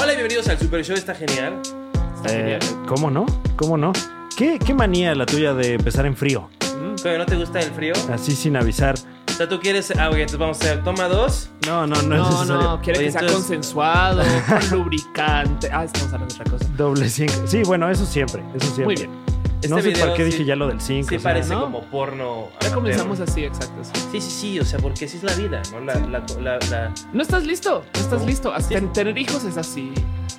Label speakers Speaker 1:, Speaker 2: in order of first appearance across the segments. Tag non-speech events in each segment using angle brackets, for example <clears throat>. Speaker 1: Hola y bienvenidos al Super Show, está genial. Está
Speaker 2: Eh,
Speaker 1: genial.
Speaker 2: ¿Cómo no? ¿Cómo no? ¿Qué, ¿Qué manía la tuya de empezar en frío?
Speaker 1: Mm, ¿Pero no te gusta el frío?
Speaker 2: Así sin avisar.
Speaker 1: O sea, tú quieres. Ah, ok, entonces vamos a hacer toma dos.
Speaker 2: No, no, no, es
Speaker 3: No,
Speaker 2: necesario.
Speaker 3: no, quiere
Speaker 1: Oye,
Speaker 3: que sea
Speaker 1: entonces-
Speaker 2: <laughs>
Speaker 3: consensuado, con lubricante. Ah, estamos hablando de otra cosa.
Speaker 2: Doble 5. Sí, bueno, eso siempre. Eso siempre.
Speaker 3: Muy bien.
Speaker 1: Este
Speaker 2: no sé
Speaker 1: video
Speaker 2: por qué
Speaker 1: sí-
Speaker 2: dije ya lo del 5.
Speaker 1: Sí, parece
Speaker 3: ¿no?
Speaker 1: como porno.
Speaker 3: Ya comenzamos
Speaker 1: amateur.
Speaker 3: así, exacto. sí.
Speaker 1: Sí, sí, sí, o sea, porque así es la vida, ¿no? La, la, la, la-
Speaker 3: No estás listo, no estás
Speaker 1: No.
Speaker 3: listo. Hasta
Speaker 1: Sí.
Speaker 3: tener hijos es así.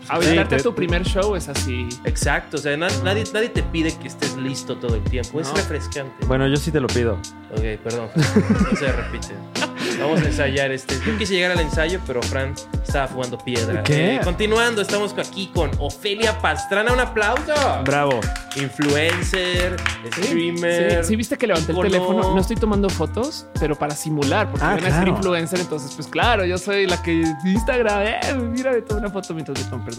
Speaker 3: Aventarte
Speaker 2: te-
Speaker 3: a tu primer show es así.
Speaker 1: Exacto, o sea, na- nadie, nadie te pide que estés listo todo el tiempo. Es
Speaker 3: No.
Speaker 1: refrescante.
Speaker 2: Bueno, yo sí te lo pido.
Speaker 1: Ok, perdón. No se repite. Vamos a ensayar este. Yo quise llegar al ensayo, pero Fran estaba fumando piedra.
Speaker 2: ¿Qué?
Speaker 1: Eh, continuando, estamos aquí con Ofelia Pastrana. Un aplauso.
Speaker 2: Bravo.
Speaker 1: Influencer, streamer.
Speaker 3: Sí, sí, viste que levanté el
Speaker 1: Color.
Speaker 3: teléfono. No estoy tomando fotos, pero para simular, porque
Speaker 2: Ah,
Speaker 3: van a ser
Speaker 2: claro.
Speaker 3: influencer. Entonces, pues claro, yo soy la que Instagram. Eh, mira, me tomé una foto mientras me tomo, perdón.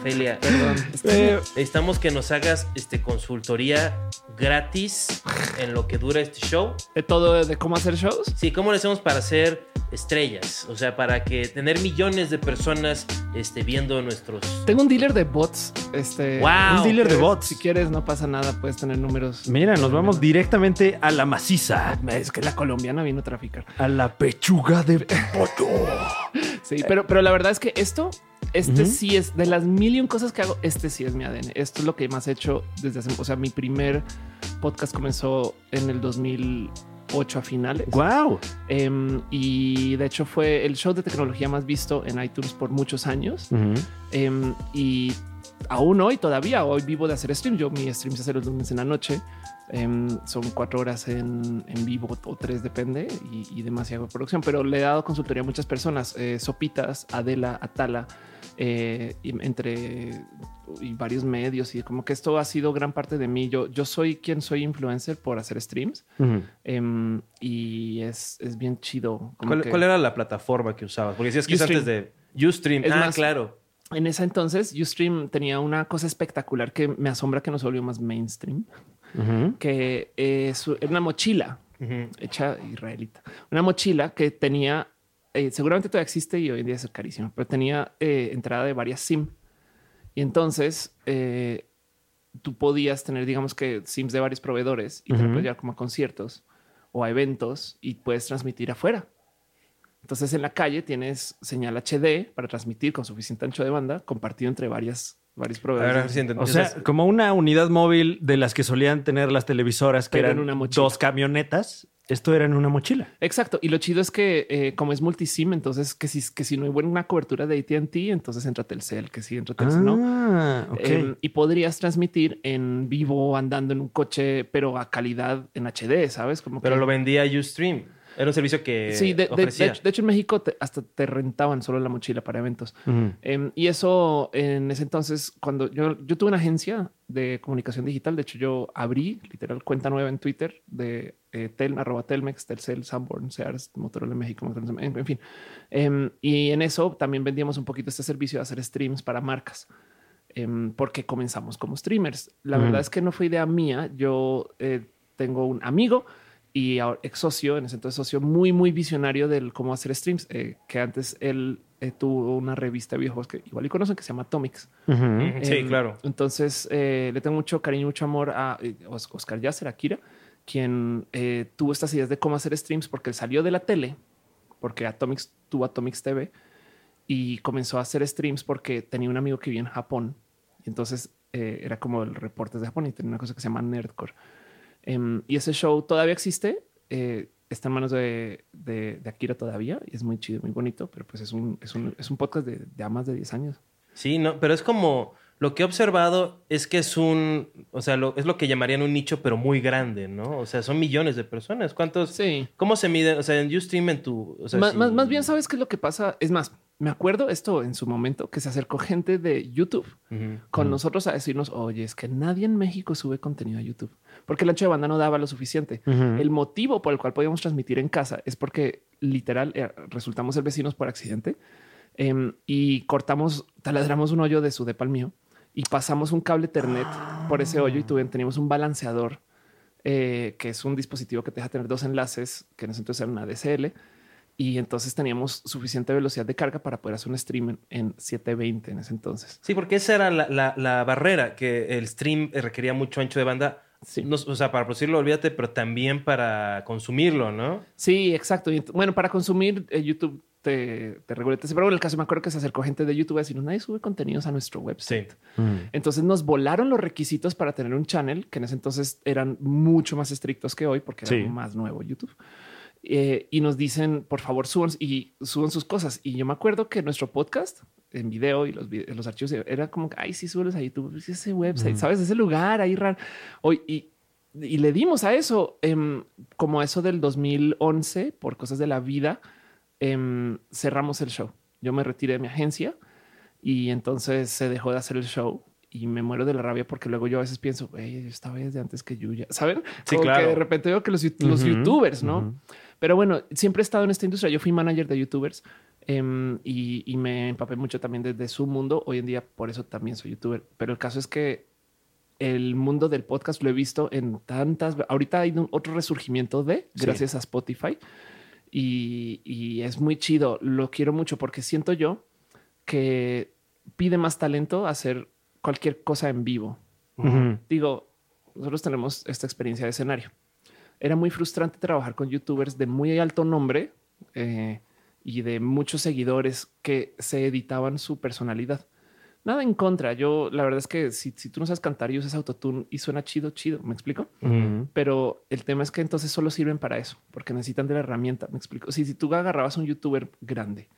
Speaker 1: Ofelia,
Speaker 2: <laughs>
Speaker 3: Perdón. este,
Speaker 2: Eh,
Speaker 1: necesitamos que nos hagas este, consultoría gratis en lo que dura este show.
Speaker 3: De todo, de cómo hacer shows.
Speaker 1: Sí, ¿cómo le hacemos para ser estrellas? O sea, para que tener millones de personas este, viendo nuestros...
Speaker 3: Tengo un dealer de bots. Este,
Speaker 1: ¡Wow!
Speaker 2: un dealer de
Speaker 3: que
Speaker 2: bots.
Speaker 3: Si quieres, no pasa nada. Puedes tener números.
Speaker 2: Mira, nos vamos directamente a la maciza.
Speaker 3: Es que la colombiana vino a traficar.
Speaker 2: A la pechuga de pollo.
Speaker 3: Sí, pero, pero la verdad es que esto, este
Speaker 2: Ujú.
Speaker 3: sí es de las million cosas que hago. Este sí es mi ADN. Esto es lo que más he hecho desde hace. O sea, mi primer podcast comenzó en el 2008 a finales.
Speaker 2: Wow.
Speaker 3: Em, y de hecho fue el show de tecnología más visto en iTunes por muchos años. Em, y aún hoy, todavía hoy vivo de hacer stream. Yo mi stream se hace los lunes en la noche. Em, son cuatro horas en, en vivo o tres, depende, y, y demás y hago producción. Pero le he dado consultoría a muchas personas. eh, Sopitas, Adela, Atala, eh, y- entre y varios medios. Y como que esto ha sido gran parte de mí. Yo, yo soy quien soy influencer por hacer streams. em, y es, es bien chido. como
Speaker 1: ¿Cuál,
Speaker 3: que-
Speaker 1: cuál era la plataforma que usabas? Porque decías que es
Speaker 3: Ustream.
Speaker 1: antes de Ustream.
Speaker 3: Es
Speaker 1: ah,
Speaker 3: más-
Speaker 1: claro.
Speaker 3: En ese entonces, Ustream tenía una cosa espectacular que me asombra que no se volvió más mainstream, que es era una mochila
Speaker 1: Ujú.
Speaker 3: hecha israelita. Una mochila que tenía, eh, seguramente todavía existe y hoy en día es carísimo, pero tenía eh, entrada de varias SIM. Y entonces eh, tú podías tener, digamos que SIMs de varios proveedores y te lo
Speaker 2: Ujú.
Speaker 3: puedes llevar como a conciertos o a eventos y puedes transmitir afuera. Entonces en la calle tienes señal HD para transmitir con suficiente ancho de banda compartido entre varias, varios
Speaker 1: A ver, a ver
Speaker 3: proveedores.
Speaker 1: si entendí.
Speaker 2: O sea, como una unidad móvil de las que solían tener las televisoras, que
Speaker 3: Pero en
Speaker 2: eran
Speaker 3: una mochila.
Speaker 2: dos camionetas, esto era en una mochila.
Speaker 3: Exacto. Y lo chido es que eh, como es multisim, entonces que si, que si no hay buena cobertura de ATT, entonces entra Telcel, que si entra Telcel, ¿no?
Speaker 2: Ah, ok.
Speaker 3: Em, y podrías transmitir en vivo andando en un coche, pero a calidad en HD, ¿sabes? Como
Speaker 1: Pero
Speaker 3: que-
Speaker 1: lo vendía Ustream. Era un servicio que
Speaker 3: Sí, de, de- de
Speaker 1: ofrecía.
Speaker 3: hecho- de hecho en México te- hasta te rentaban solo la mochila para eventos.
Speaker 2: Mm.
Speaker 3: Em, y eso en ese entonces, cuando yo, yo tuve una agencia de comunicación digital, de hecho yo abrí literal cuenta nueva en Twitter de eh, tel, arroba Telmex, Telcel, Sanborn, Sears, Motorola México, McDonald's, en, en fin. Em, y en eso también vendíamos un poquito este servicio de hacer streams para marcas. em, porque comenzamos como streamers. La
Speaker 2: Ujú.
Speaker 3: verdad es que no fue idea mía. Yo eh, tengo un amigo y ahora ex socio, en ese entonces socio muy, muy visionario del cómo hacer streams, eh, que antes él eh, tuvo una revista de videojuegos que igual y conocen que se llama Atomics.
Speaker 2: Ujú.
Speaker 1: Ujú, Sí,
Speaker 3: Em,
Speaker 1: claro.
Speaker 3: Entonces eh, le tengo mucho cariño, mucho amor a eh, Os- Oscar Yasser, Akira, quien eh, tuvo estas ideas de cómo hacer streams porque él salió de la tele, porque Atomics tuvo Atomics TV y comenzó a hacer streams porque tenía un amigo que vivía en Japón. Y entonces eh, era como el reportes de Japón y tenía una cosa que se llama Nerdcore. Em, y ese show todavía existe. eh, está en manos de, de- de Akira todavía y es muy chido, muy bonito, pero pues es un, es un, es un podcast de, de a más de 10 años.
Speaker 1: Sí, no, pero es como lo que he observado es que es un, o sea, lo- es lo que llamarían un nicho, pero muy grande, ¿no? O sea, son millones de personas. ¿Cuántos?
Speaker 3: Sí.
Speaker 1: ¿Cómo se miden? O sea, en Ustream, en tu, o sea,
Speaker 3: más,
Speaker 1: si-
Speaker 3: más- más bien, ¿sabes qué es lo que pasa? Es más, me acuerdo esto en su momento, que se acercó gente de YouTube
Speaker 1: Ujú.
Speaker 3: con
Speaker 2: Ujú.
Speaker 3: nosotros a decirnos, oye, es que nadie en México sube contenido a YouTube, porque el ancho de banda no daba lo suficiente.
Speaker 2: Ujú.
Speaker 3: El motivo por el cual podíamos transmitir en casa es porque literal eh, resultamos ser vecinos por accidente em, y cortamos, taladramos un hoyo de su depa al mío y pasamos un cable Ethernet por ese hoyo y tuve- teníamos un balanceador eh, que es un dispositivo que te deja tener dos enlaces que en ese entonces era una DSL y entonces teníamos suficiente velocidad de carga para poder hacer un stream en, en 720 en ese entonces.
Speaker 1: Sí, porque esa era la, la- la barrera, que el stream requería mucho ancho de banda.
Speaker 3: Sí.
Speaker 1: No, o sea, para producirlo, olvídate, pero también para consumirlo, ¿no?
Speaker 3: Sí, exacto. Y ent- bueno, para consumir eh, YouTube te, te regula. Pero bueno, el caso me acuerdo que se acercó gente de YouTube a decirnos nadie sube contenidos a nuestro website. Entonces nos volaron los requisitos para tener un channel que en ese entonces eran mucho más estrictos que hoy porque era
Speaker 2: Sí.
Speaker 3: más nuevo YouTube. Eh, y nos dicen, por favor, suban y suban sus cosas. Y yo me acuerdo que nuestro podcast en video y los, vide- los archivos era como, ay, sí, súbelos a YouTube, sí, ese website,
Speaker 2: Ujú.
Speaker 3: sabes, ese lugar ahí raro. Hoy y, y le dimos a eso em, como a eso del 2011 por cosas de la vida. em, cerramos el show. Yo me retiré de mi agencia y entonces se dejó de hacer el show y me muero de la rabia porque luego yo a veces pienso, güey, yo estaba desde antes que Yuya, ¿saben?
Speaker 1: Sí,
Speaker 3: Como que
Speaker 1: claro.
Speaker 3: de repente veo que los, yu- los
Speaker 2: Ujú,
Speaker 3: youtubers, ¿no?
Speaker 2: ujú.
Speaker 3: Pero bueno, siempre he estado en esta industria. Yo fui manager de youtubers em, y, y me empapé mucho también desde su mundo. Hoy en día por eso también soy youtuber. Pero el caso es que el mundo del podcast lo he visto en tantas... Ahorita hay un- otro resurgimiento de,
Speaker 2: Sí.
Speaker 3: gracias a Spotify. Y, y es muy chido. Lo quiero mucho porque siento yo que pide más talento hacer cualquier cosa en vivo
Speaker 2: Ujú.
Speaker 3: digo, nosotros tenemos esta experiencia de escenario. Era muy frustrante trabajar con youtubers de muy alto nombre eh, y de muchos seguidores que se editaban su personalidad. Nada en contra. Yo, la verdad es que si, si tú no sabes cantar y usas autotune y suena chido, chido, ¿me explico?
Speaker 2: Ujú.
Speaker 3: Pero el tema es que entonces solo sirven para eso, porque necesitan de la herramienta. Me explico. Si, si tú agarrabas un youtuber grande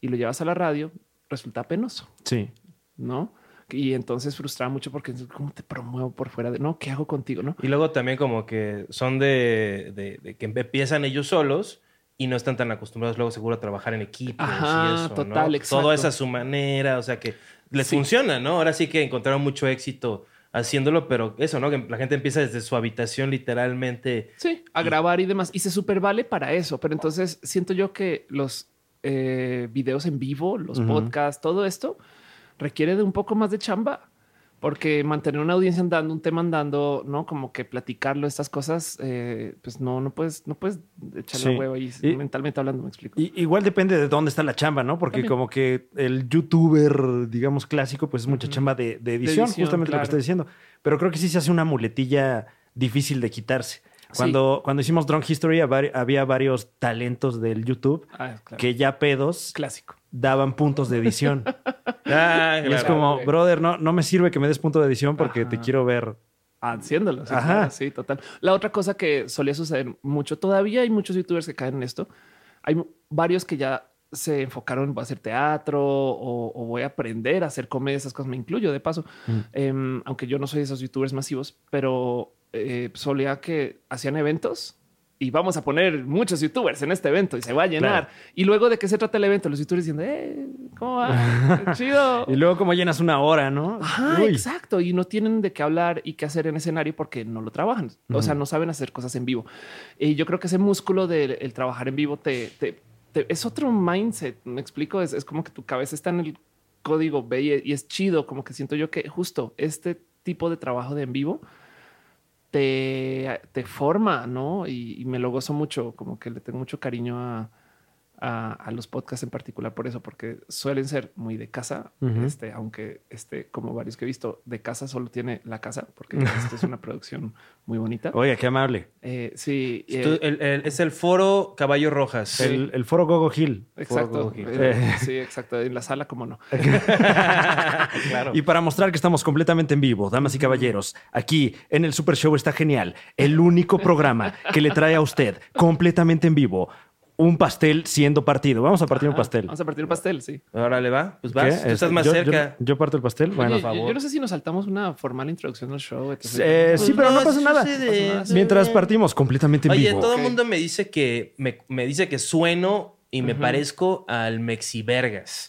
Speaker 3: y lo llevas a la radio, resulta penoso.
Speaker 2: Sí.
Speaker 3: ¿no? Y entonces frustraba mucho porque cómo te promuevo por fuera de no, ¿qué hago contigo? No,
Speaker 1: Y luego también como que son de, de- de que empiezan ellos solos y no están tan acostumbrados luego seguro a trabajar en equipo.
Speaker 3: Ajá, total, exacto.
Speaker 1: Todo es a su manera, o sea que les
Speaker 3: Sí.
Speaker 1: funciona, ¿no? Ahora sí que encontraron mucho éxito haciéndolo, pero eso, ¿no? Que la gente empieza desde su habitación literalmente.
Speaker 3: sí, a grabar y demás. Y se super vale para eso. Pero entonces siento yo que los eh, videos en vivo, los
Speaker 2: Ujú.
Speaker 3: podcasts, todo esto requiere de un poco más de chamba. Porque mantener una audiencia andando, un tema andando, no como que platicarlo, estas cosas, eh, pues no, no puedes, no puedes echarle
Speaker 2: Sí.
Speaker 3: huevo ahí
Speaker 2: Y-
Speaker 3: mentalmente hablando. Me explico.
Speaker 2: Y- igual depende de dónde está la chamba, ¿no? Porque
Speaker 3: También.
Speaker 2: como que el youtuber, digamos, clásico, pues es mucha
Speaker 3: Ujú.
Speaker 2: chamba de, de edición,
Speaker 3: edición,
Speaker 2: justamente lo
Speaker 3: claro.
Speaker 2: que está diciendo. Pero creo que sí se hace una muletilla difícil de quitarse.
Speaker 3: Sí.
Speaker 2: Cuando, cuando hicimos Drunk History habari- había varios talentos del YouTube
Speaker 3: Ah, claro.
Speaker 2: que ya pedos
Speaker 3: clásico.
Speaker 2: daban puntos de
Speaker 3: <laughs>
Speaker 2: edición.
Speaker 1: Ah,
Speaker 2: Y es
Speaker 1: claro.
Speaker 2: como,
Speaker 3: güey.
Speaker 2: brother, no, no me sirve que me des punto de edición porque
Speaker 3: Ajá.
Speaker 2: te quiero ver.
Speaker 3: haciéndolo. Sí,
Speaker 2: Ajá.
Speaker 3: claro, sí, total. La otra cosa que solía suceder mucho, todavía hay muchos youtubers que caen en esto. Hay mu- varios que ya se enfocaron, voy a hacer teatro o, o voy a aprender a hacer comedia, esas cosas me incluyo de paso,
Speaker 2: Mm.
Speaker 3: Em, aunque yo no soy de esos youtubers masivos, pero eh, solía que hacían eventos y vamos a poner muchos youtubers en este evento y se va a llenar. Y luego de qué se trata el evento, los youtubers diciendo, eh, ¿cómo va?
Speaker 2: <laughs>
Speaker 3: Qué Chido.
Speaker 2: Y luego como llenas una hora, ¿no?
Speaker 3: Ajá,
Speaker 2: Uy.
Speaker 3: exacto. Y no tienen de qué hablar y qué hacer en escenario porque no lo trabajan. O sea,
Speaker 2: Ujú.
Speaker 3: no saben hacer cosas en vivo. Y yo creo que ese músculo del el trabajar en vivo te, te- te- es otro mindset. Me explico. Es, es como que tu cabeza está en el código B y, y es chido. Como que siento yo que justo este tipo de trabajo de en vivo te, te forma, no? Y, y me lo gozo mucho. Como que le tengo mucho cariño a, a, a los podcasts en particular por eso, porque suelen ser muy de casa,
Speaker 2: Ujú.
Speaker 3: este, aunque este, como varios que he visto, de casa solo tiene la casa,
Speaker 2: <laughs>
Speaker 3: porque esto es una producción muy bonita.
Speaker 2: Oiga, qué amable.
Speaker 3: Eh, sí, eh,
Speaker 1: Tú- el- el- es el foro Caballo Rojas. <laughs>
Speaker 2: El, el foro Gogo Hill.
Speaker 3: exacto.
Speaker 1: Foro
Speaker 3: eh,
Speaker 2: <laughs>
Speaker 3: sí, exacto. En la sala, como no.
Speaker 1: claro.
Speaker 2: Y para mostrar que estamos completamente en vivo, damas y caballeros, aquí en el Super Show está genial, el único programa que le trae a usted completamente en vivo un pastel siendo partido. Vamos a partir un pastel.
Speaker 3: Vamos a partir el pastel, sí.
Speaker 1: Ahora le va. Pues
Speaker 2: ¿Qué?
Speaker 1: vas. Tú
Speaker 2: Este,
Speaker 1: estás más
Speaker 2: yo- yo-
Speaker 1: cerca.
Speaker 2: Yo, parto el pastel. Bueno,
Speaker 3: Oye, yo-
Speaker 1: favor.
Speaker 3: Yo, no sé si nos saltamos una formal introducción al show. etc.
Speaker 2: Eh, sí,
Speaker 1: Pues
Speaker 2: pero no pasa
Speaker 1: sí
Speaker 2: nada.
Speaker 1: sucede.
Speaker 3: Pasa nada.
Speaker 2: mientras partimos completamente en
Speaker 1: Oye,
Speaker 2: vivo.
Speaker 1: todo el
Speaker 3: Ok.
Speaker 1: mundo me dice que me, me dice que sueno y me
Speaker 3: Ujú.
Speaker 1: parezco al Mexivergas.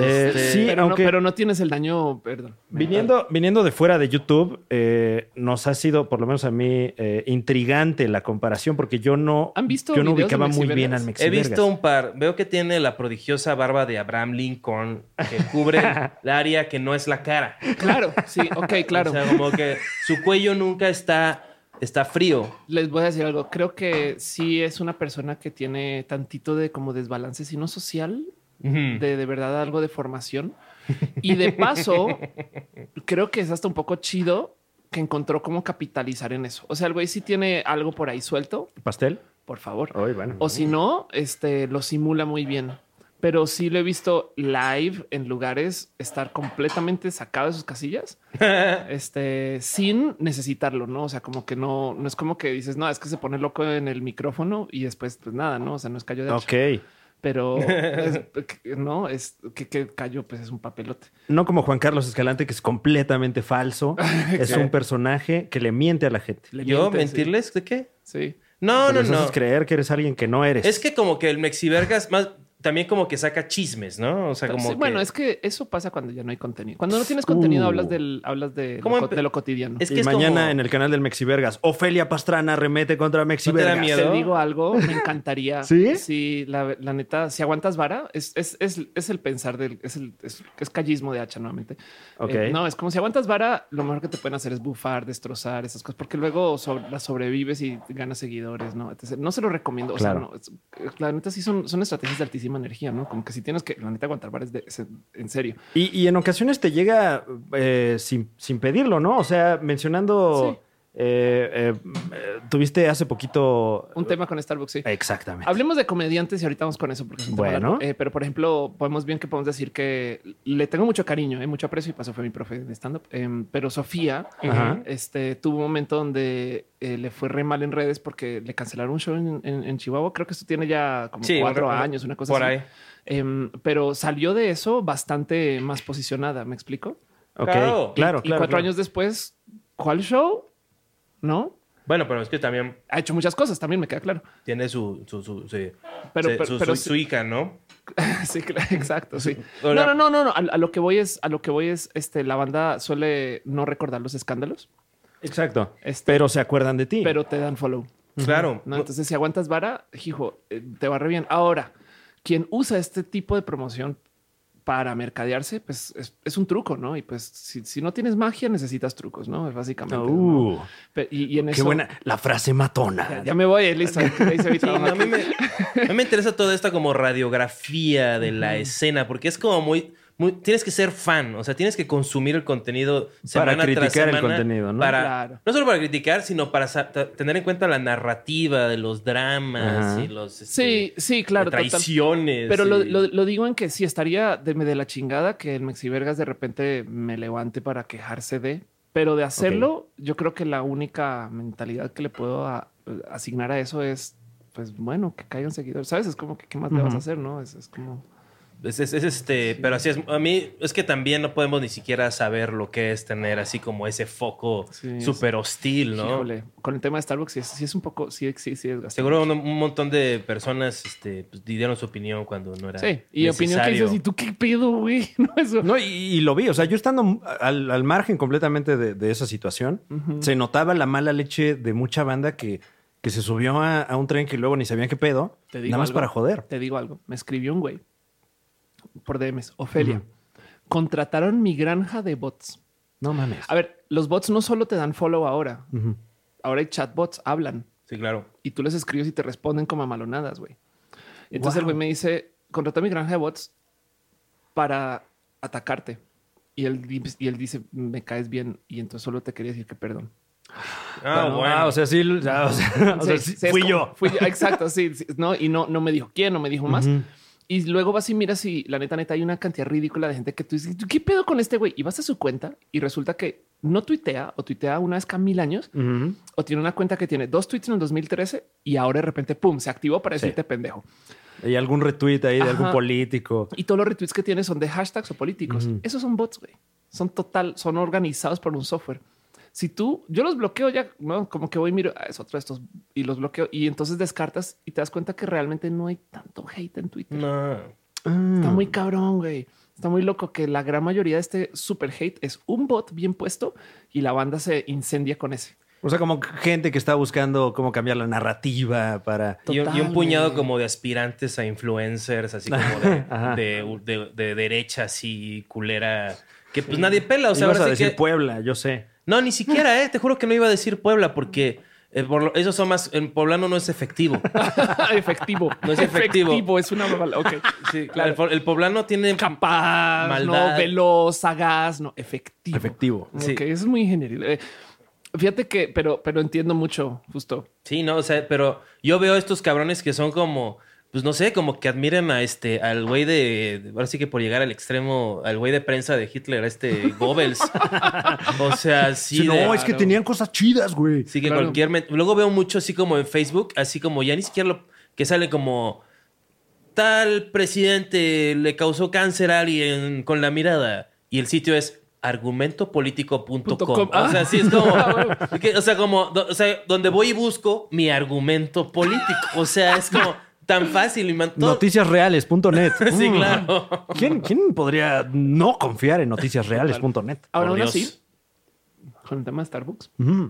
Speaker 2: Eh,
Speaker 1: este,
Speaker 2: sí,
Speaker 3: pero,
Speaker 2: aunque
Speaker 3: no, pero no tienes el daño, perdón.
Speaker 2: Viniendo, viniendo de fuera de YouTube, eh, nos ha sido, por lo menos a mí, eh, intrigante la comparación, porque yo no,
Speaker 3: ¿Han visto
Speaker 2: yo no
Speaker 3: videos de
Speaker 2: ubicaba muy bien al
Speaker 3: Mexivergas?
Speaker 1: He
Speaker 2: Mexivergas.
Speaker 1: visto un par. Veo que tiene la prodigiosa barba de Abraham Lincoln que
Speaker 2: <laughs>
Speaker 1: cubre el área que no es la cara.
Speaker 2: <laughs>
Speaker 3: Claro, sí, ok, claro.
Speaker 1: O sea, como que su cuello nunca está está frío.
Speaker 3: Les voy a decir algo. Creo que sí es una persona que tiene tantito de como desbalance, si no social,
Speaker 1: Ujú.
Speaker 3: de, de verdad algo de formación. Y
Speaker 2: <laughs>
Speaker 3: de paso, creo que es hasta un poco chido que encontró cómo capitalizar en eso. O sea, el güey sí tiene algo por ahí suelto,
Speaker 2: ¿Pastel?
Speaker 3: por favor.
Speaker 2: Ay, bueno.
Speaker 3: O si no, este lo simula muy bien. Pero sí lo he visto live en lugares estar completamente sacado de sus casillas, este sin necesitarlo, no? O sea, como que no, no es como que dices, no, es que se pone loco en el micrófono y después, pues nada, no? O sea, no es cayó de hacha.
Speaker 2: Ok.
Speaker 1: <laughs>
Speaker 3: pero es- que- no es que, que cayó, pues es un papelote.
Speaker 2: No como Juan Carlos Escalante, que es completamente
Speaker 3: <laughs>
Speaker 2: falso. es un personaje que le miente a la gente.
Speaker 1: <laughs>
Speaker 3: Le
Speaker 1: ¿Yo
Speaker 3: miente, sí.
Speaker 1: mentirles de qué?
Speaker 3: Sí.
Speaker 1: No,
Speaker 2: Pero
Speaker 1: no,
Speaker 2: les
Speaker 1: no.
Speaker 2: haces creer que eres alguien que no eres.
Speaker 1: Es que como que el Mexivergas más también como que saca chismes, ¿no? O sea, como
Speaker 3: Sí,
Speaker 1: que-
Speaker 3: Bueno, es que eso pasa cuando ya no hay contenido. Cuando no tienes contenido,
Speaker 2: Uh.
Speaker 3: hablas del, hablas de,
Speaker 1: ¿Cómo
Speaker 3: lo, co-
Speaker 1: empe-
Speaker 3: de lo cotidiano.
Speaker 1: Es
Speaker 2: y
Speaker 1: que es
Speaker 2: mañana
Speaker 1: como-
Speaker 2: en el canal del Mexivergas, Ofelia Pastrana remete contra Mexivergas.
Speaker 1: miedo?
Speaker 3: Te digo algo, me
Speaker 2: <laughs>
Speaker 3: encantaría.
Speaker 2: ¿Sí?
Speaker 3: Sí, la, la neta, si aguantas vara, es, es, es, es el pensar del, es el es, es callismo de hacha nuevamente.
Speaker 2: Ok.
Speaker 3: Eh, no, es como si aguantas vara, lo mejor que te pueden hacer es bufar, destrozar esas cosas, porque luego sobre- las sobrevives y ganas seguidores, ¿no? Entonces, no se lo recomiendo. O
Speaker 2: Claro.
Speaker 3: sea, no, es- eh, la neta sí son, son estrategias de altísima energía, ¿no? Como que si tienes que, la neta, aguantar vara es, de- es en- en serio.
Speaker 2: Y, y en ocasiones te llega eh, sin, sin pedirlo, ¿no? O sea, mencionando. eh, eh, eh, tuviste hace poquito.
Speaker 3: Un tema con Starbucks, sí.
Speaker 2: Exactamente.
Speaker 3: Hablemos de comediantes y ahorita vamos con eso. Porque es un tema
Speaker 2: Bueno.
Speaker 3: largo. Eh, pero por ejemplo, podemos bien que podemos decir que le tengo mucho cariño, eh, mucho aprecio y paso fue mi profe de stand-up. Em, pero Sofía
Speaker 2: Ajá.
Speaker 3: este, tuvo un momento donde eh, le fue re mal en redes porque le cancelaron un show en, en- en Chihuahua. Creo que esto tiene ya como
Speaker 1: Sí,
Speaker 3: cuatro
Speaker 1: un- un-
Speaker 3: años, una cosa
Speaker 1: por
Speaker 3: así.
Speaker 1: ahí.
Speaker 3: Em, pero salió de eso bastante más posicionada. ¿Me explico?
Speaker 2: Ok,
Speaker 1: Claro.
Speaker 2: Claro, claro.
Speaker 3: y cuatro
Speaker 2: claro.
Speaker 3: años después, ¿cuál show? No
Speaker 1: Bueno, pero es que también
Speaker 3: ha hecho muchas cosas. También me queda claro.
Speaker 1: tiene su su su, sí.
Speaker 3: Pero-
Speaker 1: Se-
Speaker 3: pero-
Speaker 1: su,
Speaker 3: pero
Speaker 1: su-
Speaker 3: sí-
Speaker 1: su ICA, ¿no?
Speaker 3: <laughs> Sí, claro, exacto, sí. No,
Speaker 1: Hola.
Speaker 3: no, no, no, no. A, a lo que voy es, a lo que voy es, este, la banda suele no recordar los escándalos,
Speaker 2: Exacto.
Speaker 3: Este-
Speaker 2: Pero se acuerdan de ti.
Speaker 3: pero te dan follow.
Speaker 1: Claro.
Speaker 3: ¿no? Entonces, si aguantas vara, hijo, eh, te va re bien. Ahora, quien usa este tipo de promoción para mercadearse, pues es, es un truco, ¿no? Y pues si, si no tienes magia, necesitas trucos, ¿no? Es básicamente. ¿no?
Speaker 2: Uh,
Speaker 3: Pe- Y, y en
Speaker 2: qué
Speaker 3: eso...
Speaker 2: buena. La frase matona.
Speaker 3: Ya, ya me voy, eh, listo. Ahí se vi
Speaker 1: <laughs> Sí, no,
Speaker 3: trabajo
Speaker 1: a, mí
Speaker 3: aquí.
Speaker 1: me, a mí me interesa toda esta como radiografía de la escena, porque es como muy, muy- Tienes que ser fan, o sea, tienes que consumir el contenido semana tras
Speaker 2: criticar el
Speaker 1: semana
Speaker 2: contenido, ¿no?
Speaker 1: Para,
Speaker 3: Claro.
Speaker 1: No solo para criticar, sino para sa- ta- tener en cuenta la narrativa de los dramas
Speaker 2: Ajá.
Speaker 1: y los... este,
Speaker 3: Sí, sí, claro. total.
Speaker 1: traiciones.
Speaker 3: Pero lo,
Speaker 1: y-
Speaker 3: lo- lo digo en que sí estaría de, de la chingada que el Mexivergas de repente me levante para quejarse de, pero de hacerlo, yo creo que la única mentalidad que le puedo a- eh, asignar a eso es, pues bueno, que caiga un seguidor. Sabes, es como que qué más le vas a hacer, no? Es, es como
Speaker 1: Es, es- es este, pero así es. A mí es que también no podemos ni siquiera saber lo que es tener así como ese foco
Speaker 3: Sí, es-
Speaker 1: súper hostil, ¿no?
Speaker 3: híjole, con el tema de Starbucks, sí es, sí es un poco, sí, sí, sí, es gastante.
Speaker 1: Seguro un, un montón de personas este, pues, dieron su opinión cuando no era.
Speaker 3: Sí, y opinión que
Speaker 1: necesario.
Speaker 3: dices, ¿y tú qué pedo, güey? <laughs> No, eso.
Speaker 2: No, y, y lo vi. O sea, yo estando al, al margen completamente de, de esa situación, se notaba la mala leche de mucha banda que, que se subió a, a un tren que luego ni sabían qué pedo.
Speaker 3: Te digo
Speaker 2: Nada más
Speaker 3: algo,
Speaker 2: para joder.
Speaker 3: Te digo algo. Me escribió un güey por DMs. Ofelia, contrataron mi granja de bots.
Speaker 2: No mames.
Speaker 3: A ver, los bots no solo te dan follow ahora. Ahora hay chatbots, hablan
Speaker 1: Sí, claro.
Speaker 3: y tú les escribes y te responden como amalonadas, güey. Y Entonces el
Speaker 2: Wow.
Speaker 3: güey me dice, contrata mi granja de bots para atacarte. Y él, di- y él dice, me caes bien. Y entonces solo te quería decir que perdón.
Speaker 1: Ah,
Speaker 2: No,
Speaker 1: bueno.
Speaker 2: ah, o sea, sí, o sea, o sea, <laughs> o sea,
Speaker 3: Sí,
Speaker 2: sí,
Speaker 3: sí, es
Speaker 2: fui
Speaker 3: como-
Speaker 2: yo.
Speaker 3: Fui yo, exacto, sí, sí, no, y no, no me dijo quién, no me dijo más. Y luego vas y miras y la neta, neta, hay una cantidad ridícula de gente que tú dices, ¿qué pedo con este güey? Y vas a su cuenta y resulta que no tuitea o tuitea una vez cada mil años o tiene una cuenta que tiene dos tweets en el 2013 y ahora de repente, pum, se activó para decirte pendejo.
Speaker 2: Y algún retweet ahí de
Speaker 3: Ajá.
Speaker 2: algún político.
Speaker 3: Y todos los retweets que tiene son de hashtags o políticos. Esos son bots, güey. Son total, son organizados por un software. Si tú, yo los bloqueo ya, ¿no? como que voy y miro, "Ah, es otro de estos y los bloqueo y entonces descartas y te das cuenta que realmente no hay tanto hate en Twitter.
Speaker 1: No.
Speaker 3: Ah. Está muy cabrón, güey. Está muy loco que la gran mayoría de este super hate es un bot bien puesto y la banda se incendia con ese. <laughs>
Speaker 2: O sea, como gente que está buscando cómo cambiar la narrativa para.
Speaker 1: Y, un- y
Speaker 3: Total,
Speaker 1: un puñado
Speaker 3: güey.
Speaker 1: como de aspirantes a influencers, así como
Speaker 3: <laughs>
Speaker 1: de,
Speaker 2: Ajá.
Speaker 1: de- de- de derecha, así culera, que pues nadie pela. O sea,
Speaker 2: Ibas
Speaker 1: ahora
Speaker 2: a
Speaker 1: sí
Speaker 2: decir
Speaker 1: que-
Speaker 2: Puebla, yo sé.
Speaker 1: No, ni siquiera, eh. Te juro que no iba a decir Puebla porque Eh, por lo- esos son más. En poblano no es efectivo.
Speaker 3: efectivo.
Speaker 1: No es efectivo.
Speaker 3: Es una babala. Ok.
Speaker 1: Sí, claro. El, po- el poblano tiene.
Speaker 3: Capaz,
Speaker 1: Maldad.
Speaker 3: no veloz, sagaz, no efectivo.
Speaker 2: Efectivo.
Speaker 3: Ok,
Speaker 1: Sí.
Speaker 3: es muy ingeniero. Eh, fíjate que, pero, pero entiendo mucho, justo.
Speaker 1: Sí, no, o sea, pero yo veo estos cabrones que son como. Pues no sé, como que admiran a este, al güey de, de- Ahora sí que por llegar al extremo, al güey de prensa de Hitler, a este Goebbels. o sea, sí.
Speaker 2: Sí, no,
Speaker 1: de-
Speaker 2: es que
Speaker 3: claro.
Speaker 2: tenían cosas chidas, güey.
Speaker 1: Sí, que
Speaker 3: Claro.
Speaker 1: cualquier. men- Luego veo mucho así como en Facebook, así como ya ni siquiera lo. que sale como. Tal presidente le causó cáncer a alguien con la mirada. Y el sitio es
Speaker 3: Punto
Speaker 1: argumentopolitico.com.
Speaker 3: com.
Speaker 1: O sea,
Speaker 3: <laughs> Ah.
Speaker 1: sí, es como. que- o sea, como. do- O sea, donde voy y busco mi argumento político. O sea, es como tan fácil y man- todo-
Speaker 2: Noticiasreales.net.
Speaker 1: <laughs> Sí,
Speaker 2: Mm.
Speaker 1: claro.
Speaker 2: ¿Quién, quién podría no confiar en noticiasreales.net?
Speaker 1: Por
Speaker 3: Ahora, aún
Speaker 1: Dios.
Speaker 3: así, con el tema de Starbucks,
Speaker 2: Mm.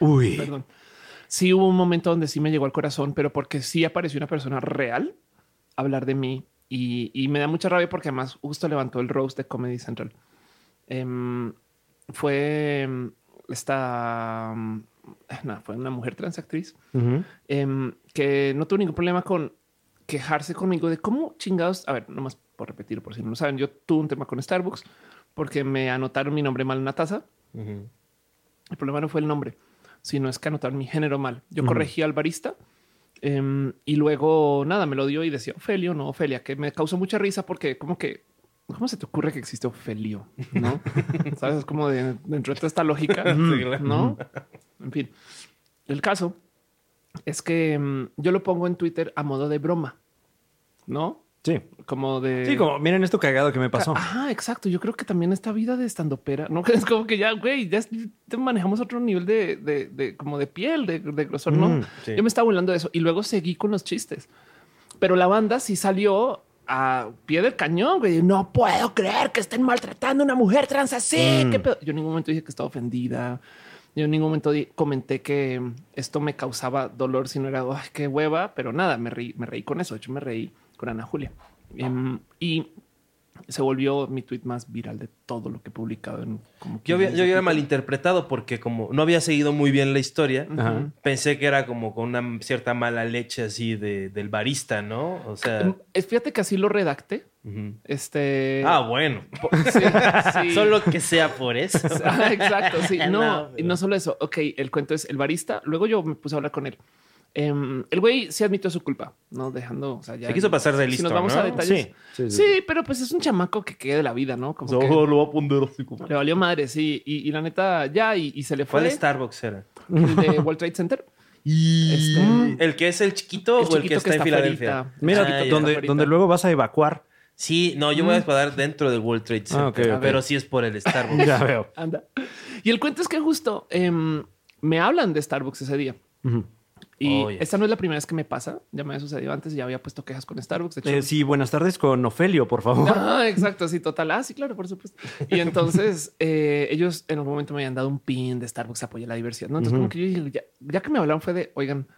Speaker 2: Uy.
Speaker 3: perdón. Sí hubo un momento donde sí me llegó al corazón, pero porque sí apareció una persona real a hablar de mí y, y me da mucha rabia porque además justo levantó el roast de Comedy Central. Em, fue em, esta... em, nah, fue una mujer transactriz
Speaker 2: Ujú.
Speaker 3: em, que no tuvo ningún problema con quejarse conmigo de cómo chingados. A ver, nomás por repetir, por si no lo saben, yo tuve un tema con Starbucks porque me anotaron mi nombre mal en una taza.
Speaker 1: Ujú.
Speaker 3: El problema no fue el nombre, sino es que anotaron mi género mal. Yo corregí al barista em, y luego nada, me lo dio y decía Ofelio, no Ofelia, que me causó mucha risa porque como que. ¿Cómo se te ocurre que existe Ofelio? ¿No? ¿Sabes? Es como de, dentro de toda esta lógica,
Speaker 1: claro.
Speaker 3: ¿no? En fin. El caso es que mm, yo lo pongo en Twitter a modo de broma, ¿no?
Speaker 2: Sí.
Speaker 3: Como de...
Speaker 1: Eh,
Speaker 2: Sí, como miren esto cagado que me pasó.
Speaker 1: ah,
Speaker 3: Ajá, exacto. Yo creo que también esta vida de estandopera, ¿no? <laughs> Es como que ya, güey, ya es- te manejamos otro nivel de, de, de- como de piel, de, de grosor, ¿no?
Speaker 2: Mm,
Speaker 1: sí.
Speaker 3: Yo me estaba burlando de eso y luego seguí con los chistes. Pero la banda sí salió a pie del cañón, güey. No puedo creer que estén maltratando a una mujer trans
Speaker 2: Mm.
Speaker 3: así. ¿Qué pedo? Yo en ningún momento dije que estaba ofendida. Yo en ningún momento di- comenté que mm, esto me causaba dolor, sino era, ay, qué hueva. Pero nada, me reí, me reí con eso. De hecho, me reí con Ana Julia. Em, y se volvió mi tweet más viral de todo lo que he publicado. En, como
Speaker 1: Yo, había-
Speaker 3: 15
Speaker 1: yo había
Speaker 3: tweets.
Speaker 1: malinterpretado porque como no había seguido muy bien la historia,
Speaker 2: Ajá.
Speaker 1: pensé que era como con una cierta mala leche así de, del barista, ¿no? O sea...
Speaker 3: Em, eh, Fíjate que así lo redacté.
Speaker 1: ujú.
Speaker 3: Este. <laughs>
Speaker 1: Ah, bueno.
Speaker 3: Sí, sí.
Speaker 1: <laughs> Solo que sea por <laughs> eso.
Speaker 3: <laughs> Ah, Exacto, sí.
Speaker 1: <laughs>
Speaker 3: No,
Speaker 1: No,
Speaker 3: y no solo eso. Ok, el cuento es el barista. Luego yo me puse a hablar con él. Em, el güey sí admitió su culpa, no dejando, o sea, ya
Speaker 1: Se quiso pasar de
Speaker 3: Si
Speaker 1: listo,
Speaker 3: nos vamos
Speaker 1: ¿no?
Speaker 3: a detalles.
Speaker 2: Sí,
Speaker 3: Sí,
Speaker 2: sí, sí.
Speaker 3: pero pues es un chamaco que quede de la vida, ¿no? Como que
Speaker 1: lo voy a poner así como...
Speaker 3: le valió madre, sí. Y, y la neta, ya, y, y se le fue
Speaker 1: ¿Cuál Starbucks era?
Speaker 3: el de World
Speaker 2: <laughs>
Speaker 3: Trade Center. Este,
Speaker 1: ¿El que es el chiquito
Speaker 3: El
Speaker 1: o el que
Speaker 3: chiquito
Speaker 1: está,
Speaker 3: que
Speaker 1: en
Speaker 3: está
Speaker 1: Filadelfia?
Speaker 3: afuerita.
Speaker 2: Mira,
Speaker 1: Ah, ya.
Speaker 2: donde,
Speaker 3: Ahorita.
Speaker 2: donde luego vas a evacuar.
Speaker 1: Sí, no, yo voy a disparar dentro del World Trade Center.
Speaker 2: Ah, ok, ok.
Speaker 1: Pero sí es por el Starbucks.
Speaker 2: <laughs> Ya veo.
Speaker 3: Anda. Y el cuento es que justo em, me hablan de Starbucks ese día.
Speaker 2: Ujú. Oh,
Speaker 3: Y
Speaker 1: Oye.
Speaker 3: esta no es la primera vez que me pasa. Ya me había sucedido antes. Ya había puesto quejas con Starbucks. De hecho,
Speaker 2: Eh, sí, buenas tardes con Ofelio, por favor.
Speaker 3: <laughs> Ah, exacto, sí, total. Ah, sí, claro, por supuesto. Y entonces <laughs> eh, ellos en un momento me habían dado un pin de Starbucks apoya la diversidad. ¿no? Entonces, como que yo dije, ya, ya que me hablaron fue de, oigan,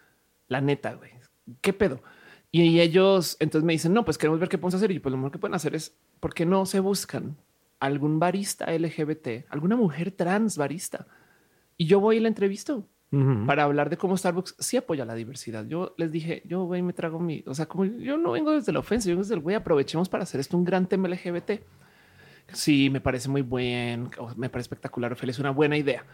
Speaker 3: la neta, güey, ¿qué pedo? Y, ellos entonces me dicen, no, pues queremos ver qué podemos hacer. Y pues lo mejor que pueden hacer es, ¿por qué no se buscan algún barista LGBT, alguna mujer trans barista? Y yo voy y la entrevisto
Speaker 2: <laughs> Ujú.
Speaker 3: para hablar de cómo Starbucks sí apoya la diversidad. Yo les dije, yo voy y me trago mi, o sea, como yo no vengo desde la ofensa, yo vengo desde el güey, aprovechemos para hacer esto un gran tema LGBT. Sí, me parece muy buen, o me parece espectacular, Ophelia, es una buena idea.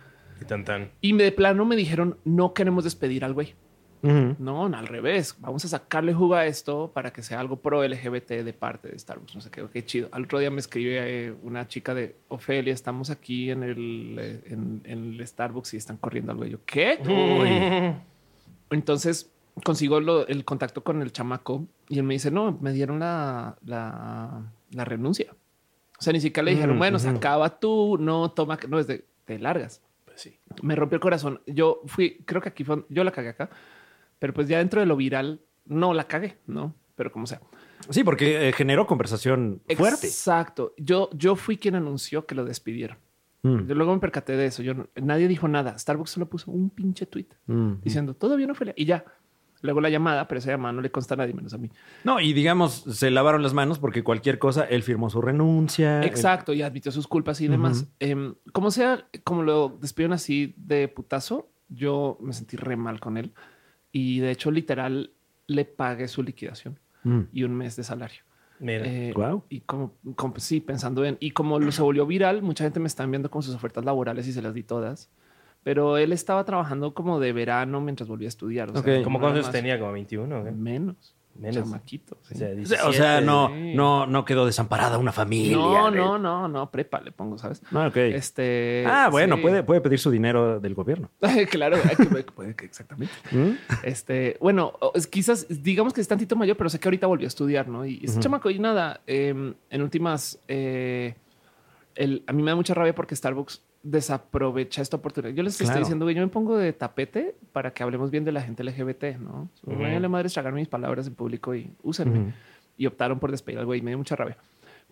Speaker 1: Y tan tan.
Speaker 3: Y me de plano me dijeron, no queremos despedir al güey.
Speaker 2: Ujú.
Speaker 3: No, no, al revés. Vamos a sacarle jugo a esto para que sea algo pro LGBT de parte de Starbucks. No sé qué, qué chido. Al otro día me escribe eh, una chica de Ofelia. Estamos aquí en el, eh, en, en el Starbucks y están corriendo algo. Y Yo, ¿qué? Entonces consigo lo- el contacto con el chamaco y él me dice, no, me dieron la, la, la renuncia. O sea, ni siquiera le dijeron,
Speaker 2: Mm,
Speaker 3: bueno, se
Speaker 2: ujú.
Speaker 3: acaba tú, no, toma, no, es de, te largas.
Speaker 2: Pues
Speaker 3: Me rompió el corazón. Yo fui, creo que aquí fue, yo la cagué acá, pero pues ya dentro de lo viral, no la cagué, ¿no? Pero como sea.
Speaker 2: Sí, porque eh, generó conversación fuerte.
Speaker 3: Exacto. Yo, yo fui quien anunció que lo despidieron.
Speaker 2: Mm.
Speaker 3: Yo luego me percaté de eso. Yo, no- nadie dijo nada. Starbucks solo puso un pinche tweet
Speaker 2: Mm.
Speaker 3: diciendo todo bien, Ofelia. Y ya. Luego la llamada, pero esa llamada no le consta a nadie menos a mí.
Speaker 2: No, y digamos, se lavaron las manos porque cualquier cosa, él firmó su renuncia.
Speaker 3: Exacto, y admitió sus culpas y demás. Em, como sea, como lo despidieron así de putazo, Yo me sentí re mal con él y de hecho literal le pagué su liquidación
Speaker 2: Mm.
Speaker 3: y un mes de salario.
Speaker 1: <laughs> Mira.
Speaker 3: Eh,
Speaker 2: Guau.
Speaker 3: Y como, como- sí, pensando en, y como lo se volvió viral, mucha gente me está viendo con sus ofertas laborales y se las di todas. Pero él estaba trabajando como de verano mientras volvía a estudiar. O sea,
Speaker 2: Ok.
Speaker 3: nada
Speaker 1: ¿Cómo cuántos
Speaker 3: más.
Speaker 1: años tenía? ¿Como 21? o qué?
Speaker 3: Menos.
Speaker 1: Menos.
Speaker 3: Chamaquito. sí.
Speaker 1: O sea,
Speaker 2: O sea, o sea,
Speaker 1: 17.
Speaker 2: no,
Speaker 1: <laughs>
Speaker 3: Sí.
Speaker 2: no, no quedó desamparada una familia.
Speaker 3: no,
Speaker 2: güey.
Speaker 3: no, no, no, prepa le pongo, ¿sabes?
Speaker 2: Ah, ok.
Speaker 3: Este.
Speaker 2: ah, bueno,
Speaker 3: sí.
Speaker 2: puede, puede pedir su dinero del gobierno.
Speaker 3: <laughs> claro, hay que ver que puede que exactamente.
Speaker 2: ¿Mm?
Speaker 3: Este, bueno, o- es- quizás digamos que es tantito mayor, pero sé que ahorita volvió a estudiar, ¿no? Y este
Speaker 2: Ujú.
Speaker 3: chamaco, y nada, eh, en últimas, eh, el- a mí me da mucha rabia porque Starbucks desaprovecha esta oportunidad. Yo les
Speaker 2: Claro.
Speaker 3: estoy diciendo, güey, yo me pongo de tapete para que hablemos bien de la gente LGBT, ¿no?
Speaker 1: Ujú.
Speaker 3: Me vale madre tragar mis palabras en público y úsenme
Speaker 2: Ujú.
Speaker 3: y optaron por despedir al güey. Me dio mucha rabia.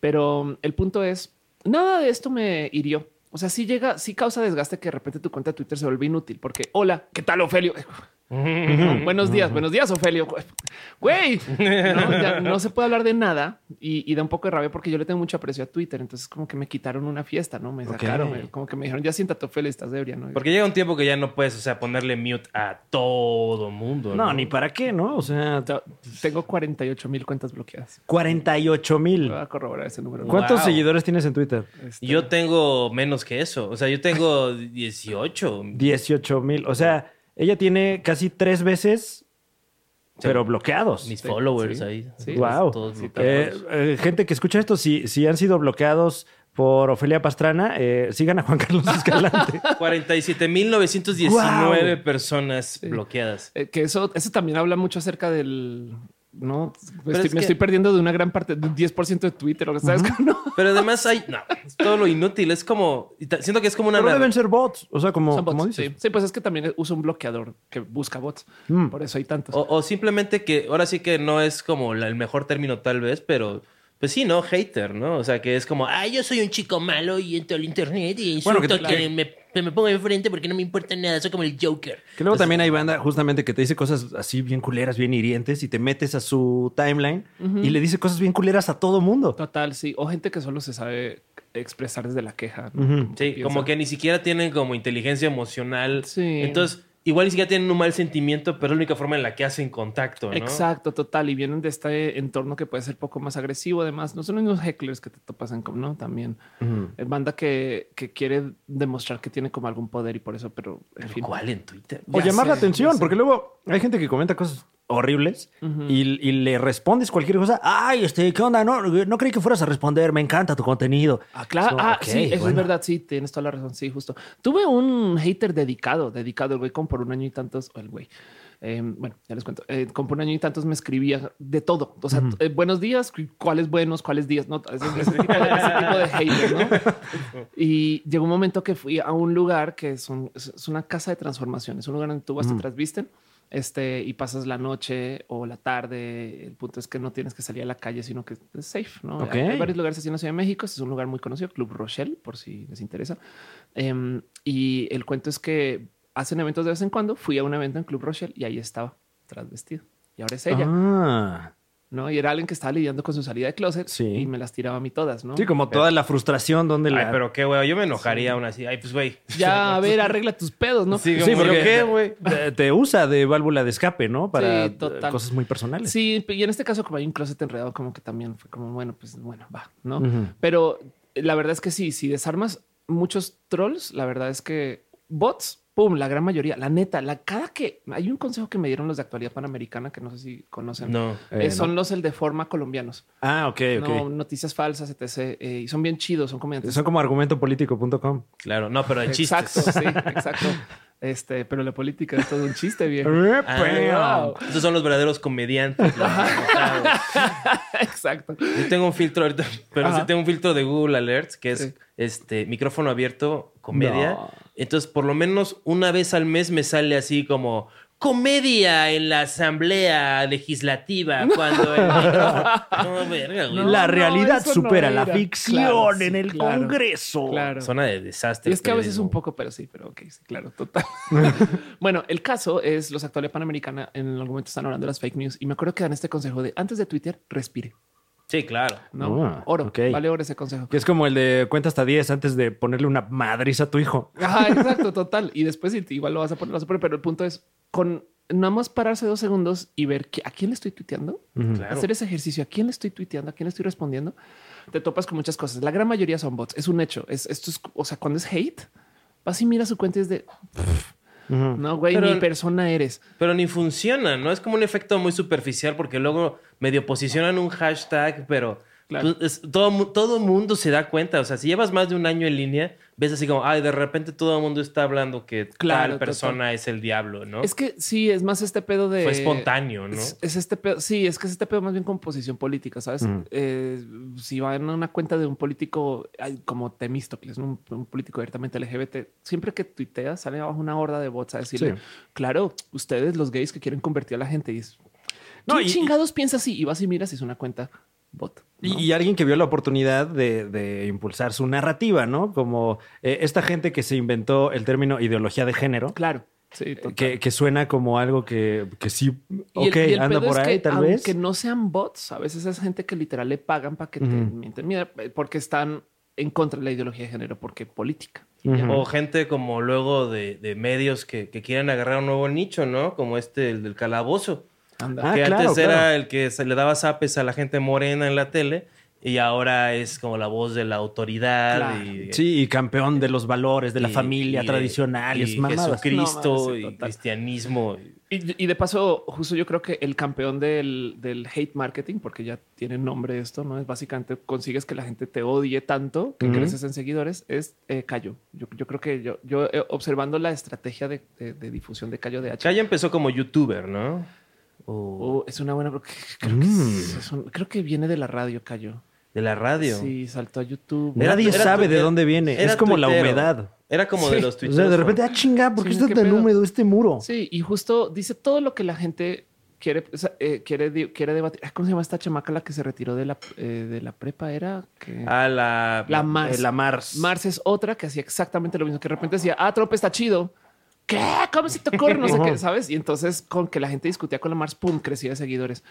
Speaker 3: Pero um, el punto es, nada de esto me hirió. O sea, sí llega, sí causa desgaste que de repente tu cuenta de Twitter se vuelve inútil porque, hola, ¿qué tal, Ofelio? <laughs> buenos días, buenos días, Ofelio. Güey, no, ya no se puede hablar de nada y, y da un poco de rabia porque yo le tengo mucho aprecio a Twitter. Entonces, como que me quitaron una fiesta, ¿no? Me
Speaker 2: Ok.
Speaker 3: sacaron, me- como que me dijeron, ya siéntate, Ofelio, estás ebria, ¿no?
Speaker 1: Porque llega un tiempo que ya no puedes, o sea, ponerle mute a todo mundo.
Speaker 2: No, ni para qué, ¿no? O sea,
Speaker 3: Tengo 48 mil cuentas bloqueadas.
Speaker 2: 48 mil.
Speaker 3: Voy a corroborar ese número. ¿no?
Speaker 2: ¿Cuántos
Speaker 1: Wow.
Speaker 2: seguidores tienes en Twitter?
Speaker 3: Este,
Speaker 1: Yo tengo menos que eso. O sea, yo tengo 18.
Speaker 2: 18 mil. O sea, ella tiene casi tres veces, pero bloqueados.
Speaker 1: Mis followers
Speaker 3: sí,
Speaker 1: ahí.
Speaker 3: sí.
Speaker 2: Wow.
Speaker 1: Todos
Speaker 2: Eh,
Speaker 1: bloqueados.
Speaker 2: eh, gente que escucha esto, si, si han sido bloqueados por Ofelia Pastrana, eh, sigan a Juan Carlos Escalante.
Speaker 1: 47.919 personas bloqueadas.
Speaker 3: Eh, que eso, eso también habla mucho acerca del. No, me, estoy,
Speaker 1: es
Speaker 3: me
Speaker 1: que-
Speaker 3: estoy perdiendo de una gran parte, de un 10% de Twitter. o ¿Sabes? <laughs> No,
Speaker 1: Pero además hay... No, es todo lo inútil. Es como... y ta- Siento que es como una...
Speaker 2: Pero
Speaker 1: narra-
Speaker 2: deben ser bots. O sea, como,
Speaker 3: son bots,
Speaker 2: como dices.
Speaker 3: Sí. Sí, pues es que también uso un bloqueador que busca bots.
Speaker 2: Mm.
Speaker 3: Por eso hay tantos.
Speaker 1: O, o simplemente que ahora sí que no es como la- el mejor término tal vez, pero pues sí, ¿no? Hater, ¿no? O sea, que es como, ay, yo soy un chico malo y entro al internet y
Speaker 2: Bueno,
Speaker 1: insulto
Speaker 2: que te-
Speaker 1: que, me, que me pongo enfrente porque no me importa nada, soy como el Joker.
Speaker 2: Que luego también hay banda justamente que te dice cosas así bien culeras, bien hirientes, y te metes a su timeline y le dice cosas bien culeras a todo mundo.
Speaker 3: Total, sí. O gente que solo se sabe expresar desde la queja. ¿no?
Speaker 2: Ujú.
Speaker 1: Sí,
Speaker 3: piensa.
Speaker 1: como que ni siquiera tienen como inteligencia emocional.
Speaker 3: Sí.
Speaker 1: Entonces, igual ni siquiera tienen un mal sentimiento, pero es la única forma en la que hacen contacto, ¿no?
Speaker 3: Exacto, total. Y vienen de este entorno que puede ser poco más agresivo. Además, no son los mismos hecklers que te topas en com- ¿no? También.
Speaker 2: Ujú.
Speaker 3: Es banda que, que quiere demostrar que tiene como algún poder y por eso, pero en fin.
Speaker 1: ¿Cuál en Twitter?
Speaker 2: O
Speaker 3: Ya
Speaker 2: llamar la
Speaker 3: sé, ya
Speaker 2: atención,
Speaker 3: sé.
Speaker 2: porque luego hay gente que comenta cosas horribles
Speaker 3: Ujú.
Speaker 2: y, y le respondes cualquier cosa. Ay, este, ¿qué onda? No, no creí que fueras a responder. Me encanta tu contenido.
Speaker 3: Ah, claro.
Speaker 2: So,
Speaker 3: ah,
Speaker 2: ok,
Speaker 3: sí, eso es
Speaker 2: bueno.
Speaker 3: verdad. Sí, tienes toda la razón. Sí, justo. Tuve un hater dedicado, dedicado el güey, como por un año y tantos, o el güey. eh, bueno, ya les cuento. Eh, como por un año y tantos me escribía de todo. O sea, eh, buenos días, cu- cuáles buenos, cuáles días. No, ese, ese tipo, de- ese tipo de hater, ¿no? Y llegó un momento que fui a un lugar que es, un- es- es una casa de transformación. Es un lugar donde tú vas, te transvisten este, y pasas la noche o la tarde. El punto es que no tienes que salir a la calle, sino que es safe, ¿no?
Speaker 2: Ok.
Speaker 3: Hay- hay varios lugares así en la Ciudad de México. Este es un lugar muy conocido, Club Rochelle, por si les interesa. Em, y el cuento es que hacen eventos de vez en cuando. Fui a un evento en Club Rochelle y ahí estaba transvestido. Y ahora es ella,
Speaker 2: Ah.
Speaker 3: ¿no? Y era alguien que estaba lidiando con su salida de closet
Speaker 2: Sí.
Speaker 3: y me las tiraba a mí todas, ¿no?
Speaker 2: Sí, como toda la frustración donde
Speaker 1: Ay,
Speaker 2: la...
Speaker 1: pero qué güey, yo me enojaría aún así. Ay, pues güey. <laughs>
Speaker 2: <laughs>
Speaker 3: Ya, a ver, arregla tus pedos, ¿no?
Speaker 1: Sí,
Speaker 2: Sí,
Speaker 1: como
Speaker 2: porque
Speaker 1: yo, ¿qué, güey?
Speaker 2: te- te usa de válvula de escape, ¿no? Para
Speaker 3: Sí, total.
Speaker 2: eh, cosas muy personales.
Speaker 3: Sí, y en este caso, como hay un closet enredado, como que también fue como, bueno, pues bueno, va, ¿no?
Speaker 2: Ujú.
Speaker 3: Pero la verdad es que sí, si desarmas muchos trolls, la verdad es que bots, pum, la gran mayoría, la neta, la cada que hay un consejo que me dieron los de actualidad panamericana que no sé si conocen.
Speaker 1: No.
Speaker 3: Eh,
Speaker 2: Eh,
Speaker 3: son
Speaker 2: no.
Speaker 3: los el de forma colombianos.
Speaker 2: Ah, ok,
Speaker 3: No,
Speaker 2: ok.
Speaker 3: noticias falsas, etc. eh, y son bien chidos, son comediantes.
Speaker 2: Son como argumentopolitico.com.
Speaker 1: Claro, no, pero en
Speaker 3: exacto,
Speaker 1: chistes.
Speaker 3: sí, exacto. Este, pero la política es todo un chiste, viejo.
Speaker 2: <laughs>
Speaker 1: Ah,
Speaker 3: Wow.
Speaker 1: Estos son los verdaderos comediantes. los enojados.
Speaker 3: exacto.
Speaker 1: Yo tengo un filtro ahorita, pero
Speaker 3: Ajá.
Speaker 1: sí tengo un filtro de Google Alerts que es
Speaker 3: Sí.
Speaker 1: este micrófono abierto, comedia.
Speaker 3: No.
Speaker 1: Entonces, por lo menos una vez al mes me sale así como comedia en la asamblea legislativa cuando el micrófono-
Speaker 3: <laughs>
Speaker 1: No, verga, güey.
Speaker 3: No,
Speaker 2: la
Speaker 3: no,
Speaker 2: realidad
Speaker 3: eso no
Speaker 2: supera la
Speaker 3: era.
Speaker 2: ficción
Speaker 3: Claro, sí,
Speaker 2: en el
Speaker 3: claro.
Speaker 2: Congreso.
Speaker 3: Claro.
Speaker 1: Zona de desastre.
Speaker 3: Y es que a veces
Speaker 1: periodismo.
Speaker 3: un poco, pero sí, pero ok, sí, claro, total. <laughs> bueno, el caso es los actuales Panamericana en algún momento están hablando de las fake news y me acuerdo que dan este consejo de antes de Twitter, respire.
Speaker 1: Sí, claro.
Speaker 3: ¿no?
Speaker 2: Ah,
Speaker 3: oro.
Speaker 2: ok.
Speaker 3: Vale oro ese consejo.
Speaker 2: Que es como el de cuenta hasta 10 antes de ponerle una madriz a tu hijo.
Speaker 3: Ajá, exacto, total. Y después sí, igual lo vas a poner, lo vas a poner, pero el punto es con nada más pararse dos segundos y ver que- a quién le estoy tuiteando,
Speaker 1: Claro.
Speaker 3: hacer ese ejercicio, a quién le estoy tuiteando, a quién le estoy respondiendo, te topas con muchas cosas. La gran mayoría son bots, es un hecho. Es esto es, o sea, cuando es hate, vas y miras su cuenta y es de
Speaker 2: Ujú.
Speaker 3: no, güey,
Speaker 1: Pero-
Speaker 3: ni persona eres.
Speaker 1: Pero ni funciona, ¿no? Es como un efecto muy superficial porque luego medio posicionan un hashtag, pero
Speaker 3: Claro.
Speaker 1: pues, es- todo, mu- todo mundo se da cuenta. O sea, si llevas más de un año en línea, ves así como, ay, de repente todo el mundo está hablando que
Speaker 3: Claro,
Speaker 1: tal persona es el diablo, ¿no?
Speaker 3: Es que sí, es más este pedo de
Speaker 1: Fue espontáneo, ¿no?
Speaker 3: Es, es este pedo, sí, es que es este pedo más bien con posición política, ¿sabes?
Speaker 2: Mm.
Speaker 3: Eh, si van a una cuenta de un político ay, como Temístocles, ¿no? un, un político abiertamente LGBT, siempre que tuitea sale abajo una horda de bots a decirle,
Speaker 2: Sí.
Speaker 3: claro, ustedes los gays que quieren convertir a la gente. Y es,
Speaker 2: No,
Speaker 3: ¿quién
Speaker 2: y-
Speaker 3: chingados piensa así? Y vas y miras si es una cuenta bot.
Speaker 2: Y,
Speaker 3: ¿no?
Speaker 2: y alguien que vio la oportunidad de, de impulsar su narrativa, ¿no? Como eh, esta gente que se inventó el término ideología de género,
Speaker 3: Claro. Sí, total.
Speaker 2: que, que suena como algo que, que sí,
Speaker 3: Y el-
Speaker 2: ok,
Speaker 3: y el
Speaker 2: anda
Speaker 3: pedo
Speaker 2: por
Speaker 3: es
Speaker 2: ahí,
Speaker 3: que,
Speaker 2: tal
Speaker 3: aunque
Speaker 2: vez.
Speaker 3: no sean bots, a veces es gente que literal le pagan para que te
Speaker 2: Ujú.
Speaker 3: mienten mierda, eh, porque están en contra de la ideología de género, porque política. Y ya.
Speaker 2: Ujú.
Speaker 1: O gente como luego de, de medios que, que quieren agarrar un nuevo nicho, ¿no? Como este, el del calabozo.
Speaker 3: Anda.
Speaker 2: Ah,
Speaker 1: que
Speaker 2: claro,
Speaker 1: antes
Speaker 2: claro.
Speaker 1: era el que se le daba zapes a la gente morena en la tele y ahora es como la voz de la autoridad
Speaker 3: Claro.
Speaker 1: y,
Speaker 2: Sí, y campeón de los valores, de la
Speaker 1: y-
Speaker 2: familia
Speaker 1: y de-
Speaker 2: tradicional, y,
Speaker 1: y
Speaker 2: es mamadas.
Speaker 1: Jesucristo
Speaker 3: No, mames, sí,
Speaker 1: y
Speaker 3: total.
Speaker 1: cristianismo.
Speaker 3: Ah, Y, y de paso, justo yo creo que el campeón del, del hate marketing, porque ya tiene nombre esto, ¿no? Es básicamente consigues que la gente te odie tanto que
Speaker 2: Ujú.
Speaker 3: creces en seguidores, es eh, Cayo. Yo, yo creo que yo, yo eh, observando la estrategia de, de- de difusión de Cayo de H.
Speaker 1: Chaya empezó como youtuber, ¿no? O
Speaker 3: Oh, es una buena... Creo que, creo que es- es un- creo que viene de la radio, Cayo.
Speaker 1: de la radio.
Speaker 3: Sí, saltó a YouTube.
Speaker 1: Era-
Speaker 2: Nadie
Speaker 1: era
Speaker 2: sabe de
Speaker 1: tuitero-
Speaker 2: dónde viene.
Speaker 1: era
Speaker 2: Es como la
Speaker 1: tuitero.
Speaker 2: humedad.
Speaker 1: Era como de
Speaker 3: Sí.
Speaker 1: los
Speaker 2: O
Speaker 1: Twitch.
Speaker 2: sea, de repente, ah, chinga, ¿por qué
Speaker 3: Sí,
Speaker 2: está
Speaker 3: ¿qué
Speaker 2: tan
Speaker 3: pedo?
Speaker 2: húmedo este muro?
Speaker 3: Sí, y justo dice todo lo que la gente quiere, o sea, eh, quiere, di- quiere debatir. Ay, ¿Cómo se llama esta chamaca la que se retiró de la, eh, de la prepa? Era que...
Speaker 1: A la...
Speaker 3: la Mars.
Speaker 2: Eh, la Mars.
Speaker 3: Mars es otra que hacía exactamente lo mismo, que de repente decía, ah, Trope está chido. ¿Qué? ¿Cómo se te ocurre? No sé qué, ¿sabes? Y entonces con que la gente discutía con la Mars, pum, crecía de seguidores.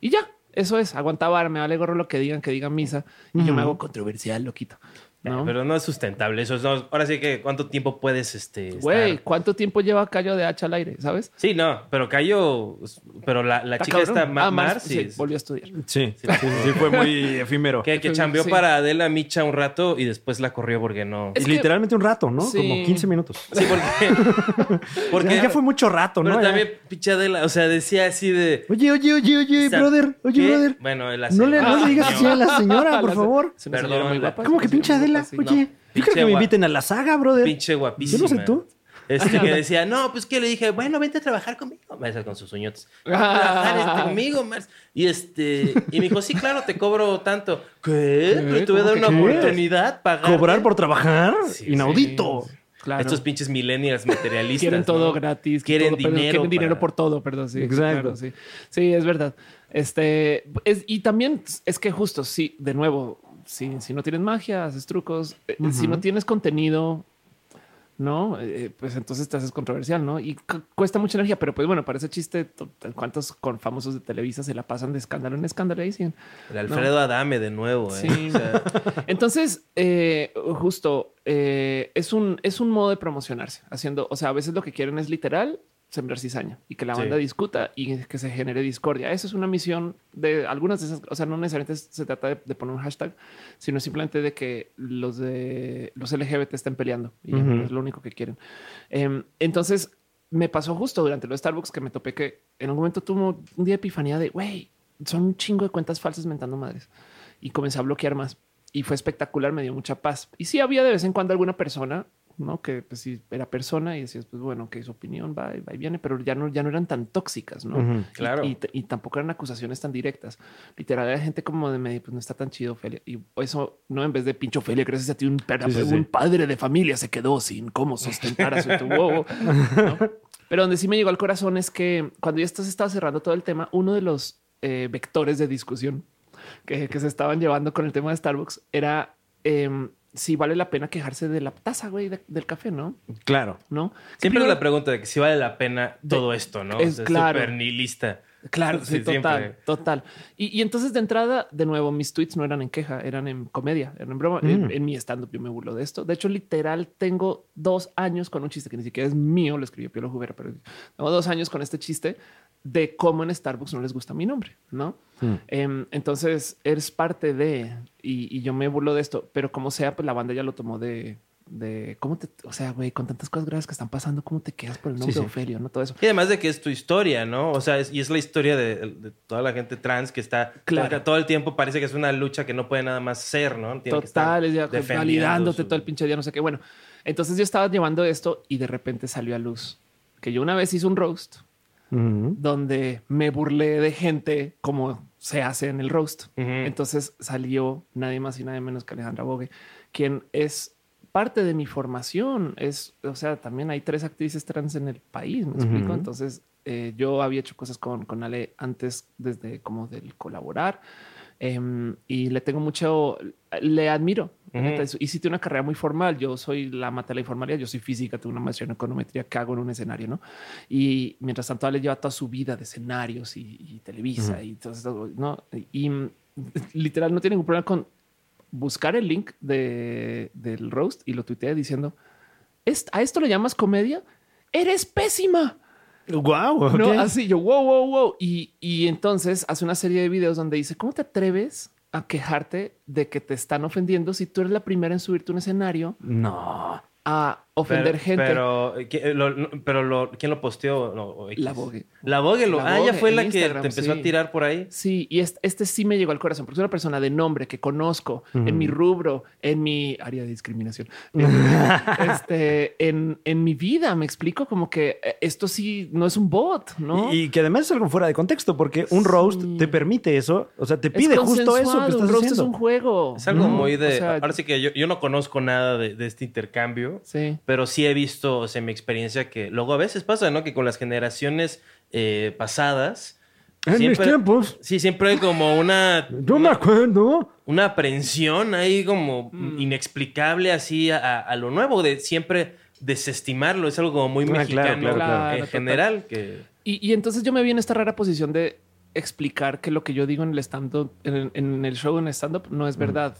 Speaker 3: Y ya, eso es, aguantaba, me vale gorro lo que digan, que digan misa, y yo me hago controversial, loquito. ¿no?
Speaker 1: Pero no es sustentable. Eso es- no, ahora sí que cuánto tiempo puedes este, estar-
Speaker 3: Güey, ¿cuánto tiempo lleva Cayo de H al aire? ¿Sabes?
Speaker 1: Sí, no, pero cayó... Pero la, la
Speaker 3: Está
Speaker 1: chica
Speaker 3: cabrón.
Speaker 1: está ma-
Speaker 3: Ah,
Speaker 1: Mars,
Speaker 3: sí,
Speaker 1: sí,
Speaker 3: volvió a estudiar.
Speaker 2: Sí, sí, sí, <laughs> sí, fue
Speaker 3: <laughs>
Speaker 2: muy efímero.
Speaker 1: Que, que
Speaker 3: Sí.
Speaker 1: chambeó para Adela Micha un rato y después la corrió porque no.
Speaker 3: Es
Speaker 2: Y
Speaker 3: que-
Speaker 2: Literalmente un rato, ¿no?
Speaker 3: Sí.
Speaker 2: Como 15 minutos.
Speaker 1: Sí, porque. porque
Speaker 2: Ya- ya fue mucho rato,
Speaker 1: pero
Speaker 2: ¿no? Ya.
Speaker 1: también, pinche Adela, o sea, decía así de.
Speaker 2: Oye, oye, oye, oye,
Speaker 1: "Sa-
Speaker 2: brother, oye,
Speaker 1: ¿qué?".
Speaker 2: brother.
Speaker 1: Bueno, el
Speaker 2: No le, no le digas así a
Speaker 1: señor,
Speaker 3: <laughs>
Speaker 2: la señora, por
Speaker 3: La-
Speaker 2: favor.
Speaker 3: es una señora
Speaker 1: Perdón,
Speaker 3: muy
Speaker 1: la-
Speaker 3: guapa,
Speaker 2: ¿Cómo
Speaker 3: es
Speaker 2: que pinche
Speaker 3: una señora muy
Speaker 2: Adela?
Speaker 3: guapa, sí.
Speaker 2: Oye, yo
Speaker 1: pinche
Speaker 2: creo que me
Speaker 1: guapa.
Speaker 2: inviten a la saga,
Speaker 1: <laughs>
Speaker 2: brother.
Speaker 1: Pinche guapísima.
Speaker 2: Yo no sé tú.
Speaker 1: Este que decía, no, pues que le dije, bueno, vente a trabajar conmigo. Me con sus uñotes. "Ven
Speaker 2: Ah.
Speaker 1: a trabajar este, conmigo, Mars. Y este, y me dijo, sí, claro, te cobro tanto. ¿Qué? Pero te voy a
Speaker 3: ¿Cómo
Speaker 1: dar
Speaker 3: que
Speaker 1: una
Speaker 2: qué?
Speaker 1: oportunidad, pagar.
Speaker 2: ¿Cobrar por trabajar?
Speaker 1: Sí,
Speaker 2: Inaudito.
Speaker 3: Sí, claro.
Speaker 1: Estos pinches millennials materialistas.
Speaker 3: quieren todo
Speaker 1: ¿no?
Speaker 3: gratis,
Speaker 1: Quieren
Speaker 3: todo, pero
Speaker 1: dinero.
Speaker 3: quieren dinero
Speaker 1: para-
Speaker 3: por todo, perdón. Sí,
Speaker 2: Exacto.
Speaker 3: claro, sí. sí, es verdad. Este es, y también es que justo sí, de nuevo, si, si no tienes magia, haces trucos, eh, si no tienes contenido, no, Eh, pues entonces te haces controversial, no? Y cu- cuesta mucha energía, pero pues bueno, parece chiste. to- Cuántos con famosos de Televisa se la pasan de escándalo en escándalo y siguen.
Speaker 1: El Alfredo Adame de nuevo, ¿eh?
Speaker 3: Sí.
Speaker 1: O sea,
Speaker 3: Entonces, eh, justo eh, es, un, es un modo de promocionarse, haciendo, o sea, a veces lo que quieren es literal sembrar cizaña y que la
Speaker 1: Sí.
Speaker 3: banda discuta y que se genere discordia. Eso es una misión de algunas de esas, o sea, no necesariamente se trata de, de poner un hashtag, sino simplemente de que los de los LGBT estén peleando y ya,
Speaker 2: Ujú.
Speaker 3: es lo único que quieren. Em, entonces, me pasó justo durante los Starbucks que me topé que en un momento tuvo un día de epifanía de, güey, son un chingo de cuentas falsas mentando madres. Y comencé a bloquear más. Y fue espectacular, me dio mucha paz. Y sí había de vez en cuando alguna persona, ¿no? Que pues sí era persona y decías, pues bueno, que su opinión va, y va y viene, pero ya no, ya no eran tan tóxicas, ¿no?
Speaker 2: Ujú,
Speaker 3: Y-
Speaker 1: claro.
Speaker 3: Y, t- y tampoco eran acusaciones tan directas. Literal, era gente como de medio, pues no está tan chido, Ofelia. Y eso, no, en vez de pincho Ofelia, gracias a ti, un, perra-
Speaker 2: Sí, sí, sí.
Speaker 3: un padre de familia se quedó sin cómo sostener a su tu huevo. ¿no? Pero donde sí me llegó al corazón es que cuando ya esto se estaba cerrando todo el tema, uno de los eh, vectores de discusión que, que se estaban llevando con el tema de Starbucks era em, si vale la pena quejarse de la taza, güey, de- del café, ¿no?
Speaker 2: Claro.
Speaker 3: ¿No?
Speaker 1: Siempre
Speaker 3: Primero-
Speaker 1: la pregunta de que si vale la pena todo esto, ¿no?
Speaker 3: es
Speaker 1: O sea,
Speaker 3: claro.
Speaker 1: súper nihilista.
Speaker 3: Claro,
Speaker 1: Sí,
Speaker 3: sí, total,
Speaker 1: siempre.
Speaker 3: total. Y, y entonces de entrada, de nuevo, mis tweets no eran en queja, eran en comedia, eran en broma. En, en mi stand-up yo me burlo de esto. De hecho, literal, tengo dos años con un chiste que ni siquiera es mío, lo escribió Piolo Jubera, pero tengo dos años con este chiste de cómo en Starbucks no les gusta mi nombre, ¿no? Em, entonces, eres parte de, y, y yo me burlo de esto, pero como sea, pues la banda ya lo tomó de... De cómo te, o sea, güey, con tantas cosas graves que están pasando, cómo te quedas por el nombre
Speaker 2: sí.
Speaker 3: de Ofelio, no todo eso.
Speaker 1: Y además de que es tu historia, ¿no? O sea, es- y es la historia de, de toda la gente trans que está
Speaker 3: Claro.
Speaker 1: porque todo el tiempo parece que es una lucha que no puede nada más ser, ¿no? Tiene que estar
Speaker 3: Total, es ya
Speaker 1: defendiendo
Speaker 3: validándote
Speaker 1: su-
Speaker 3: todo el pinche día, no sé qué. Bueno, entonces yo estaba llevando esto y de repente salió a luz que yo una vez hice un roast
Speaker 2: Ujú.
Speaker 3: donde me burlé de gente como se hace en el roast.
Speaker 1: Ujú.
Speaker 3: Entonces salió nadie más y nadie menos que Alejandra Bogue, quien es parte de mi formación. Es, o sea, también hay tres actrices trans en el país, me explico. Entonces eh, yo había hecho cosas con, con Ale antes, desde como del colaborar. em, y le tengo mucho, le admiro. la
Speaker 1: Ujú.
Speaker 3: neta, es- Y si tiene una carrera muy formal, yo soy la mata de la informalidad, yo soy física, tengo una maestría en econometría que hago en un escenario, ¿no? Y mientras tanto, Ale lleva toda su vida de escenarios y, y televisa y todo eso, ¿no? Y <laughs> mm, literal no tiene ningún problema con buscar el link de, del roast y lo tuiteé diciendo, "¿Es- ¿a esto le llamas comedia? Eres pésima.
Speaker 2: Guau, ok.
Speaker 3: No, así yo, wow, wow, wow. Y, y entonces hace una serie de videos donde dice, ¿cómo te atreves a quejarte de que te están ofendiendo si tú eres la primera en subirte a un escenario
Speaker 2: No.
Speaker 3: a
Speaker 1: Pero-
Speaker 3: ofender gente?
Speaker 1: Pero, eh, ¿qué- lo- no, pero lo- ¿quién lo posteó? No, o X.
Speaker 3: La Vogue.
Speaker 1: La Vogue. Lo,
Speaker 3: La
Speaker 1: ah,
Speaker 3: Vogue
Speaker 1: ella fue
Speaker 3: en
Speaker 1: la que
Speaker 3: Instagram,
Speaker 1: te empezó
Speaker 3: sí.
Speaker 1: a tirar por ahí.
Speaker 3: Sí, y este, este sí me llegó al corazón, porque es una persona de nombre que conozco en mi rubro, en mi área de discriminación, en,
Speaker 1: <laughs>
Speaker 3: este, en, en mi vida. Me explico como que eh, esto sí no es un bot, ¿no?
Speaker 2: Y, y que además es algo fuera de contexto, porque un roast
Speaker 3: Sí.
Speaker 2: te permite eso. O sea, te
Speaker 3: Es
Speaker 2: pide justo eso
Speaker 3: consensuado,
Speaker 2: que
Speaker 3: un
Speaker 2: estás
Speaker 3: roast
Speaker 2: haciendo.
Speaker 3: es un juego.
Speaker 1: Es algo
Speaker 3: ¿no?
Speaker 1: muy de.
Speaker 3: O sea,
Speaker 1: ahora sí que yo, yo no conozco nada de, de este intercambio,
Speaker 3: sí.
Speaker 1: pero sí he visto, o sea, en mi experiencia que luego a veces pasa, ¿no? Que con las generaciones eh, pasadas.
Speaker 2: En mis tiempos.
Speaker 1: Sí, siempre hay como
Speaker 2: <laughs>
Speaker 1: una,
Speaker 2: Yo me acuerdo.
Speaker 1: una aprensión ahí como
Speaker 3: Mm.
Speaker 1: inexplicable así a, a- a lo nuevo, de siempre desestimarlo. Es algo como muy
Speaker 2: Ah, claro,
Speaker 1: mexicano
Speaker 2: claro,
Speaker 3: claro.
Speaker 1: en
Speaker 3: Claro,
Speaker 1: general. Que,
Speaker 3: Y, y entonces yo me vi en esta rara posición de explicar que lo que yo digo en el stand-up, en, en el show en stand-up, no es verdad.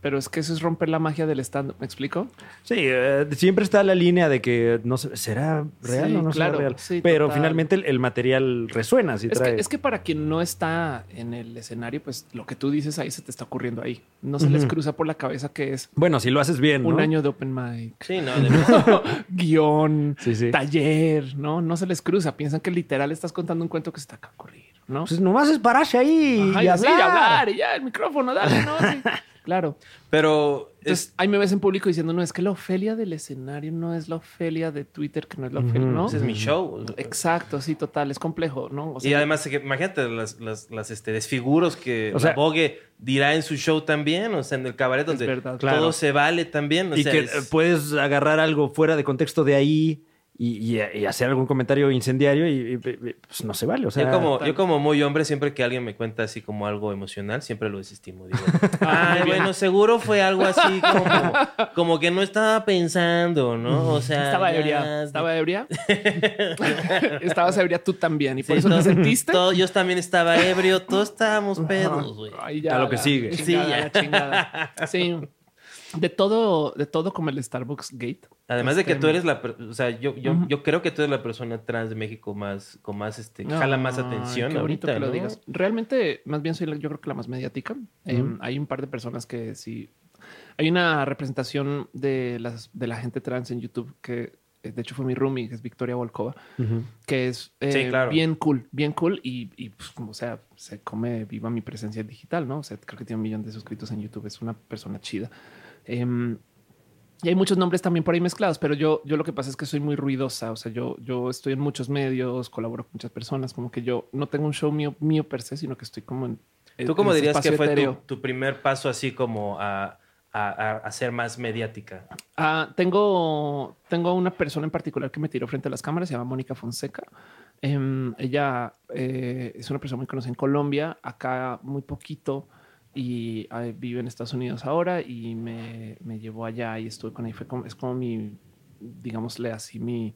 Speaker 3: Pero es que eso es romper la magia del stand-up. ¿Me explico?
Speaker 2: Sí, eh, siempre está la línea de que no sé, será real
Speaker 3: Sí,
Speaker 2: o no
Speaker 3: claro.
Speaker 2: será real.
Speaker 3: Sí,
Speaker 2: Pero
Speaker 3: total.
Speaker 2: finalmente el, el material resuena. Si
Speaker 3: Es
Speaker 2: trae...
Speaker 3: que, es que para quien no está en el escenario, pues lo que tú dices ahí se te está ocurriendo ahí. No se les
Speaker 2: Ujú.
Speaker 3: cruza por la cabeza que es
Speaker 2: Bueno, si lo haces bien.
Speaker 3: un
Speaker 2: ¿no?
Speaker 3: año de open mic, <laughs>
Speaker 1: sí, no,
Speaker 2: <laughs>
Speaker 1: de-
Speaker 3: guión,
Speaker 2: Sí, sí.
Speaker 3: taller, ¿no? No se les cruza. Piensan que literal estás contando un cuento que se te acaba de ocurrir, ¿no?
Speaker 2: Pues nomás es pararse ahí
Speaker 3: Ajá,
Speaker 2: y,
Speaker 3: así,
Speaker 2: hablar.
Speaker 3: hablar, y ya el micrófono, dale, ¿no?
Speaker 2: <laughs>
Speaker 3: Sí. Claro.
Speaker 1: pero es,
Speaker 3: Entonces, ahí me ves en público diciendo, no, es que la Ofelia del escenario no es la Ofelia de Twitter, que no es la Ofelia, ¿no?
Speaker 1: ese es mi show.
Speaker 3: Exacto, sí, total, es complejo, ¿no? O sea,
Speaker 1: y además, que- imagínate las, las, las, este, desfiguros que
Speaker 2: O sea-
Speaker 1: la Vogue dirá en su show también, o sea, en el cabaret donde
Speaker 3: verdad.
Speaker 1: todo
Speaker 2: Claro.
Speaker 1: se vale también. o
Speaker 2: Y
Speaker 1: sea,
Speaker 2: que
Speaker 1: es-
Speaker 2: eh, puedes agarrar algo fuera de contexto de ahí y, y- y hacer algún comentario incendiario y, y- y, pues no se vale. O sea,
Speaker 1: yo, como,
Speaker 3: tal.
Speaker 1: yo como muy hombre, siempre que alguien me cuenta así como algo emocional, siempre lo desestimo.
Speaker 3: <laughs>
Speaker 1: Digo,
Speaker 3: Ah,
Speaker 1: ay, bueno, seguro fue algo así como, como que no estaba pensando, ¿no? O sea,
Speaker 3: <laughs> estaba
Speaker 1: ya-
Speaker 3: ebria, estaba ebria.
Speaker 1: <laughs>
Speaker 3: Estabas ebria tú también, y por
Speaker 1: sí,
Speaker 3: eso te
Speaker 1: todo-
Speaker 3: sentiste.
Speaker 1: todo- yo también estaba ebrio, todos estábamos pedos, güey.
Speaker 3: Ay, ya,
Speaker 2: A lo que
Speaker 3: la
Speaker 2: sigue.
Speaker 3: chingada,
Speaker 1: Sí, ya.
Speaker 3: la chingada. Sí. De todo, de todo como el Starbucks Gate.
Speaker 1: Además de que
Speaker 3: Este,
Speaker 1: tú eres la, per- o sea, yo, yo, yo creo que tú eres la persona trans de México más, con más, este, que jala más
Speaker 3: Ay,
Speaker 1: atención.
Speaker 3: Qué bonito
Speaker 1: ahorita,
Speaker 3: que lo
Speaker 1: ¿no?
Speaker 3: digas. Realmente, más bien soy la- yo creo que la más mediática. Eh, hay un par de personas que sí. Hay una representación de, las, de la gente trans en YouTube que eh, de hecho fue mi roomie, que es Victoria Volkova, que es eh,
Speaker 1: Sí, claro.
Speaker 3: bien cool, bien cool y, y, pues, o sea, se come viva mi presencia digital, ¿no? O sea, creo que tiene un millón de suscritos en YouTube, es una persona chida. Em, y hay muchos nombres también por ahí mezclados, pero yo, yo lo que pasa es que soy muy ruidosa. O sea, yo, yo estoy en muchos medios, colaboro con muchas personas, como que yo no tengo un show mío, mío per se, sino que estoy como en.
Speaker 1: ¿Tú cómo
Speaker 3: en ese
Speaker 1: dirías que
Speaker 3: espacio
Speaker 1: fue tu,
Speaker 3: etéreo.
Speaker 1: tu primer paso así como a, a- a- a ser más mediática?
Speaker 3: Ah, tengo, tengo una persona en particular que me tiró frente a las cámaras, se llama Mónica Fonseca. Em, ella eh, es una persona muy conocida en Colombia, acá muy poquito y eh, vive en Estados Unidos ahora y me, me llevó allá y estuve con ella. Fue como, es como mi, digámosle así, mi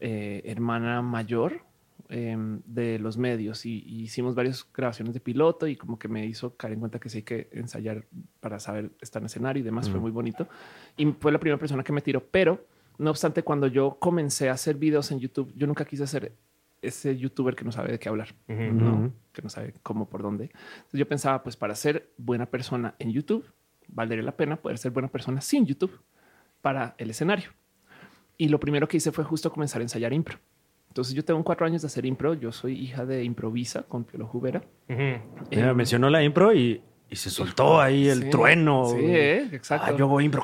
Speaker 3: eh, hermana mayor. eh, de los medios y, y hicimos varias grabaciones de piloto y como que me hizo caer en cuenta que sí hay que ensayar para saber estar en escenario y demás. Fue
Speaker 2: Mm.
Speaker 3: muy bonito. Y fue la primera persona que me tiró. Pero no obstante, cuando yo comencé a hacer videos en YouTube, yo nunca quise ser ese youtuber que no sabe de qué hablar,
Speaker 1: Ujú.
Speaker 3: ¿no?
Speaker 2: Ujú.
Speaker 3: que no sabe cómo, por dónde. Entonces yo pensaba, pues para ser buena persona en YouTube, valdría la pena poder ser buena persona sin YouTube para el escenario. Y lo primero que hice fue justo comenzar a ensayar impro. Entonces yo tengo cuatro años de hacer impro. Yo soy hija de Improvisa con Piolo Jubera.
Speaker 1: Ujú.
Speaker 2: Mira,
Speaker 3: Eh,
Speaker 2: mencionó la impro y, y se soltó ahí el
Speaker 3: sí.
Speaker 2: trueno.
Speaker 3: Sí, eh, exacto.
Speaker 2: Ah, yo
Speaker 1: <laughs>
Speaker 2: voy impro.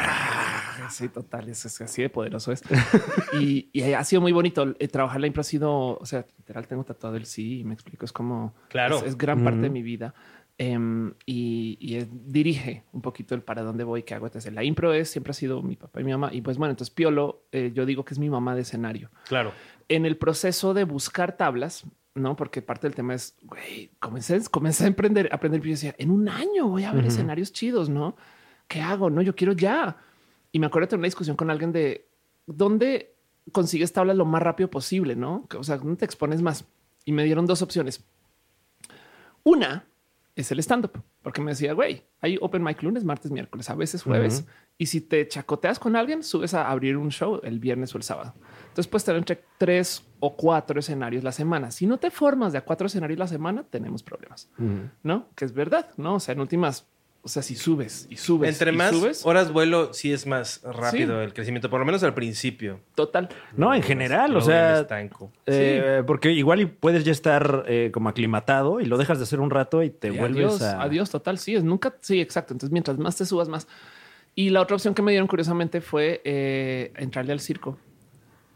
Speaker 3: Ah, Sí, total, es, es así de poderoso es. <laughs> y, y ha sido muy bonito. Eh, trabajar la impro ha sido, o sea, literal, tengo tatuado el sí y me explico, es como,
Speaker 1: Claro.
Speaker 3: es, es gran parte de
Speaker 2: Ujú.
Speaker 3: mi vida. Em, y y es- dirige un poquito el para dónde voy, qué hago. Entonces, la impro es, siempre ha sido mi papá y mi mamá. Y pues bueno, entonces Piolo, eh, yo digo que es mi mamá de escenario
Speaker 1: Claro.
Speaker 3: en el proceso de buscar tablas, no? Porque parte del tema es, güey, comencé, comencé a emprender, a aprender. Yo decía, en un año voy a ver
Speaker 2: Ujú.
Speaker 3: escenarios chidos, no? ¿Qué hago? No, yo quiero ya. Y me acuerdo de tener una discusión con alguien de dónde consigues tablas lo más rápido posible, no? O sea, no te expones más. Y me dieron dos opciones. Una es el stand-up, porque me decía, güey, hay open mic lunes, martes, miércoles, a veces jueves.
Speaker 2: Ujú.
Speaker 3: Y si te chacoteas con alguien, subes a abrir un show el viernes o el sábado. Entonces puedes tener entre tres o cuatro escenarios la semana. Si no te formas de a cuatro escenarios la semana, tenemos problemas, ¿no? Que es verdad, ¿no? O sea, en últimas, o sea, si subes y subes
Speaker 1: Entre
Speaker 3: y
Speaker 1: más
Speaker 3: subes,
Speaker 1: horas vuelo, sí es más rápido
Speaker 3: Sí.
Speaker 1: el crecimiento, por lo menos al principio.
Speaker 3: total.
Speaker 2: No, en general, o
Speaker 1: Luego ya me
Speaker 2: sea,
Speaker 1: estanco.
Speaker 2: eh, porque igual y puedes ya estar eh, como aclimatado y lo dejas de hacer un rato y te
Speaker 3: Y
Speaker 2: vuelves
Speaker 3: adiós,
Speaker 2: a.
Speaker 3: adiós, total. Sí, es nunca. Sí, exacto. Entonces, mientras más te subas, más. Y la otra opción que me dieron curiosamente fue eh, entrarle al circo.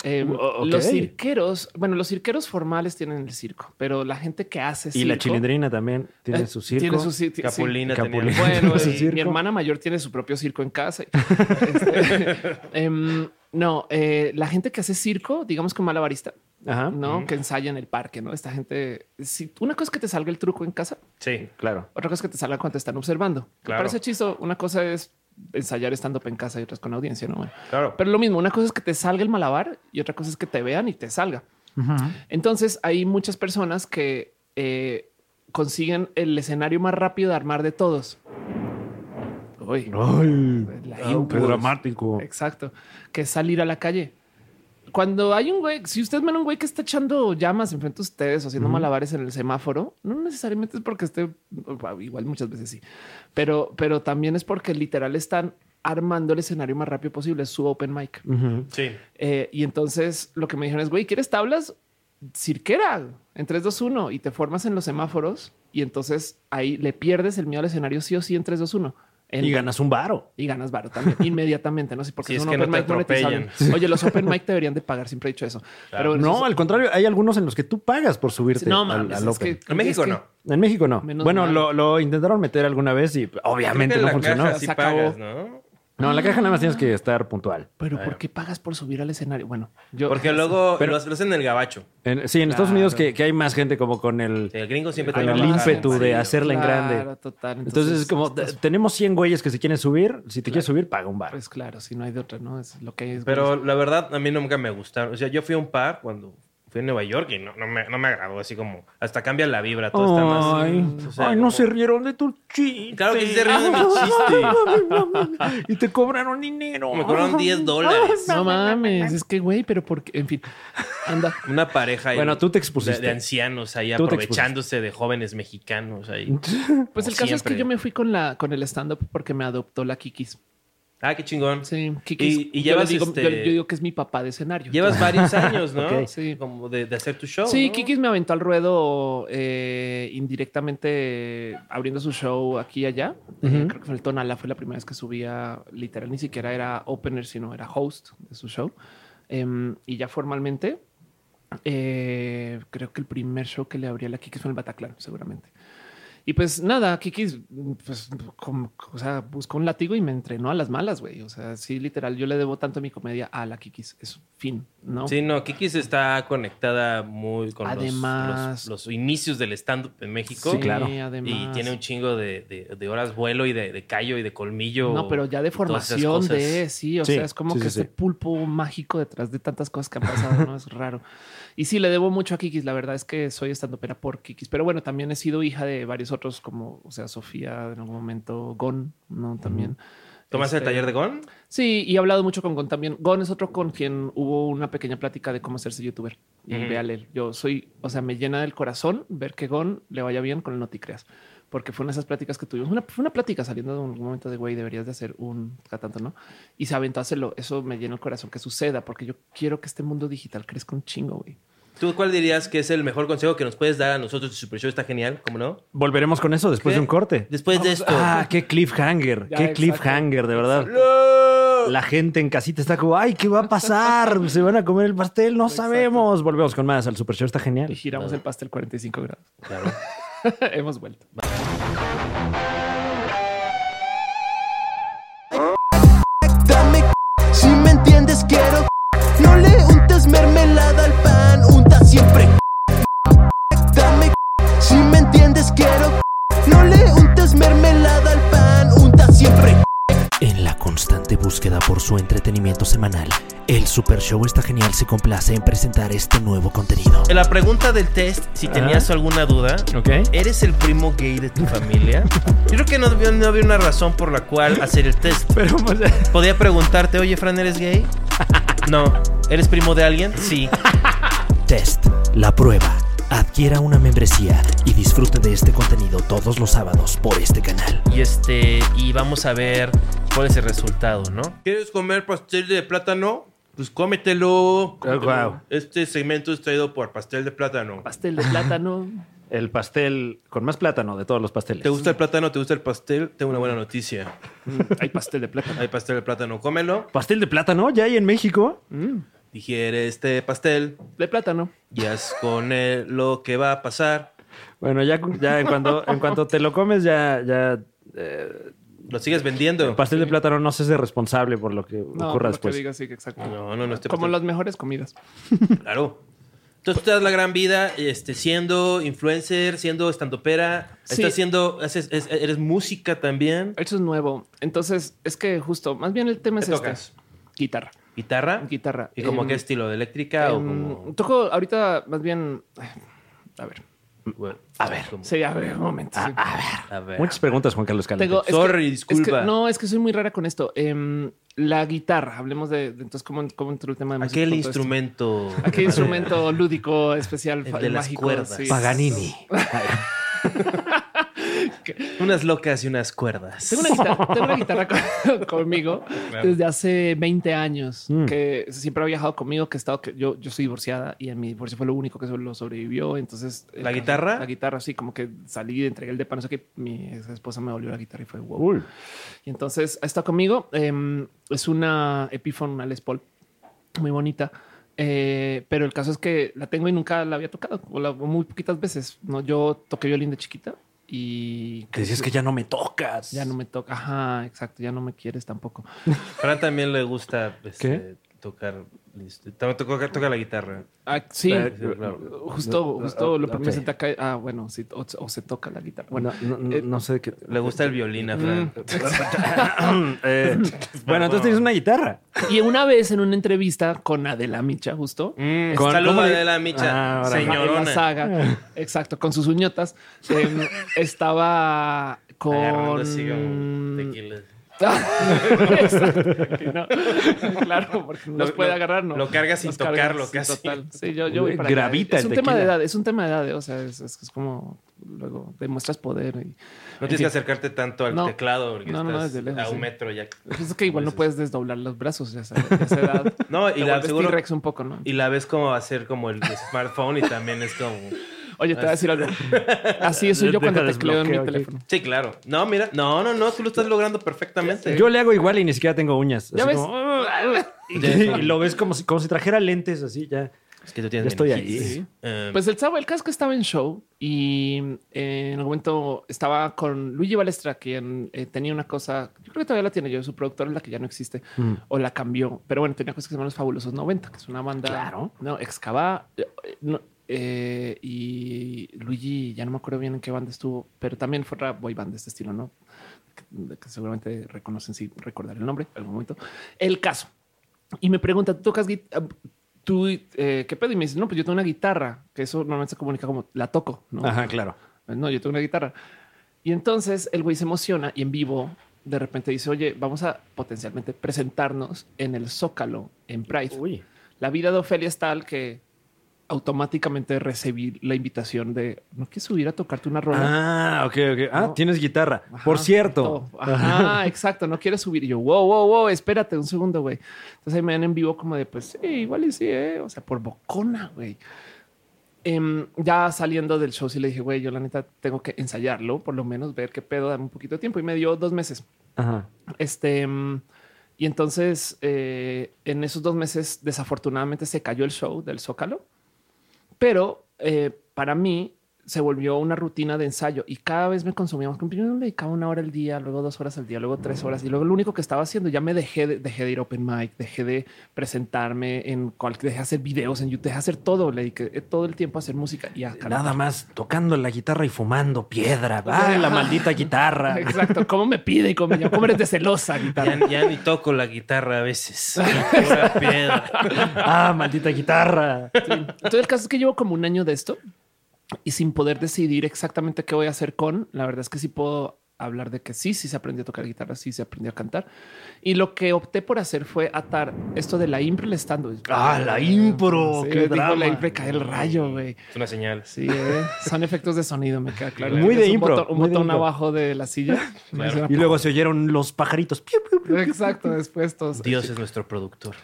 Speaker 3: Eh,
Speaker 2: Uh, ok.
Speaker 3: Los cirqueros, bueno, los cirqueros formales tienen el circo, pero la gente que hace
Speaker 2: Y la
Speaker 3: circo,
Speaker 2: chilindrina también tiene
Speaker 3: eh,
Speaker 2: su circo.
Speaker 3: <laughs> Tiene su circo.
Speaker 1: Capulina, tenía-
Speaker 2: Capulina.
Speaker 3: <laughs>
Speaker 1: <laughs>
Speaker 3: Bueno,
Speaker 2: Su
Speaker 3: eh,
Speaker 2: circo.
Speaker 3: mi hermana mayor tiene su propio circo
Speaker 2: <laughs>
Speaker 3: en casa. Este, <laughs> em, no, eh, la gente que hace circo, digamos que malabarista,
Speaker 2: Ajá.
Speaker 3: no
Speaker 1: Ujú.
Speaker 3: que ensaya en el parque, no? Esta gente, si una cosa es que te salga el truco en casa,
Speaker 1: Sí.
Speaker 2: Claro.
Speaker 3: otra cosa es que te salga cuando te están observando.
Speaker 1: Claro.
Speaker 3: Para ese chizo, una cosa es ensayar estando en casa y otras con audiencia, ¿no? Bueno,
Speaker 1: Claro.
Speaker 3: pero lo mismo, una cosa es que te salga el malabar y otra cosa es que te vean y te salga. Entonces hay muchas personas que eh, consiguen el escenario más rápido de armar de todos. Uy,
Speaker 2: Ay,
Speaker 3: la
Speaker 2: ah,
Speaker 3: impro.
Speaker 2: qué dramático.
Speaker 3: Exacto. Que es salir a la calle. Cuando hay un güey, si ustedes ven a un güey que está echando llamas enfrente de ustedes o haciendo
Speaker 2: Ujú.
Speaker 3: malabares en el semáforo, no necesariamente es porque esté, bueno, igual muchas veces sí, pero, pero también es porque literal están armando el escenario más rápido posible, es su open mic.
Speaker 2: Ujú.
Speaker 1: Sí.
Speaker 3: Eh, y entonces lo que me dijeron es, güey, ¿quieres tablas? Cirquera en 3, 2, 1 y te formas en los semáforos y entonces ahí le pierdes el miedo al escenario sí o sí en 3, 2, 1. En
Speaker 2: Y ganas un varo.
Speaker 3: y ganas
Speaker 1: <laughs>
Speaker 3: varo también inmediatamente. No sé por qué
Speaker 1: Si
Speaker 3: son
Speaker 1: es que no
Speaker 3: open
Speaker 1: te
Speaker 3: mic monetizables. <laughs> Oye, los open mic deberían de pagar. Siempre he dicho eso.
Speaker 1: Claro.
Speaker 3: Pero
Speaker 2: No,
Speaker 3: eso
Speaker 2: al contrario, hay algunos en los que tú pagas por
Speaker 3: es-
Speaker 2: subirte
Speaker 3: no
Speaker 2: al-
Speaker 3: mames.
Speaker 2: al
Speaker 3: es
Speaker 2: Open.
Speaker 3: que-
Speaker 1: En México
Speaker 3: es que
Speaker 1: no.
Speaker 2: En México no.
Speaker 3: Menos
Speaker 2: bueno,
Speaker 3: mal.
Speaker 2: lo, lo intentaron meter alguna vez y obviamente
Speaker 1: Creo
Speaker 2: no
Speaker 1: que en la
Speaker 2: funcionó.
Speaker 1: caja sí
Speaker 3: Se acabó.
Speaker 1: pagas, ¿no?
Speaker 2: No, en la caja nada más tienes que estar puntual.
Speaker 3: Pero
Speaker 1: Claro.
Speaker 3: ¿por qué pagas por subir al escenario? Bueno, yo
Speaker 1: Porque luego
Speaker 2: Pero-
Speaker 1: lo lo hacen en el gabacho.
Speaker 2: En- sí, en Estados
Speaker 3: Claro.
Speaker 2: Unidos que, que hay más gente como con el,
Speaker 1: El gringo siempre
Speaker 2: con
Speaker 1: tiene
Speaker 2: el
Speaker 1: la caja
Speaker 2: ímpetu de
Speaker 1: vacío.
Speaker 2: hacerla en grande.
Speaker 3: Claro, total.
Speaker 2: Entonces es como,
Speaker 1: pues,
Speaker 2: te- tenemos 100 güeyes que se quieren subir, si te quieres subir, paga un bar.
Speaker 3: Pues claro, si no hay de otra, no es lo que es.
Speaker 1: Pero la verdad, a mí nunca me gustaron. O sea, yo fui a un par cuando fui a Nueva York y no, no, me, no me agradó. Así como hasta cambia la vibra. Todo está más.
Speaker 2: Ay,
Speaker 1: o sea,
Speaker 2: ay, no
Speaker 1: como-
Speaker 2: se rieron de tu chiste.
Speaker 1: Claro que sí se rieron de
Speaker 2: <laughs>
Speaker 1: mi
Speaker 2: chiste. y te cobraron dinero.
Speaker 1: Me cobraron
Speaker 2: <laughs>
Speaker 1: 10 dólares.
Speaker 3: no mames, es que güey, pero porque, en fin, anda.
Speaker 1: Una pareja ahí
Speaker 2: Bueno, tú
Speaker 1: de,
Speaker 2: te expusiste.
Speaker 1: de ancianos ahí
Speaker 2: Tú te
Speaker 1: aprovechándose de jóvenes mexicanos ahí.
Speaker 3: Pues
Speaker 1: Como
Speaker 3: el caso es que
Speaker 1: siempre.
Speaker 3: yo me fui con la con el stand up porque me adoptó la Kikis.
Speaker 1: Ah, qué chingón.
Speaker 3: Sí, Kikis.
Speaker 1: Y- y
Speaker 3: yo
Speaker 1: llevas,
Speaker 3: le digo,
Speaker 1: este-
Speaker 3: yo, yo digo que es mi papá de escenario.
Speaker 1: Llevas varios años,
Speaker 3: <laughs>
Speaker 1: ¿no?
Speaker 2: Ok.
Speaker 1: Sí, como de, de hacer tu show.
Speaker 3: Sí,
Speaker 1: ¿no?
Speaker 3: Kikis me aventó al ruedo eh, indirectamente eh, abriendo su show aquí y allá. Eh,
Speaker 2: Ujú.
Speaker 3: creo que fue el Tonala, fue la primera vez que subía, literal, ni siquiera era opener, sino era host de su show. Em, y ya formalmente, eh, creo que el primer show que le abrí a la Kikis fue en el Bataclan, seguramente. Y pues nada, Kiki, pues, con- o sea, buscó un látigo y me entrenó a las malas, güey. O sea, sí, literal, yo le debo tanto mi comedia a la Kikis. Es fin, ¿no?
Speaker 1: Sí, no, Kikis está conectada muy con los-
Speaker 3: Además-
Speaker 1: los, los inicios del stand-up en México.
Speaker 2: Sí, claro.
Speaker 1: Y
Speaker 3: además.
Speaker 1: tiene un chingo de, de- de horas vuelo y de, de callo y de colmillo.
Speaker 3: No, pero ya de
Speaker 1: y todas esas
Speaker 3: formación
Speaker 1: cosas.
Speaker 3: de sí, o
Speaker 2: Sí,
Speaker 3: sea, es como
Speaker 2: sí,
Speaker 3: que
Speaker 2: sí,
Speaker 3: este
Speaker 2: sí.
Speaker 3: pulpo mágico detrás de tantas cosas que han pasado, no es raro. Y sí, le debo mucho a Kikis. La verdad es que soy estando pera por Kikis, pero bueno, también he sido hija de varios otros, como o sea, Sofía en algún momento, Gon, no también.
Speaker 1: ¿Tomaste el
Speaker 3: Este,
Speaker 1: taller de Gon?
Speaker 3: Sí, y he hablado mucho con Gon también. Gon es otro con quien hubo una pequeña plática de cómo hacerse youtuber. Y
Speaker 1: Ujú.
Speaker 3: véale, yo soy, o sea, me llena del corazón ver que Gon le vaya bien con el Noticreas. Porque fue una de esas pláticas que tuvimos, una, fue una plática saliendo de un momento de, güey, deberías de hacer un cada tanto, ¿no? Y se aventó a hacerlo. Eso me llena el corazón que suceda, porque yo quiero que este mundo digital crezca un chingo, güey.
Speaker 1: ¿Tú cuál dirías que es el mejor consejo que nos puedes dar a nosotros? El Super Show está genial, ¿cómo no?
Speaker 2: Volveremos con eso después
Speaker 1: ¿Qué?
Speaker 2: de un corte.
Speaker 1: Después de esto.
Speaker 2: Ah, qué cliffhanger,
Speaker 3: Ya,
Speaker 2: qué
Speaker 3: exacto.
Speaker 2: cliffhanger, de verdad.
Speaker 1: ¡No!
Speaker 2: La gente en casita está como, ay, ¿qué va a pasar? <laughs> ¿Se van a comer el pastel? No
Speaker 3: Exacto.
Speaker 2: sabemos. Volvemos con más. El Super Show está
Speaker 3: Y
Speaker 2: genial.
Speaker 3: giramos el pastel 45 grados.
Speaker 1: Claro.
Speaker 3: <laughs> Hemos vuelto.
Speaker 4: Dame si me entiendes quiero No le untes mermelada al pan, unta siempre Dame si me entiendes quiero No le untes mermelada al pan, unta siempre
Speaker 5: En la constante búsqueda por su entretenimiento semanal, el Super Show Está Genial se complace en presentar este nuevo contenido.
Speaker 1: En la pregunta del test, si tenías alguna duda,
Speaker 2: Ok.
Speaker 1: ¿eres el primo gay de tu familia? Yo creo que no, había- no había una razón por la cual hacer el test.
Speaker 2: Pero pues, <laughs>
Speaker 1: Podía preguntarte, oye, Fran, ¿eres gay? No. ¿Eres primo de alguien? Sí.
Speaker 5: Test, la prueba. Adquiera una membresía y disfrute de este contenido todos los sábados por este canal.
Speaker 1: Y este, y vamos a ver cuál es el resultado, ¿no? ¿Quieres comer pastel de plátano? Pues cómetelo.
Speaker 2: Tal cual.
Speaker 1: Este segmento es traído por pastel de plátano.
Speaker 3: Pastel de
Speaker 1: <laughs>
Speaker 3: plátano.
Speaker 2: el pastel con más plátano de todos los pasteles.
Speaker 1: ¿Te gusta el plátano? ¿Te gusta el pastel? Tengo una buena noticia.
Speaker 3: Mm, Hay pastel de plátano.
Speaker 1: Hay pastel de plátano, cómelo.
Speaker 2: ¿Pastel de plátano? ¿Ya hay en México?
Speaker 3: Mm,
Speaker 1: Digiere este pastel
Speaker 3: de plátano.
Speaker 1: y haz con él lo que va a pasar.
Speaker 2: Bueno, ya, ya en,
Speaker 3: <laughs>
Speaker 2: cuanto, en cuanto te lo comes, ya, ya
Speaker 1: ¿Lo sigues vendiendo?
Speaker 2: el pastel de plátano no se hace responsable por lo que ocurra
Speaker 3: No, por lo que
Speaker 2: después.
Speaker 3: digas, sí, exacto.
Speaker 1: pues. No, no, no. Este
Speaker 3: Como
Speaker 1: pastel-
Speaker 3: las mejores comidas.
Speaker 1: Claro. Entonces tú te das la gran vida este, siendo influencer, siendo estandopera,
Speaker 3: Sí.
Speaker 1: estás siendo, haces- es- eres música también,
Speaker 3: Eso es nuevo. Entonces, es que justo, más bien el tema es
Speaker 1: ¿Qué
Speaker 3: este.
Speaker 1: tocas?
Speaker 3: Guitarra.
Speaker 1: guitarra.
Speaker 3: Guitarra.
Speaker 1: ¿Y como
Speaker 3: Em,
Speaker 1: qué estilo? ¿De eléctrica o
Speaker 3: em,
Speaker 1: como...?
Speaker 3: Toco ahorita más bien... <sighs> A ver.
Speaker 1: A ver.
Speaker 3: Sí, a ver, un momento. sí.
Speaker 1: A ver.
Speaker 2: Muchas preguntas, Juan Carlos Calante.
Speaker 3: Tengo- es que-
Speaker 1: Ah, Sorry,
Speaker 3: es que-
Speaker 1: disculpa.
Speaker 3: no, es que soy muy rara con esto. Em, la guitarra. Hablemos de... de entonces, ¿cómo, cómo entró el tema de música?
Speaker 1: Aquel
Speaker 3: con todo esto?
Speaker 1: instrumento.
Speaker 3: Aquel instrumento
Speaker 1: <laughs>
Speaker 3: lúdico, especial,
Speaker 1: El
Speaker 3: fa-
Speaker 1: de las
Speaker 3: mágico,
Speaker 1: cuerdas.
Speaker 3: sí.
Speaker 2: Paganini.
Speaker 1: Unas locas y unas cuerdas.
Speaker 3: Tengo una guitarra, tengo una guitarra con- <laughs> conmigo desde hace 20 años,
Speaker 2: Mm.
Speaker 3: que siempre ha viajado conmigo, que he estado, que yo, yo soy divorciada y en mi divorcio fue lo único que solo sobrevivió. Entonces, eh,
Speaker 1: ¿La guitarra?
Speaker 3: La guitarra, sí, como que salí, entregué el depa, no sé qué, mi ex esposa me volvió la guitarra y fue wow.
Speaker 2: Uy.
Speaker 3: Y entonces ha estado conmigo. em, es una Epiphone, una Les Paul, muy bonita. Eh, pero el caso es que la tengo y nunca la había tocado, o la, o muy poquitas veces. No, yo toqué violín de chiquita y
Speaker 2: Que decías que ya no me tocas.
Speaker 3: ya no me toca. Ajá, exacto. Ya no me
Speaker 1: <laughs>
Speaker 3: quieres tampoco.
Speaker 1: Fran también le gusta este,
Speaker 2: ¿Qué?
Speaker 1: tocar. este, También toca, toca la guitarra.
Speaker 3: Ah, sí,
Speaker 2: Eh,
Speaker 1: Sí, claro.
Speaker 3: justo,
Speaker 2: no,
Speaker 3: justo lo
Speaker 2: ok.
Speaker 3: me senté acá. Ah, bueno, sí, o, o se toca la guitarra. Bueno,
Speaker 2: Bueno, no, no-
Speaker 3: eh,
Speaker 2: no sé de qué.
Speaker 1: Le gusta el violín a
Speaker 3: mm,
Speaker 1: Fran.
Speaker 2: <laughs> Eh, bueno, entonces tienes una guitarra.
Speaker 3: y una vez en una entrevista con Adela Micha, justo
Speaker 1: Mm,
Speaker 2: Con-
Speaker 1: saludo
Speaker 2: ¿cómo
Speaker 1: a
Speaker 2: le-
Speaker 1: Adela Micha,
Speaker 2: Ah, ahora.
Speaker 3: en la
Speaker 1: señorona. Ah.
Speaker 3: saga, exacto, con sus uñotas, em, estaba
Speaker 1: Agarrando
Speaker 3: con.
Speaker 1: así como tequila.
Speaker 3: Exacto, que no. Claro, porque no
Speaker 1: Lo-
Speaker 3: los puede
Speaker 1: lo-
Speaker 3: agarrar, ¿no?
Speaker 1: lo carga sin
Speaker 3: Los carga,
Speaker 1: tocarlo,
Speaker 3: sí,
Speaker 1: casi.
Speaker 3: Total. Sí, yo, yo voy para allá.
Speaker 2: Gravita
Speaker 3: Es
Speaker 2: el
Speaker 3: un tema de
Speaker 2: tequila.
Speaker 3: edad, es un tema de edad, eh, o sea, es, es- es como luego demuestras poder. Y,
Speaker 1: No
Speaker 3: en
Speaker 1: tienes
Speaker 3: fin.
Speaker 1: que acercarte tanto al
Speaker 3: No.
Speaker 1: teclado porque
Speaker 3: No, no, no,
Speaker 1: estás
Speaker 3: desde lejos,
Speaker 1: a un
Speaker 3: sí. Pues
Speaker 1: metro ya.
Speaker 3: Es que igual no
Speaker 1: Entonces-
Speaker 3: puedes desdoblar los brazos, ya sabes, a esa edad.
Speaker 1: Pues <laughs> No, y
Speaker 3: Te
Speaker 1: la,
Speaker 3: vuelves
Speaker 1: seguro-
Speaker 3: T-Rex un poco, ¿no?
Speaker 1: y la ves como hacer como el smartphone y también es como...
Speaker 3: Oye, te voy a
Speaker 1: <laughs>
Speaker 3: decir algo. Así soy yo
Speaker 2: Deja
Speaker 3: cuando tecleo en mi
Speaker 2: desbloqueo aquí.
Speaker 3: teléfono.
Speaker 1: Sí, claro. No, mira. No, no, no. Tú lo estás logrando perfectamente.
Speaker 2: Yo le hago igual y ni siquiera tengo uñas.
Speaker 3: ¿Ya
Speaker 2: Así <laughs>
Speaker 3: ves?
Speaker 2: como, y, y lo ves como si, como si trajera lentes así ya.
Speaker 1: Es que tú tienes
Speaker 2: Ya estoy
Speaker 1: meningitis.
Speaker 2: ahí.
Speaker 1: Eh,
Speaker 3: Pues el sábado, el casco estaba en show y eh, en algún momento estaba con Luigi Balestra, quien eh, tenía una cosa, yo creo que todavía la tiene yo, su productora es la que ya no existe o la cambió, pero bueno, tenía cosas que se llaman Los Fabulosos 90, que es una banda,
Speaker 2: Claro.
Speaker 3: no, excava, eh, no, eh, y Luigi, ya no me acuerdo bien en qué banda estuvo, pero también fue una boy band de este estilo, ¿no? Que, que seguramente reconocen si recordar el nombre en algún momento. El caso. Y me pregunta, ¿tú tocas guitarra? ¿Tú eh, qué pedo? Y me dice, no, pues yo tengo una guitarra, que eso normalmente se comunica como la toco, ¿no?
Speaker 2: Ajá, claro.
Speaker 3: No, yo tengo una guitarra. Y entonces el güey se emociona y en vivo de repente dice, oye, vamos a potencialmente presentarnos en el Zócalo, en Pride.
Speaker 2: Uy.
Speaker 3: La vida de Ofelia es tal que automáticamente recibí la invitación de, ¿no quieres subir a tocarte una rola?
Speaker 2: Ah, ok, ok. Ah,
Speaker 3: No.
Speaker 2: tienes guitarra.
Speaker 3: Ajá,
Speaker 2: Por cierto. <laughs>
Speaker 3: exacto. Ajá, exacto. No quiere subir. Y yo, wow, wow, wow, espérate un segundo, güey. Entonces ahí me ven en vivo como de, pues sí, igual y sí, eh. O sea, por bocona, güey. Em, ya saliendo del show, sí le dije, güey, yo la neta tengo que ensayarlo, por lo menos ver qué pedo, dame un poquito de tiempo. Y me dio dos meses.
Speaker 2: Ajá.
Speaker 3: Este, mm, y entonces eh, en esos dos meses, desafortunadamente se cayó el show del Zócalo, pero eh, para mí se volvió una rutina de ensayo y cada vez me consumía más. Primero le dedicaba una hora al día, luego dos horas al día, luego tres horas y luego lo único que estaba haciendo ya me dejé de, dejé de ir a open mic, dejé de presentarme en cual, dejé de hacer videos en YouTube, dejé de hacer todo. Le dediqué todo el tiempo a hacer música y a
Speaker 2: Nada más tocando la guitarra y fumando piedra.
Speaker 3: sea,
Speaker 2: Ah, la
Speaker 3: ajá.
Speaker 2: maldita guitarra.
Speaker 3: <laughs> <laughs> Exacto. Cómo me pide y cómo, me llama? cómo eres de celosa, guitarra.
Speaker 1: ya, ya ni toco la guitarra a
Speaker 3: <laughs>
Speaker 1: veces. Pura piedra.
Speaker 2: Ah, maldita guitarra.
Speaker 3: Sí. Entonces el caso es que llevo como un año de esto y sin poder decidir exactamente qué voy a hacer con, la verdad es que sí puedo hablar de que sí, sí se aprendió a tocar guitarra, sí se aprendió a cantar. Y lo que opté por hacer fue atar esto de la impro al stand
Speaker 2: Ah, la impro, qué drama.
Speaker 3: la impro cae el rayo, güey.
Speaker 1: Es una señal.
Speaker 3: Sí, eh, son efectos de sonido, me queda claro.
Speaker 2: Muy de
Speaker 3: Es un
Speaker 2: impro,
Speaker 3: botón- Un
Speaker 2: muy de
Speaker 3: botón
Speaker 2: impro.
Speaker 3: abajo de la
Speaker 2: <laughs>
Speaker 3: silla.
Speaker 1: Claro.
Speaker 2: Y luego se oyeron los pajaritos. Piu, piu, piu.
Speaker 3: <laughs> Exacto, después todos.
Speaker 1: Dios es nuestro productor.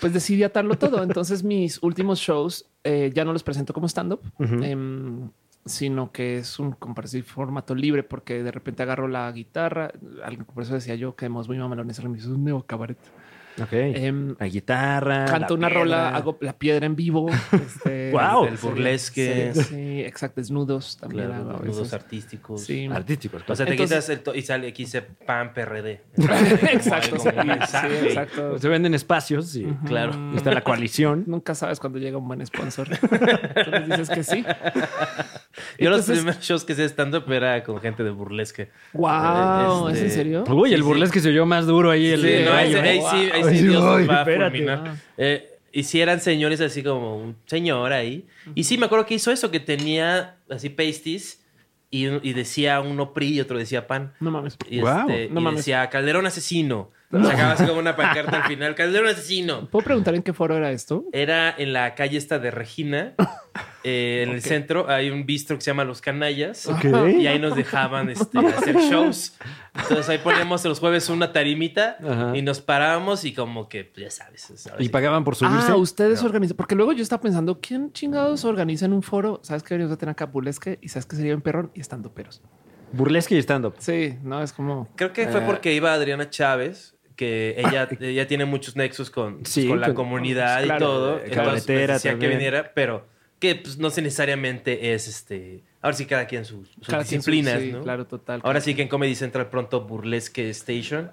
Speaker 3: pues decidí atarlo todo. Entonces mis últimos shows eh, ya no los presento como stand-up, em, sino que es un como para decir, formato libre porque de repente agarro la guitarra. Algo- Por eso decía yo que hemos muy mamalones. ahora mismo, Es un neo cabaret.
Speaker 2: Ok.
Speaker 3: Em,
Speaker 2: la guitarra. Ah, la
Speaker 3: canto una rola,
Speaker 2: piedra.
Speaker 3: hago la piedra en vivo.
Speaker 1: <laughs>
Speaker 3: este,
Speaker 2: Guau.
Speaker 1: El burlesque.
Speaker 3: Sí, sí, exacto. Desnudos también.
Speaker 1: Claro,
Speaker 3: hago a
Speaker 1: nudos
Speaker 3: veces.
Speaker 1: artísticos.
Speaker 3: Sí.
Speaker 2: Artístico.
Speaker 1: O sea, te
Speaker 3: Entonces-
Speaker 1: quitas el to- y sale aquí dice pan PRD.
Speaker 3: <laughs> exacto.
Speaker 1: Como "Ah,
Speaker 3: sí,
Speaker 1: algo, un mensaje.
Speaker 3: sí, exacto.
Speaker 2: eh, Se venden espacios y
Speaker 1: Claro.
Speaker 2: está la coalición.
Speaker 3: Nunca sabes cuándo llega un buen sponsor. Entonces dices que sí.
Speaker 1: Yo los
Speaker 3: Entonces-
Speaker 1: primeros shows que hice stand-up era con gente de burlesque.
Speaker 3: Wow, ¿es en
Speaker 1: Este,
Speaker 3: serio?
Speaker 2: Uy, el burlesque se oyó más duro ahí. El,
Speaker 1: Sí,
Speaker 2: el
Speaker 1: no, ahí
Speaker 2: rayo,
Speaker 1: sí-
Speaker 2: ¿eh?
Speaker 1: ahí sí, ahí
Speaker 2: Ay,
Speaker 1: sí Dios nos
Speaker 2: ay,
Speaker 1: va a
Speaker 2: espérate.
Speaker 1: fulminar. Eh, y si eran señores así como un señor ahí. Y sí, me acuerdo que hizo eso, que tenía así pasties y, y decía uno PRI y otro decía pan.
Speaker 3: No mames.
Speaker 1: Y,
Speaker 2: Guau.
Speaker 1: este,
Speaker 3: No
Speaker 1: y
Speaker 3: mames.
Speaker 1: decía Calderón asesino. Sacaba así como una pancarta al final. Calderón asesino.
Speaker 3: ¿Puedo preguntar en qué foro era esto?
Speaker 1: Era en la calle esta de Regina. eh, en el centro hay un bistro que se llama Los Canallas.
Speaker 2: Ok.
Speaker 1: Y ahí nos dejaban
Speaker 2: <laughs>
Speaker 1: este, hacer shows. Entonces ahí poníamos los jueves una tarimita
Speaker 2: Ajá.
Speaker 1: y nos parábamos y como que, pues, ya sabes. es- ahora
Speaker 2: Y
Speaker 1: sí.
Speaker 2: pagaban por subirse.
Speaker 3: Ah, ustedes organizan. Porque luego yo estaba pensando, ¿quién chingados organiza en un foro? ¿Sabes qué deberíamos de tener acá? Burlesque y sabes que sería un perrón y estando peros.
Speaker 2: Burlesque y stand-up.
Speaker 3: Sí, no es como.
Speaker 1: Creo que
Speaker 2: Eh.
Speaker 1: fue porque iba Adriana Chávez, que ella, ella tiene muchos nexos con, pues,
Speaker 2: Ah, Sí,
Speaker 1: con la
Speaker 2: con-
Speaker 1: comunidad
Speaker 3: pues,
Speaker 1: y
Speaker 3: claro,
Speaker 1: todo.
Speaker 2: eh,
Speaker 1: Entonces pues,
Speaker 2: cabaretera
Speaker 1: decía que
Speaker 2: también.
Speaker 1: viniera, pero que pues, no sé necesariamente es este. Ahora sí, cada quien sus, sus
Speaker 3: cada quien su-
Speaker 1: disciplinas,
Speaker 3: sí,
Speaker 1: ¿no?
Speaker 3: Claro, total.
Speaker 1: Ahora sí que en Comedy Central pronto Burlesque Station.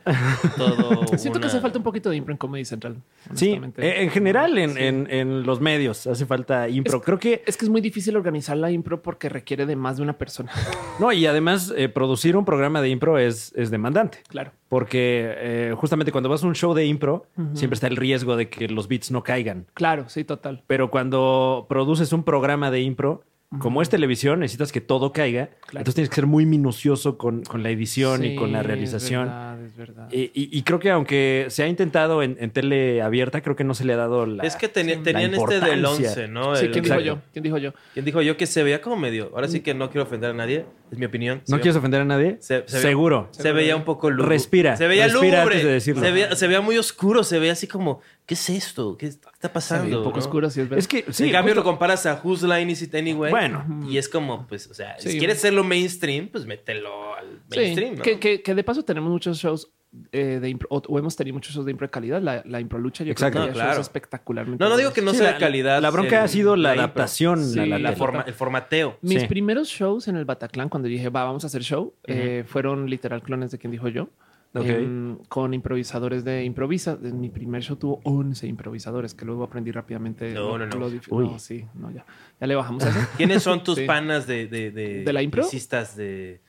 Speaker 1: Todo.
Speaker 3: <laughs> Siento que
Speaker 1: una-
Speaker 3: hace falta un poquito de impro en Comedy Central.
Speaker 2: Sí,
Speaker 3: honestamente.
Speaker 2: eh, en general en,
Speaker 3: Sí.
Speaker 2: en- en los medios hace falta impro.
Speaker 3: Es-
Speaker 2: Creo que,
Speaker 3: Es que es muy difícil organizar la impro porque requiere de más de una persona. <laughs>
Speaker 2: no, y además eh, producir un programa de impro es, es demandante.
Speaker 3: Claro.
Speaker 2: Porque eh, justamente cuando vas a un show de impro, siempre está el riesgo de que los beats no caigan.
Speaker 3: Claro, sí, total.
Speaker 2: Pero cuando produces un programa de impro, como es televisión, necesitas que todo caiga. Entonces tienes que ser muy minucioso con, con la edición y con la
Speaker 3: Sí, es
Speaker 2: realización.
Speaker 3: verdad, es verdad.
Speaker 2: Y, y- y creo que aunque se ha intentado en, en tele abierta, creo que no se le ha dado la...
Speaker 1: Es que tenía-
Speaker 2: la
Speaker 1: tenían este del
Speaker 2: importancia.
Speaker 1: 11, ¿no?
Speaker 3: Sí,
Speaker 1: El-
Speaker 3: ¿quién dijo
Speaker 2: exacto.
Speaker 3: yo? Mm. ¿Quién dijo yo?
Speaker 1: ¿Quién dijo yo que se veía como medio? Ahora sí que no quiero ofender a nadie, es mi opinión. Se
Speaker 2: ¿No
Speaker 1: veía-
Speaker 2: quieres ofender a nadie?
Speaker 1: Se- se ve-
Speaker 2: Seguro.
Speaker 1: Se veía un poco lúgubre.
Speaker 2: Respira,
Speaker 1: Se veía
Speaker 2: respira
Speaker 1: lúgubre.
Speaker 2: antes de decirlo.
Speaker 1: Se veía, se veía muy oscuro, se veía así como, ¿qué es esto? ¿Qué está pasando?
Speaker 3: Un poco
Speaker 1: ¿no?
Speaker 3: oscuro, sí, es verdad.
Speaker 2: Es que, sí,
Speaker 1: en cambio,
Speaker 2: justo-
Speaker 1: lo comparas a Whose Line Is It Anyway.
Speaker 2: Bueno.
Speaker 1: Y es como, pues, o sea,
Speaker 3: Sí.
Speaker 1: si quieres hacerlo mainstream, pues mételo al
Speaker 3: Sí,
Speaker 1: mainstream. ¿no?
Speaker 3: que, que- que de paso tenemos muchos shows eh, de impro, o, o hemos tenido muchos shows de impro de calidad. La, la impro lucha, yo
Speaker 2: Exacto.
Speaker 3: creo que
Speaker 1: No,
Speaker 3: había shows
Speaker 1: claro.
Speaker 3: espectacularmente.
Speaker 1: No, no digo
Speaker 3: buenos.
Speaker 1: que no
Speaker 2: Sí,
Speaker 1: sea
Speaker 2: la-
Speaker 1: calidad.
Speaker 2: la bronca ha sido la
Speaker 1: impro.
Speaker 2: adaptación a
Speaker 1: Sí,
Speaker 2: la
Speaker 1: la
Speaker 2: tele.
Speaker 1: forma, el formateo.
Speaker 3: Mis
Speaker 2: Sí.
Speaker 3: primeros shows en el Bataclan, cuando dije, va, vamos a hacer show, eh, fueron literal clones de quien dijo yo.
Speaker 2: Ok.
Speaker 3: em, con improvisadores de improvisa. En Mi primer show tuvo 11 improvisadores, que luego aprendí rápidamente.
Speaker 1: No, no, no.
Speaker 3: lo dif-
Speaker 2: Uy.
Speaker 3: no, sí, no, ya. Ya le bajamos
Speaker 1: <laughs>
Speaker 3: a eso.
Speaker 1: ¿Quiénes
Speaker 3: <laughs>
Speaker 1: son tus
Speaker 3: Sí.
Speaker 1: panas de, de, de,
Speaker 3: ¿De la impro?
Speaker 1: Sisters de,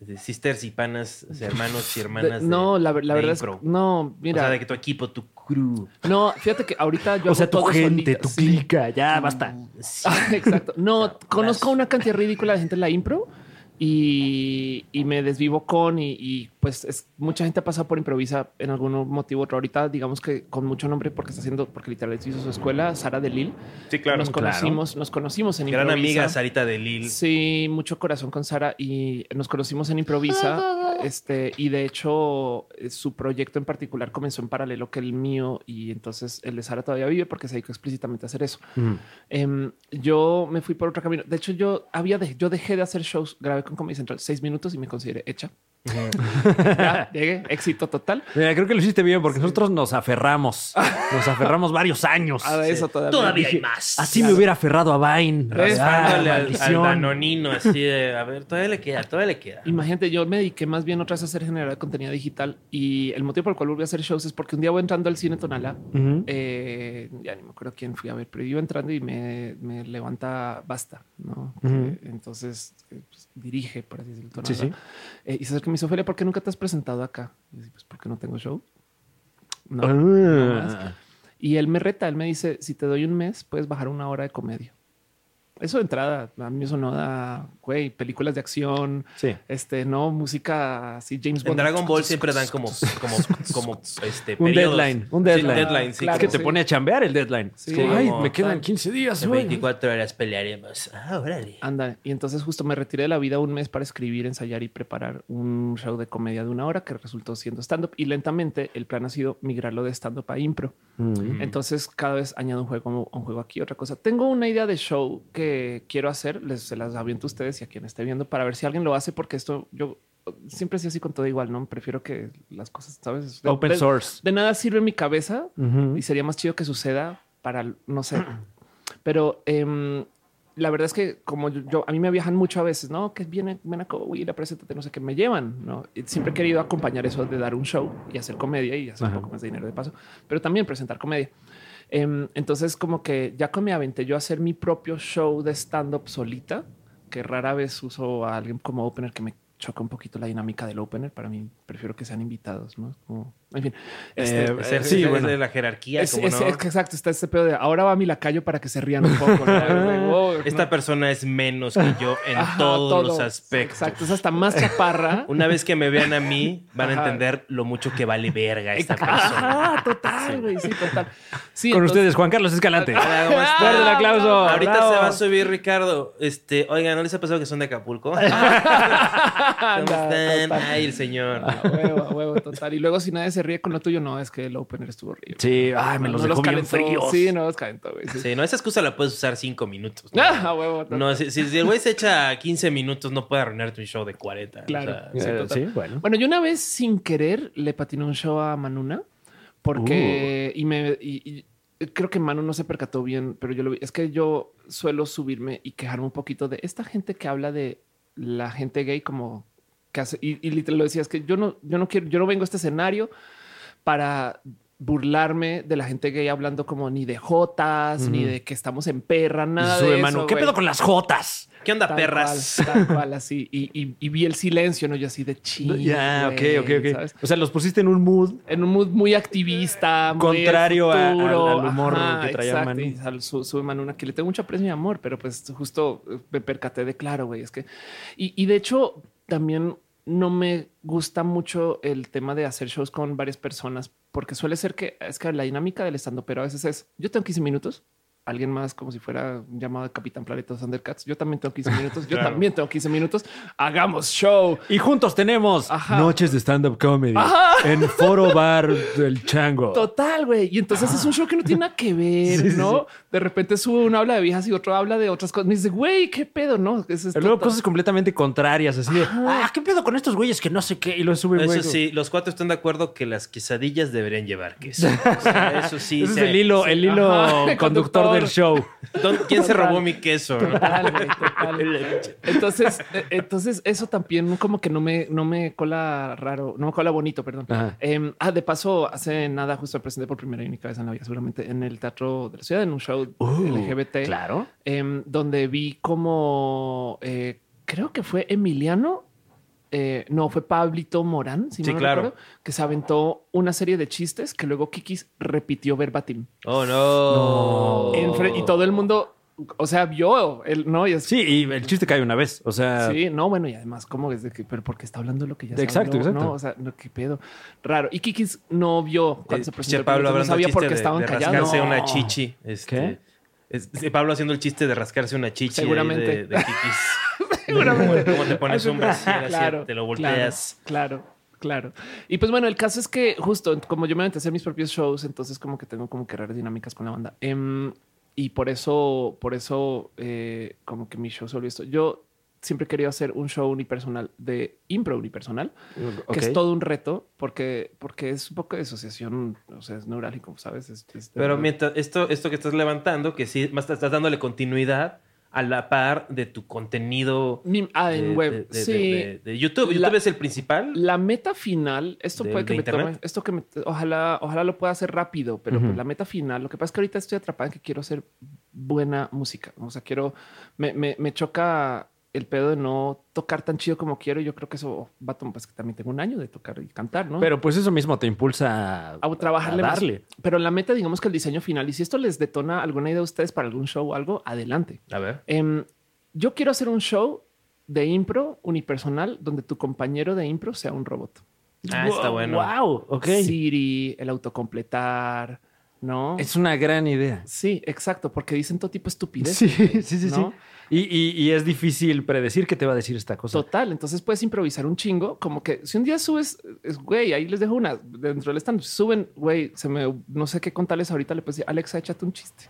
Speaker 1: de sisters y panas, o sea, hermanos y hermanas.
Speaker 3: De- no, la, ver- la
Speaker 1: de
Speaker 3: verdad
Speaker 1: impro.
Speaker 3: es no, mira,
Speaker 1: O sea, de que tu equipo, tu crew.
Speaker 3: no, fíjate que ahorita yo
Speaker 2: O sea,
Speaker 3: hago
Speaker 2: tu
Speaker 3: todo
Speaker 2: gente,
Speaker 3: solita,
Speaker 2: tu
Speaker 3: sí.
Speaker 2: clica, ya basta.
Speaker 1: Sí.
Speaker 3: Ah, <laughs> Exacto. No, conozco una cantidad ridícula de gente en la impro y, y me desvivo con y, y, pues es, mucha gente ha pasado por improvisa en algún motivo u otro. Ahorita digamos que con mucho nombre porque está haciendo, porque literalmente hizo su escuela, Sara de Lille.
Speaker 1: Sí,
Speaker 3: nos
Speaker 2: claro.
Speaker 3: conocimos, nos conocimos en
Speaker 1: Gran
Speaker 3: improvisa.
Speaker 1: amiga Sarita de Lil.
Speaker 3: Sí, mucho corazón con Sara y nos conocimos en
Speaker 1: <laughs>
Speaker 3: Improvisa. este, y de hecho, eh, su proyecto en particular comenzó en paralelo que el mío. Y entonces el de Sara todavía vive porque se dedicó explícitamente a hacer eso.
Speaker 2: Mm.
Speaker 3: Em, yo me fui por otro camino. De hecho, yo había de- yo dejé de hacer shows, grabé con Comedy Central seis minutos y me consideré hecha. <laughs> Ya, llegué, éxito total.
Speaker 2: Mira, creo que lo hiciste bien porque nosotros nos
Speaker 3: <laughs>
Speaker 2: aferramos. Nos aferramos varios años.
Speaker 3: A Ah, eso todavía.
Speaker 1: Todavía hay más.
Speaker 2: Así me hubiera aferrado a Vine.
Speaker 1: Raspándole
Speaker 2: Ah,
Speaker 1: al- al,
Speaker 2: maldición.
Speaker 1: danonino, así de, a ver, todavía le queda, todavía le queda.
Speaker 3: Imagínate, yo me dediqué más bien otra vez a hacer generar contenido digital y el motivo por el cual volví a hacer shows es porque un día voy entrando al cine Tonala
Speaker 2: Ujú.
Speaker 3: Eh, ya ni me acuerdo quién fui a ver, pero iba entrando y me, me levanta basta, ¿no?
Speaker 2: Ujú.
Speaker 3: Que entonces eh, pues, dirige, por así decirlo.
Speaker 2: Sí, sí.
Speaker 3: tonada. Eh, y se acerca y me dice, Ophelia, ¿por qué nunca te has presentado acá? Y yo, pues porque no tengo show. No,
Speaker 2: Ah.
Speaker 3: no más. Y él me reta, él me dice, si te doy un mes, puedes bajar una hora de comedia. Eso de entrada, a mí eso no da, güey, películas de acción,
Speaker 2: Sí.
Speaker 3: este, no, música así, James
Speaker 1: En
Speaker 3: Bond.
Speaker 1: Dragon Ball siempre dan como, como, como este,
Speaker 2: Un
Speaker 1: periodos.
Speaker 2: deadline, un
Speaker 1: Sí,
Speaker 2: deadline.
Speaker 1: deadline, sí,
Speaker 3: Claro,
Speaker 2: es que
Speaker 1: como
Speaker 2: te
Speaker 3: sí.
Speaker 2: pone a chambear el deadline.
Speaker 3: Sí.
Speaker 2: Es como, Ay,
Speaker 1: Como-
Speaker 2: me quedan 15 días,
Speaker 1: en
Speaker 2: güey.
Speaker 1: 24 horas pelearemos. Ah, órale.
Speaker 3: Anda, y entonces justo me retiré de la vida un mes para escribir, ensayar y preparar un show de comedia de una hora que resultó siendo stand-up y lentamente el plan ha sido migrarlo de stand-up a impro.
Speaker 2: Mm.
Speaker 3: Entonces cada vez añado un juego, un juego aquí, otra cosa. Tengo una idea de show que quiero hacer, les se las aviento a ustedes y a quien esté viendo para ver si alguien lo hace porque esto yo eh, siempre soy así con todo igual, ¿no? Prefiero que las cosas, ¿sabes? De-
Speaker 2: Open
Speaker 3: de-
Speaker 2: source.
Speaker 3: De nada sirve mi cabeza
Speaker 2: Ujú.
Speaker 3: y sería más chido que suceda para no sé. Pero em, la verdad es que como yo, yo- a mí me viajan mucho a veces, no que viene ven a Coahuila, la preséntate, no sé qué me llevan. No Y siempre he querido acompañar eso de dar un show y hacer comedia y hacer
Speaker 2: Ajá.
Speaker 3: un poco más de dinero de paso, pero también presentar comedia. Em, entonces, como que ya que me aventé yo a hacer mi propio show de stand-up solita, que rara vez uso a alguien como opener que me choca un poquito la dinámica del opener. Para mí, prefiero que sean invitados, ¿no? Como- en fin. este,
Speaker 2: Eh,
Speaker 1: Es, el-
Speaker 2: sí,
Speaker 1: es el
Speaker 2: bueno.
Speaker 1: de la jerarquía,
Speaker 3: es,
Speaker 1: como
Speaker 3: es-
Speaker 1: no.
Speaker 3: es que exacto, está este pedo de ahora va mi lacayo para que se rían un poco. ¿no? De, "Oh, no".
Speaker 1: Esta persona es menos que yo en
Speaker 3: Ajá,
Speaker 1: todos
Speaker 3: todo.
Speaker 1: los aspectos.
Speaker 3: Exacto, es hasta más chaparra.
Speaker 1: Una vez que me vean a mí, van a
Speaker 3: Ajá.
Speaker 1: entender lo mucho que vale verga <laughs> esta
Speaker 3: <laughs>
Speaker 1: persona.
Speaker 3: Ajá, total, güey, sí, total. Sí,
Speaker 2: Con
Speaker 3: entonces- Ah,
Speaker 2: ustedes, Juan Carlos Escalante.
Speaker 1: Hola, ¿cómo estás?
Speaker 2: Fuerte el aplauso.
Speaker 1: Ahorita
Speaker 2: Bravo.
Speaker 1: se va a subir Ricardo. Este, oigan, ¿no les ha pasado que son de
Speaker 3: <laughs>
Speaker 1: Acapulco? ¿Cómo
Speaker 3: Anda,
Speaker 1: están?
Speaker 3: total.
Speaker 1: Ay, el señor.
Speaker 3: A huevo, a huevo, total. Y luego si nadie se ríe con lo tuyo, no, es que el opener estuvo horrible.
Speaker 2: Sí, ay, me los
Speaker 3: No
Speaker 2: dejó bien
Speaker 3: calentó.
Speaker 2: fríos.
Speaker 3: Sí, no los calentó, güey. sí.
Speaker 1: Sí, no, esa excusa la puedes usar cinco minutos. ¿no?
Speaker 3: Ah, <laughs> a huevo, total.
Speaker 1: No, si, si- si el güey se echa 15 minutos, no puede arruinar tu show de 40. o
Speaker 3: Claro.
Speaker 1: sea,
Speaker 2: Eh,
Speaker 3: Sí, total.
Speaker 2: sí, bueno.
Speaker 3: Bueno, yo una vez sin querer le patiné un show a Manuna porque
Speaker 2: Uh.
Speaker 3: y me y- y creo que Manu no se percató bien, pero yo lo vi. Es que yo suelo subirme y quejarme un poquito de esta gente que habla de la gente gay como que hace y, y literal lo decía es que yo no yo no quiero yo no vengo a este escenario para burlarme de la gente gay hablando como ni de jotas ni de que estamos en perra
Speaker 2: Y
Speaker 3: nada
Speaker 2: se sube
Speaker 3: de
Speaker 2: Manu.
Speaker 3: eso,
Speaker 2: ¿Qué
Speaker 3: güey.
Speaker 2: pedo con las jotas?
Speaker 1: ¿Qué onda,
Speaker 3: Tal
Speaker 1: perras?
Speaker 3: cual, tal cual, así. Y, y- y vi el silencio, ¿no? Yo así de
Speaker 2: Ya,
Speaker 3: chido.
Speaker 2: ok, ok, ok. O sea, los pusiste en un mood.
Speaker 3: En un mood muy activista. muy
Speaker 2: Contrario a-
Speaker 3: del futuro.
Speaker 2: al- al humor que traía
Speaker 3: exacto.
Speaker 2: Manu.
Speaker 3: Y sal- su- sube Manu una que le tengo mucho aprecio y amor, pero pues justo eh, me percaté de claro, güey. Es que... Y, y de hecho, también no me gusta mucho el tema de hacer shows con varias personas, porque suele ser que es que la dinámica del estando, pero a veces es, yo tengo 15 minutos, alguien más como si fuera llamado Capitán Planeta Thundercats. Yo también tengo 15 minutos. Yo también tengo 15 minutos. Hagamos show.
Speaker 2: Y juntos tenemos
Speaker 3: Ajá.
Speaker 2: noches de stand-up comedy en Foro Bar del Chango.
Speaker 3: <laughs> Total, güey. Y entonces es un show que no tiene nada que ver,
Speaker 2: <laughs> Sí, sí,
Speaker 3: ¿no? De repente sube uno habla de viejas y otro habla de otras cosas. Me dice, güey, qué pedo, ¿no? Es esto-
Speaker 2: Luego cosas completamente contrarias, así de, ah, ¿qué pedo con estos güeyes que no sé qué? Y lo sube, güey.
Speaker 1: Eso sí, los cuatro están de acuerdo que las quesadillas deberían llevar queso. O sea, eso sí.
Speaker 2: Ese es
Speaker 1: se-
Speaker 2: el hilo, el hilo <laughs>
Speaker 3: Ajá,
Speaker 2: conductor,
Speaker 3: conductor.
Speaker 2: del show.
Speaker 1: ¿Dó- ¿Quién se robó mi queso? no?
Speaker 3: Total, güey,
Speaker 2: <laughs>
Speaker 3: total. Entonces, eh, entonces eso también como que no me, no me cola raro, no me cola bonito, perdón.
Speaker 2: Ajá.
Speaker 3: Em, ah, de paso, hace nada justo me presenté por primera y única vez en la vida, seguramente en el teatro de la ciudad, en un show LGBT,
Speaker 2: Uh, Claro.
Speaker 3: em, donde vi como eh, creo que fue Emiliano. eh, no, fue Pablito Morán, si
Speaker 1: Sí,
Speaker 3: mal no
Speaker 1: claro.
Speaker 3: recuerdo, que se aventó una serie de chistes que luego Kikis repitió verbatim.
Speaker 1: Oh, no.
Speaker 3: Enfre- y todo el mundo, o sea, vio el no y es
Speaker 2: Sí, y el chiste cae una vez. O sea,
Speaker 3: Sí, no, bueno, y además, ¿cómo es de que, pero porque está hablando lo que ya se
Speaker 2: Exacto,
Speaker 3: habló,
Speaker 2: exacto.
Speaker 3: No, o sea, no, qué pedo. Raro. Y Kikis no vio cuando se
Speaker 1: Eh,
Speaker 3: presentó.
Speaker 1: che,
Speaker 3: el
Speaker 1: Pablo
Speaker 3: piloto, no
Speaker 1: hablando
Speaker 3: sabía
Speaker 1: chiste
Speaker 3: por qué
Speaker 1: de-
Speaker 3: estaban
Speaker 1: de
Speaker 3: callados.
Speaker 1: rascarse
Speaker 3: No.
Speaker 1: una chichi. Este,
Speaker 2: ¿Qué?
Speaker 1: es- es- Pablo haciendo el chiste de rascarse una chichi. ahí
Speaker 3: Seguramente.
Speaker 1: De, de kikis.
Speaker 3: Seguramente.
Speaker 1: Como te pones un brasier así,
Speaker 3: Claro,
Speaker 1: te lo volteas.
Speaker 3: Claro, claro. Y pues bueno, el caso es que justo como yo me aventé a hacer mis propios shows, entonces como que tengo como que raras dinámicas con la banda. Em, y por eso, por eso, eh, como que mi show solo esto. Yo siempre he querido hacer un show unipersonal de impro unipersonal,
Speaker 2: Ok.
Speaker 3: que es todo un reto porque, porque es un poco de asociación, o sea, es neural y como sabes, es, es-
Speaker 1: Pero mientras esto, esto que estás levantando, que sí, más te estás dándole continuidad a la par de tu contenido
Speaker 3: Mi- ah, en
Speaker 1: de-
Speaker 3: web.
Speaker 1: de- de-
Speaker 3: sí.
Speaker 1: de- de YouTube.
Speaker 3: La-
Speaker 1: YouTube es el principal.
Speaker 3: La meta final, esto
Speaker 1: ¿De-
Speaker 3: puede que
Speaker 1: de
Speaker 3: me
Speaker 1: internet?
Speaker 3: tome, esto que me, ojalá, ojalá lo pueda hacer rápido, pero pues la meta final, lo que pasa es que ahorita estoy atrapada en que quiero hacer buena música. O sea, quiero, me, me- me choca el pedo de no tocar tan chido como quiero. Yo creo que eso va a tomar, pues que también tengo un año de tocar y cantar, ¿no?
Speaker 2: Pero pues eso mismo te impulsa
Speaker 3: a trabajarle
Speaker 2: a
Speaker 3: más.
Speaker 2: darle.
Speaker 3: Pero la meta, digamos que el diseño final, y si esto les detona alguna idea a ustedes para algún show o algo, adelante.
Speaker 1: A ver.
Speaker 3: Em, yo quiero hacer un show de impro unipersonal donde tu compañero de impro sea un robot.
Speaker 1: Ah, está bueno.
Speaker 2: Wow, ok.
Speaker 3: Siri, el autocompletar, ¿no?
Speaker 2: Es una gran idea.
Speaker 3: Sí, exacto, porque dicen todo tipo de estupidez.
Speaker 2: Sí, sí, sí,
Speaker 3: ¿no?
Speaker 2: sí. Y, y- y es difícil predecir qué te va a decir esta cosa.
Speaker 3: Total, entonces puedes improvisar un chingo, como que si un día subes, es, güey, ahí les dejo una, dentro del stand, suben, güey, se me, no sé qué contarles ahorita, le puedes decir, Alexa, échate un chiste.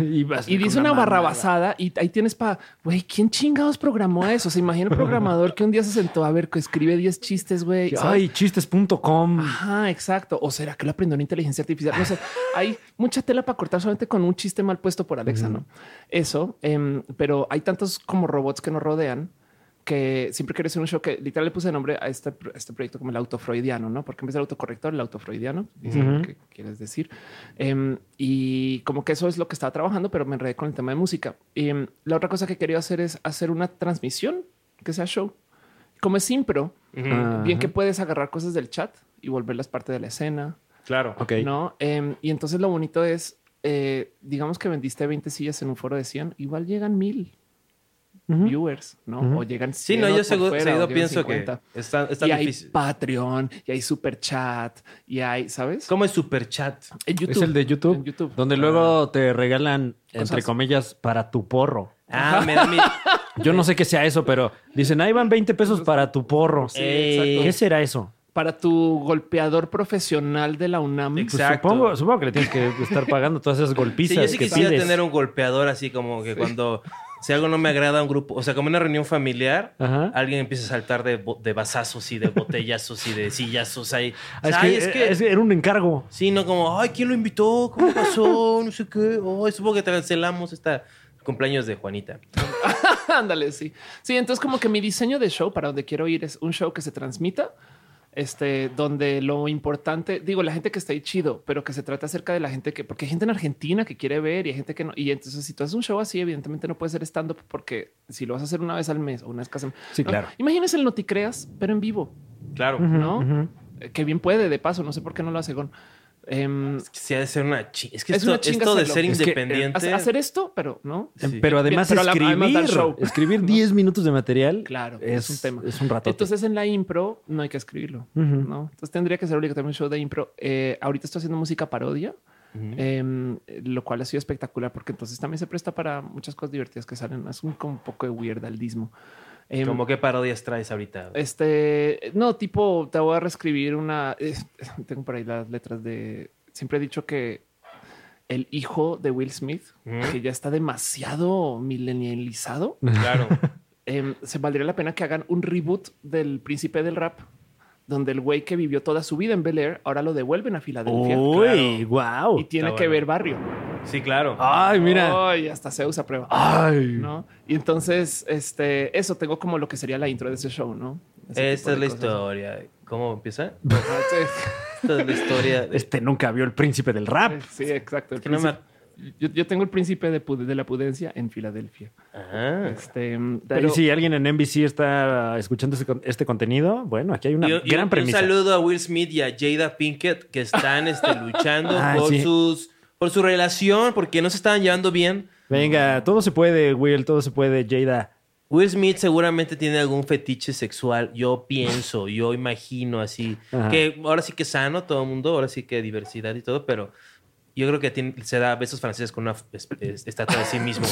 Speaker 2: y vas
Speaker 3: Y
Speaker 2: con
Speaker 3: dice una
Speaker 2: mamada.
Speaker 3: barrabasada y ahí tienes para, güey, ¿quién chingados programó eso? Se imagina un programador que un día se sentó a ver que escribe 10 chistes, güey.
Speaker 2: <laughs>
Speaker 3: ¿sabes? Ah,
Speaker 2: Ay, chistes.com.
Speaker 3: Ajá, exacto. O será que lo aprendió una inteligencia artificial. No sé, hay mucha tela para cortar solamente con un chiste mal puesto por Alexa, ¿no? Eso, em, pero hay tantos como robots que nos rodean que siempre quiero hacer un show que literal le puse nombre a este, pro- a este proyecto como el autofreudiano, ¿no? Porque en vez del autocorrector, el autofreudiano, dice lo que quieres decir. Em, y como que eso es lo que estaba trabajando, pero me enredé con el tema de música. Em, la otra cosa que quería hacer es hacer una transmisión que sea show. Como es impro, ah,
Speaker 2: Ajá.
Speaker 3: Bien que puedes agarrar cosas del chat y volverlas parte de la escena,
Speaker 1: Claro.
Speaker 2: Ok.
Speaker 3: ¿no? Em, y entonces lo bonito es, eh, digamos que vendiste 20 sillas en un foro de 100, igual llegan mil viewers, ¿no? O llegan 100
Speaker 1: Sí, no, yo
Speaker 3: por
Speaker 1: segu-
Speaker 3: fuera, o
Speaker 1: seguido
Speaker 3: llegan
Speaker 1: pienso
Speaker 3: 50.
Speaker 1: que está, está
Speaker 3: y hay
Speaker 1: difícil.
Speaker 3: Patreon, y hay Super Chat, y hay, ¿sabes?
Speaker 1: ¿Cómo es Superchat?
Speaker 3: En YouTube.
Speaker 2: Es el de YouTube,
Speaker 3: En YouTube.
Speaker 2: donde luego te regalan, entre
Speaker 3: Cosas.
Speaker 2: comillas, para tu porro.
Speaker 1: Ah, me da
Speaker 2: <laughs>
Speaker 1: mi...
Speaker 2: Yo no sé qué sea eso, pero dicen, ahí van 20 pesos para tu porro.
Speaker 1: Ey.
Speaker 2: ¿Qué será eso?
Speaker 3: Para tu golpeador profesional de la UNAM.
Speaker 1: Exacto.
Speaker 2: Pues supongo, supongo que le tienes que estar pagando todas esas golpizas
Speaker 1: Sí, yo sí
Speaker 2: que
Speaker 1: quisiera
Speaker 2: pides.
Speaker 1: tener un golpeador así como que cuando... Si algo no me agrada a un grupo, o sea, como en una reunión familiar,
Speaker 2: Ajá.
Speaker 1: alguien empieza a saltar de, bo- de basazos y de botellazos y de sillazos ahí.
Speaker 2: Ah, es,
Speaker 1: Ay,
Speaker 2: que, es que era un encargo.
Speaker 1: Sí, no como, ay, ¿quién lo invitó? ¿Cómo pasó? No sé qué. Ay, supongo que cancelamos esta cumpleaños de Juanita.
Speaker 3: <laughs> Ándale, sí. Sí, entonces como que mi diseño de show para donde quiero ir es un show que se transmita, este, donde lo importante, digo, la gente que está ahí chido, pero que se trata acerca de la gente que, porque hay gente en Argentina que quiere ver y hay gente que no. Y entonces si tú haces un show así, evidentemente no puede ser stand-up porque si lo vas a hacer una vez al mes o una vez cada semana.
Speaker 2: Sí,
Speaker 3: ¿no?
Speaker 2: claro.
Speaker 3: Imagínense el Noticreas, pero en vivo,
Speaker 1: Claro.
Speaker 3: ¿no? Eh, Que bien puede, de paso, no sé por qué no lo hace Gon. Em,
Speaker 1: Es que sí, ha de ser una chi- Es que
Speaker 3: Es
Speaker 1: esto,
Speaker 3: una chinga
Speaker 1: esto de
Speaker 3: hacerlo.
Speaker 1: ser
Speaker 2: Es que, eh,
Speaker 1: independiente.
Speaker 3: hace- hacer esto, pero no.
Speaker 1: Sí.
Speaker 2: Em, Pero además
Speaker 3: Pero la-
Speaker 2: escribir,
Speaker 3: además dar show.
Speaker 2: escribir 10 minutos de material
Speaker 3: Claro,
Speaker 2: es,
Speaker 3: es un tema.
Speaker 2: Es un rato.
Speaker 3: Entonces en la impro no hay que escribirlo, ¿no? Entonces tendría que ser obligatorio un show de impro. Eh, ahorita estoy haciendo música parodia Em, lo cual ha sido espectacular porque entonces también se presta para muchas cosas divertidas que salen. Es un, como un poco de weirdaldismo. Em,
Speaker 1: ¿Cómo qué parodias traes ahorita?
Speaker 3: este, no, tipo, te voy a reescribir una. es- <laughs> tengo por ahí las letras de. Siempre he dicho que el hijo de Will Smith,
Speaker 1: Ujú.
Speaker 3: que ya está demasiado milenializado,
Speaker 1: <laughs>
Speaker 3: <laughs>
Speaker 1: Claro.
Speaker 3: em, se valdría la pena que hagan un reboot del príncipe del rap, donde el güey que vivió toda su vida en Bel Air ahora lo devuelven a Filadelfia
Speaker 2: Oh, Uy, wow.
Speaker 3: y tiene
Speaker 1: Está
Speaker 3: que
Speaker 1: bueno.
Speaker 3: ver barrio.
Speaker 1: Sí, claro.
Speaker 3: Ah,
Speaker 2: Ay,
Speaker 1: Oh.
Speaker 2: mira.
Speaker 3: Ay, hasta Zeus aprueba.
Speaker 2: Ay.
Speaker 3: ¿no? Y entonces, este, eso tengo como lo que sería la intro de ese show, ¿no?
Speaker 1: Esta
Speaker 3: Ese
Speaker 1: es
Speaker 3: tipo
Speaker 1: la
Speaker 3: de cosas.
Speaker 1: historia. ¿Cómo empieza?
Speaker 3: Ajá,
Speaker 1: Esta es la historia.
Speaker 3: <laughs>
Speaker 1: de-
Speaker 2: Este nunca vio el príncipe del rap.
Speaker 3: Sí, <laughs> sí, exacto. El
Speaker 1: que no me-
Speaker 3: príncipe- yo, yo tengo el príncipe de, Pude- de la pudencia en Filadelfia.
Speaker 1: Ah.
Speaker 3: Este, mm,
Speaker 2: Pero
Speaker 3: pero-
Speaker 2: si alguien en NBC está escuchando este, con- este contenido, bueno, aquí hay una
Speaker 1: Y- y un-
Speaker 2: gran
Speaker 1: un,
Speaker 2: premisa.
Speaker 1: saludo a Will Smith y a Jada Pinkett que están
Speaker 3: <laughs>
Speaker 1: este, luchando
Speaker 2: Ah,
Speaker 1: por,
Speaker 2: sí.
Speaker 1: sus, por su relación porque no se estaban llevando bien.
Speaker 2: Venga, todo se puede, Will, todo se puede, Jada.
Speaker 1: Will Smith seguramente tiene algún fetiche sexual. Yo pienso, yo imagino así.
Speaker 2: Ajá.
Speaker 1: Que ahora sí que sano todo el mundo, ahora sí que diversidad y todo, pero yo creo que tiene- se da besos franceses con una f- es- es- estatua de sí
Speaker 2: <laughs>
Speaker 1: mismo.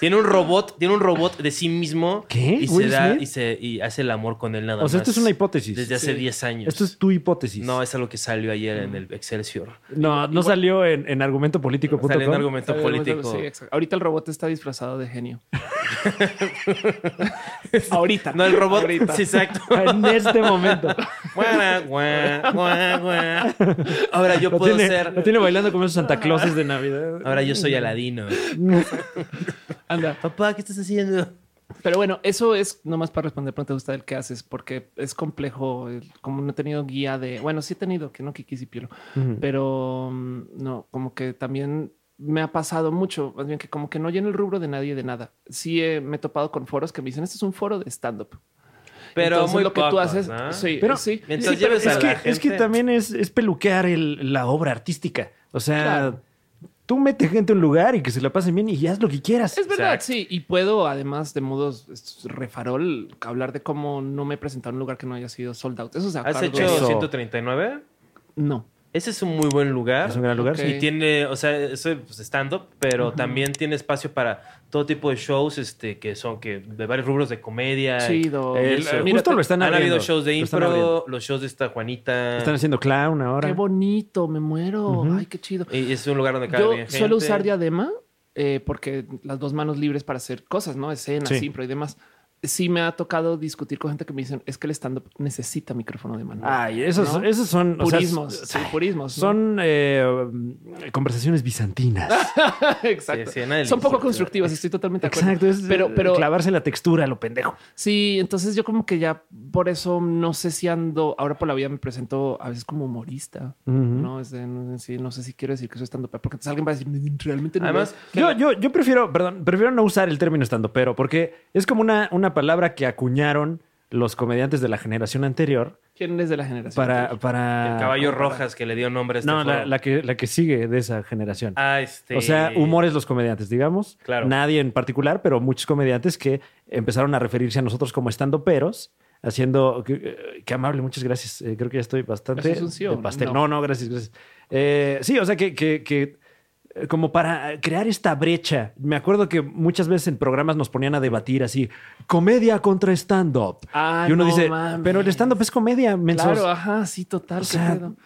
Speaker 1: tiene un robot, tiene un robot de sí mismo.
Speaker 2: ¿Qué?
Speaker 1: Y se
Speaker 2: ¿Will
Speaker 1: da
Speaker 2: Smith?
Speaker 1: y, se, y hace el amor con él nada más.
Speaker 2: O sea, esto es una hipótesis.
Speaker 1: Desde hace 10 años.
Speaker 2: Esto es tu hipótesis.
Speaker 1: No, es algo que salió ayer en el Excelsior.
Speaker 2: no, no salió en, en argumentopolitico.com.
Speaker 1: Salió en
Speaker 2: <laughs>
Speaker 1: argumento
Speaker 3: Sí,
Speaker 1: político.
Speaker 3: exacto. Ahorita el robot está disfrazado de genio. Ahorita.
Speaker 1: No, el robot.
Speaker 3: Ahorita.
Speaker 1: <laughs> Sí, exacto.
Speaker 2: <laughs> En este momento.
Speaker 1: Guara, guá, guá, guá. Ahora yo
Speaker 2: Lo
Speaker 1: puedo
Speaker 2: tiene,
Speaker 1: ser.
Speaker 2: lo tiene bailando como esos Santa Clauses de Navidad.
Speaker 1: Ahora yo soy Aladino.
Speaker 3: Anda.
Speaker 1: Papá, ¿qué estás haciendo?
Speaker 3: Pero bueno, eso es nomás para responder pronto a usted el que haces, porque es complejo. el- Como no he tenido guía de, bueno, sí he tenido que no Kikis y Piero, pero mm, no, como que también me ha pasado mucho, más bien que como que no lleno el rubro de nadie de nada. Sí eh, me he topado con foros que me dicen, este es un foro de stand up.
Speaker 1: Pero muy
Speaker 3: lo que tú
Speaker 1: pocos,
Speaker 3: haces,
Speaker 1: ¿no?
Speaker 3: sí,
Speaker 2: Pero-
Speaker 3: sí.
Speaker 1: Mientras
Speaker 3: Sí, pero
Speaker 1: lleves
Speaker 2: es,
Speaker 1: a
Speaker 2: que,
Speaker 1: la
Speaker 2: es que
Speaker 1: gente.
Speaker 2: también es, es peluquear el- la obra artística. O sea,
Speaker 3: Claro.
Speaker 2: tú mete gente a un lugar y que se la pasen bien y haz lo que quieras.
Speaker 3: Es verdad,
Speaker 1: Exacto.
Speaker 3: sí. Y puedo, además de modos es refarol, hablar de cómo no me he presentado en un lugar que no haya sido sold out. Eso se
Speaker 1: ¿Has
Speaker 3: acargo-
Speaker 1: hecho
Speaker 2: Eso.
Speaker 1: 139?
Speaker 3: No.
Speaker 1: Ese es un muy buen lugar.
Speaker 2: Es un gran lugar.
Speaker 3: Ok.
Speaker 2: sí.
Speaker 1: Y tiene, o sea, eso es pues, stand-up, pero también tiene espacio para todo tipo de shows este, que son que de varios rubros de comedia.
Speaker 3: Chido.
Speaker 1: Y
Speaker 2: El-
Speaker 1: eso.
Speaker 2: justo
Speaker 3: Mira,
Speaker 2: lo están
Speaker 1: Han
Speaker 2: abriendo.
Speaker 1: habido shows de
Speaker 2: lo están
Speaker 1: impro,
Speaker 2: abriendo.
Speaker 1: los shows de esta Juanita.
Speaker 2: Están haciendo clown ahora.
Speaker 3: Qué bonito, me muero. Ay, qué chido.
Speaker 1: Y es un lugar donde cae
Speaker 3: Yo
Speaker 1: bien gente.
Speaker 3: suelo usar diadema eh, porque las dos manos libres para hacer cosas, ¿no? Escenas,
Speaker 2: Sí.
Speaker 3: impro y demás. Sí me ha tocado discutir con gente que me dicen, es que el stand-up necesita micrófono de mano.
Speaker 1: Ah,
Speaker 2: Ay, esos,
Speaker 3: ¿No?
Speaker 2: esos son... o sea,
Speaker 3: purismos, sí, purismos. ¿no?
Speaker 2: son eh, conversaciones bizantinas.
Speaker 3: <laughs> Exacto.
Speaker 1: Sí, sí, nadie le
Speaker 3: son poco
Speaker 1: importa.
Speaker 3: constructivas, estoy totalmente de acuerdo.
Speaker 2: Exacto, es eh,
Speaker 3: pero, pero
Speaker 2: clavarse la textura, lo pendejo.
Speaker 3: sí, entonces yo como que ya por eso no sé si ando, ahora por la vida me presento a veces como humorista, ¿no? Es de, no, sé, no sé si quiero decir que soy stand-up, porque entonces alguien va a decir, realmente no.
Speaker 1: Además,
Speaker 2: Yo, yo, yo prefiero, perdón, prefiero no usar el término estando, pero porque es como una, una palabra que acuñaron los comediantes de la generación anterior
Speaker 3: ¿quién es de la generación?
Speaker 2: para. para
Speaker 1: el
Speaker 3: Ah,
Speaker 1: caballo rojas que le dio nombre a este
Speaker 2: No, la,
Speaker 1: foro.
Speaker 2: la que, la que sigue de esa generación.
Speaker 1: Ah, este...
Speaker 2: O sea, humores los comediantes, digamos.
Speaker 1: Claro.
Speaker 2: Nadie en particular, pero muchos comediantes que empezaron a referirse a nosotros como estando peros, haciendo. eh, Qué, qué amable, muchas gracias. Eh, creo que ya estoy bastante.
Speaker 3: ¿Eso es un sí o
Speaker 2: de pastel.
Speaker 3: no?
Speaker 2: No, no, gracias, gracias. Eh, sí, o sea, que, que- que, eh, como para crear esta brecha. Me acuerdo que muchas veces en programas nos ponían a debatir así: comedia contra stand-up.
Speaker 3: Ah,
Speaker 2: y uno
Speaker 3: no
Speaker 2: dice:
Speaker 3: mames.
Speaker 2: pero el stand-up es comedia, mensos.
Speaker 3: Claro, ajá, sí, total.
Speaker 2: O
Speaker 3: qué
Speaker 2: sea-
Speaker 3: pedo.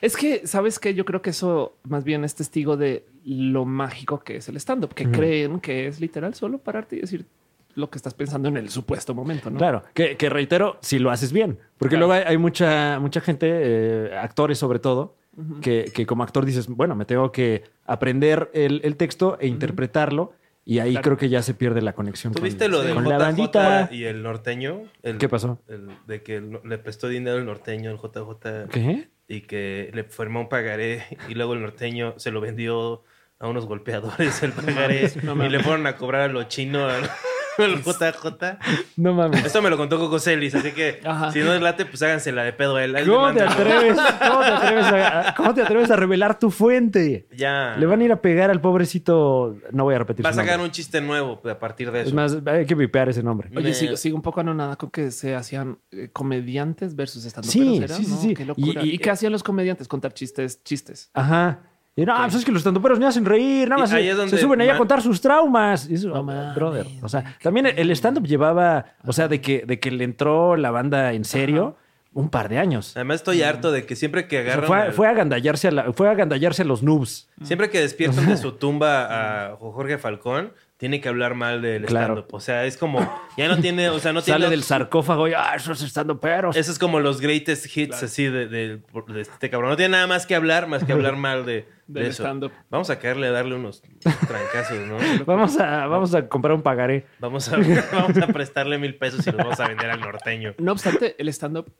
Speaker 3: Es que, ¿sabes qué? Yo creo que eso más bien es testigo de lo mágico que es el stand-up, que creen que es literal solo pararte y decir lo que estás pensando en el supuesto momento, ¿no?
Speaker 2: Claro, que, que reitero, si lo haces bien. Porque
Speaker 3: Claro.
Speaker 2: luego hay, hay mucha, mucha gente, eh, actores sobre todo, que, que como actor dices, bueno, me tengo que aprender el, el texto e interpretarlo. Y ahí
Speaker 3: Claro.
Speaker 2: creo que ya se pierde la conexión con,
Speaker 1: ¿Tuviste lo de
Speaker 2: con la bandita.
Speaker 1: JJ y el norteño? El-
Speaker 2: ¿Qué pasó?
Speaker 1: el- de que el- le prestó dinero el norteño, el JJ,
Speaker 2: ¿Qué?
Speaker 1: y que le firmó un pagaré y luego el norteño se lo vendió a unos golpeadores
Speaker 2: <laughs>
Speaker 1: el pagaré
Speaker 3: no mames.
Speaker 1: y le fueron a cobrar a lo chino al, <laughs> al JJ.
Speaker 2: No mames.
Speaker 1: Esto me lo contó Coco Celis, así que
Speaker 3: Ajá.
Speaker 1: si no es late, pues hágansela de pedo a él. Ahí le
Speaker 2: ¿Cómo te,
Speaker 1: mandan. <laughs>
Speaker 2: atreves, cómo te atreves a, cómo te atreves a revelar tu fuente?
Speaker 1: Ya.
Speaker 2: Le van a ir a pegar al pobrecito. No voy a repetir.
Speaker 1: Va a
Speaker 2: su
Speaker 1: sacar
Speaker 2: nombre.
Speaker 1: un chiste nuevo a partir de
Speaker 2: Es
Speaker 1: eso.
Speaker 2: más, hay que vipear ese nombre.
Speaker 3: Oye,
Speaker 1: Me-
Speaker 3: sigo, sigo un poco anonada con que se hacían eh, comediantes versus stand-up.
Speaker 2: Sí, sí, sí, sí.
Speaker 3: Qué locura.
Speaker 2: Y-
Speaker 3: Y,
Speaker 2: y-
Speaker 3: qué hacían los comediantes? Contar chistes, chistes.
Speaker 2: Ajá. Y no, pues es que los tantuperos ni hacen reír, nada
Speaker 1: Y
Speaker 2: más
Speaker 1: ahí
Speaker 2: se,
Speaker 1: es donde
Speaker 2: se suben ahí a
Speaker 1: ma-
Speaker 2: contar sus traumas. Y eso,
Speaker 3: No mames,
Speaker 2: brother. O sea, también el stand-up llevaba, o sea, de que, de que le entró la banda en serio un par de años.
Speaker 1: Además estoy harto de que siempre que
Speaker 2: O sea,
Speaker 1: agarran...
Speaker 2: fue, a-
Speaker 1: al-
Speaker 2: fue a agandallarse a la- fue a agandallarse a los noobs.
Speaker 1: Siempre que despiertan
Speaker 2: <laughs>
Speaker 1: de su tumba a Jorge Falcón, tiene que hablar mal del
Speaker 2: Claro.
Speaker 1: stand-up. O sea, es como... Ya no tiene... O sea, no tiene...
Speaker 2: Sale del sarcófago y, ah, esos stand-uperos.
Speaker 1: Eso es como los greatest hits así de, de- de este cabrón. No tiene nada más que hablar,
Speaker 2: <laughs>
Speaker 1: más que hablar mal de, de
Speaker 3: Del
Speaker 1: eso.
Speaker 3: stand-up.
Speaker 1: Vamos a caerle a darle unos trancazos,
Speaker 3: <laughs>
Speaker 1: ¿no?
Speaker 2: Vamos a, vamos a comprar un pagaré.
Speaker 1: Vamos a, <laughs> vamos a prestarle mil pesos y los vamos a vender al norteño.
Speaker 3: No obstante, el stand-up,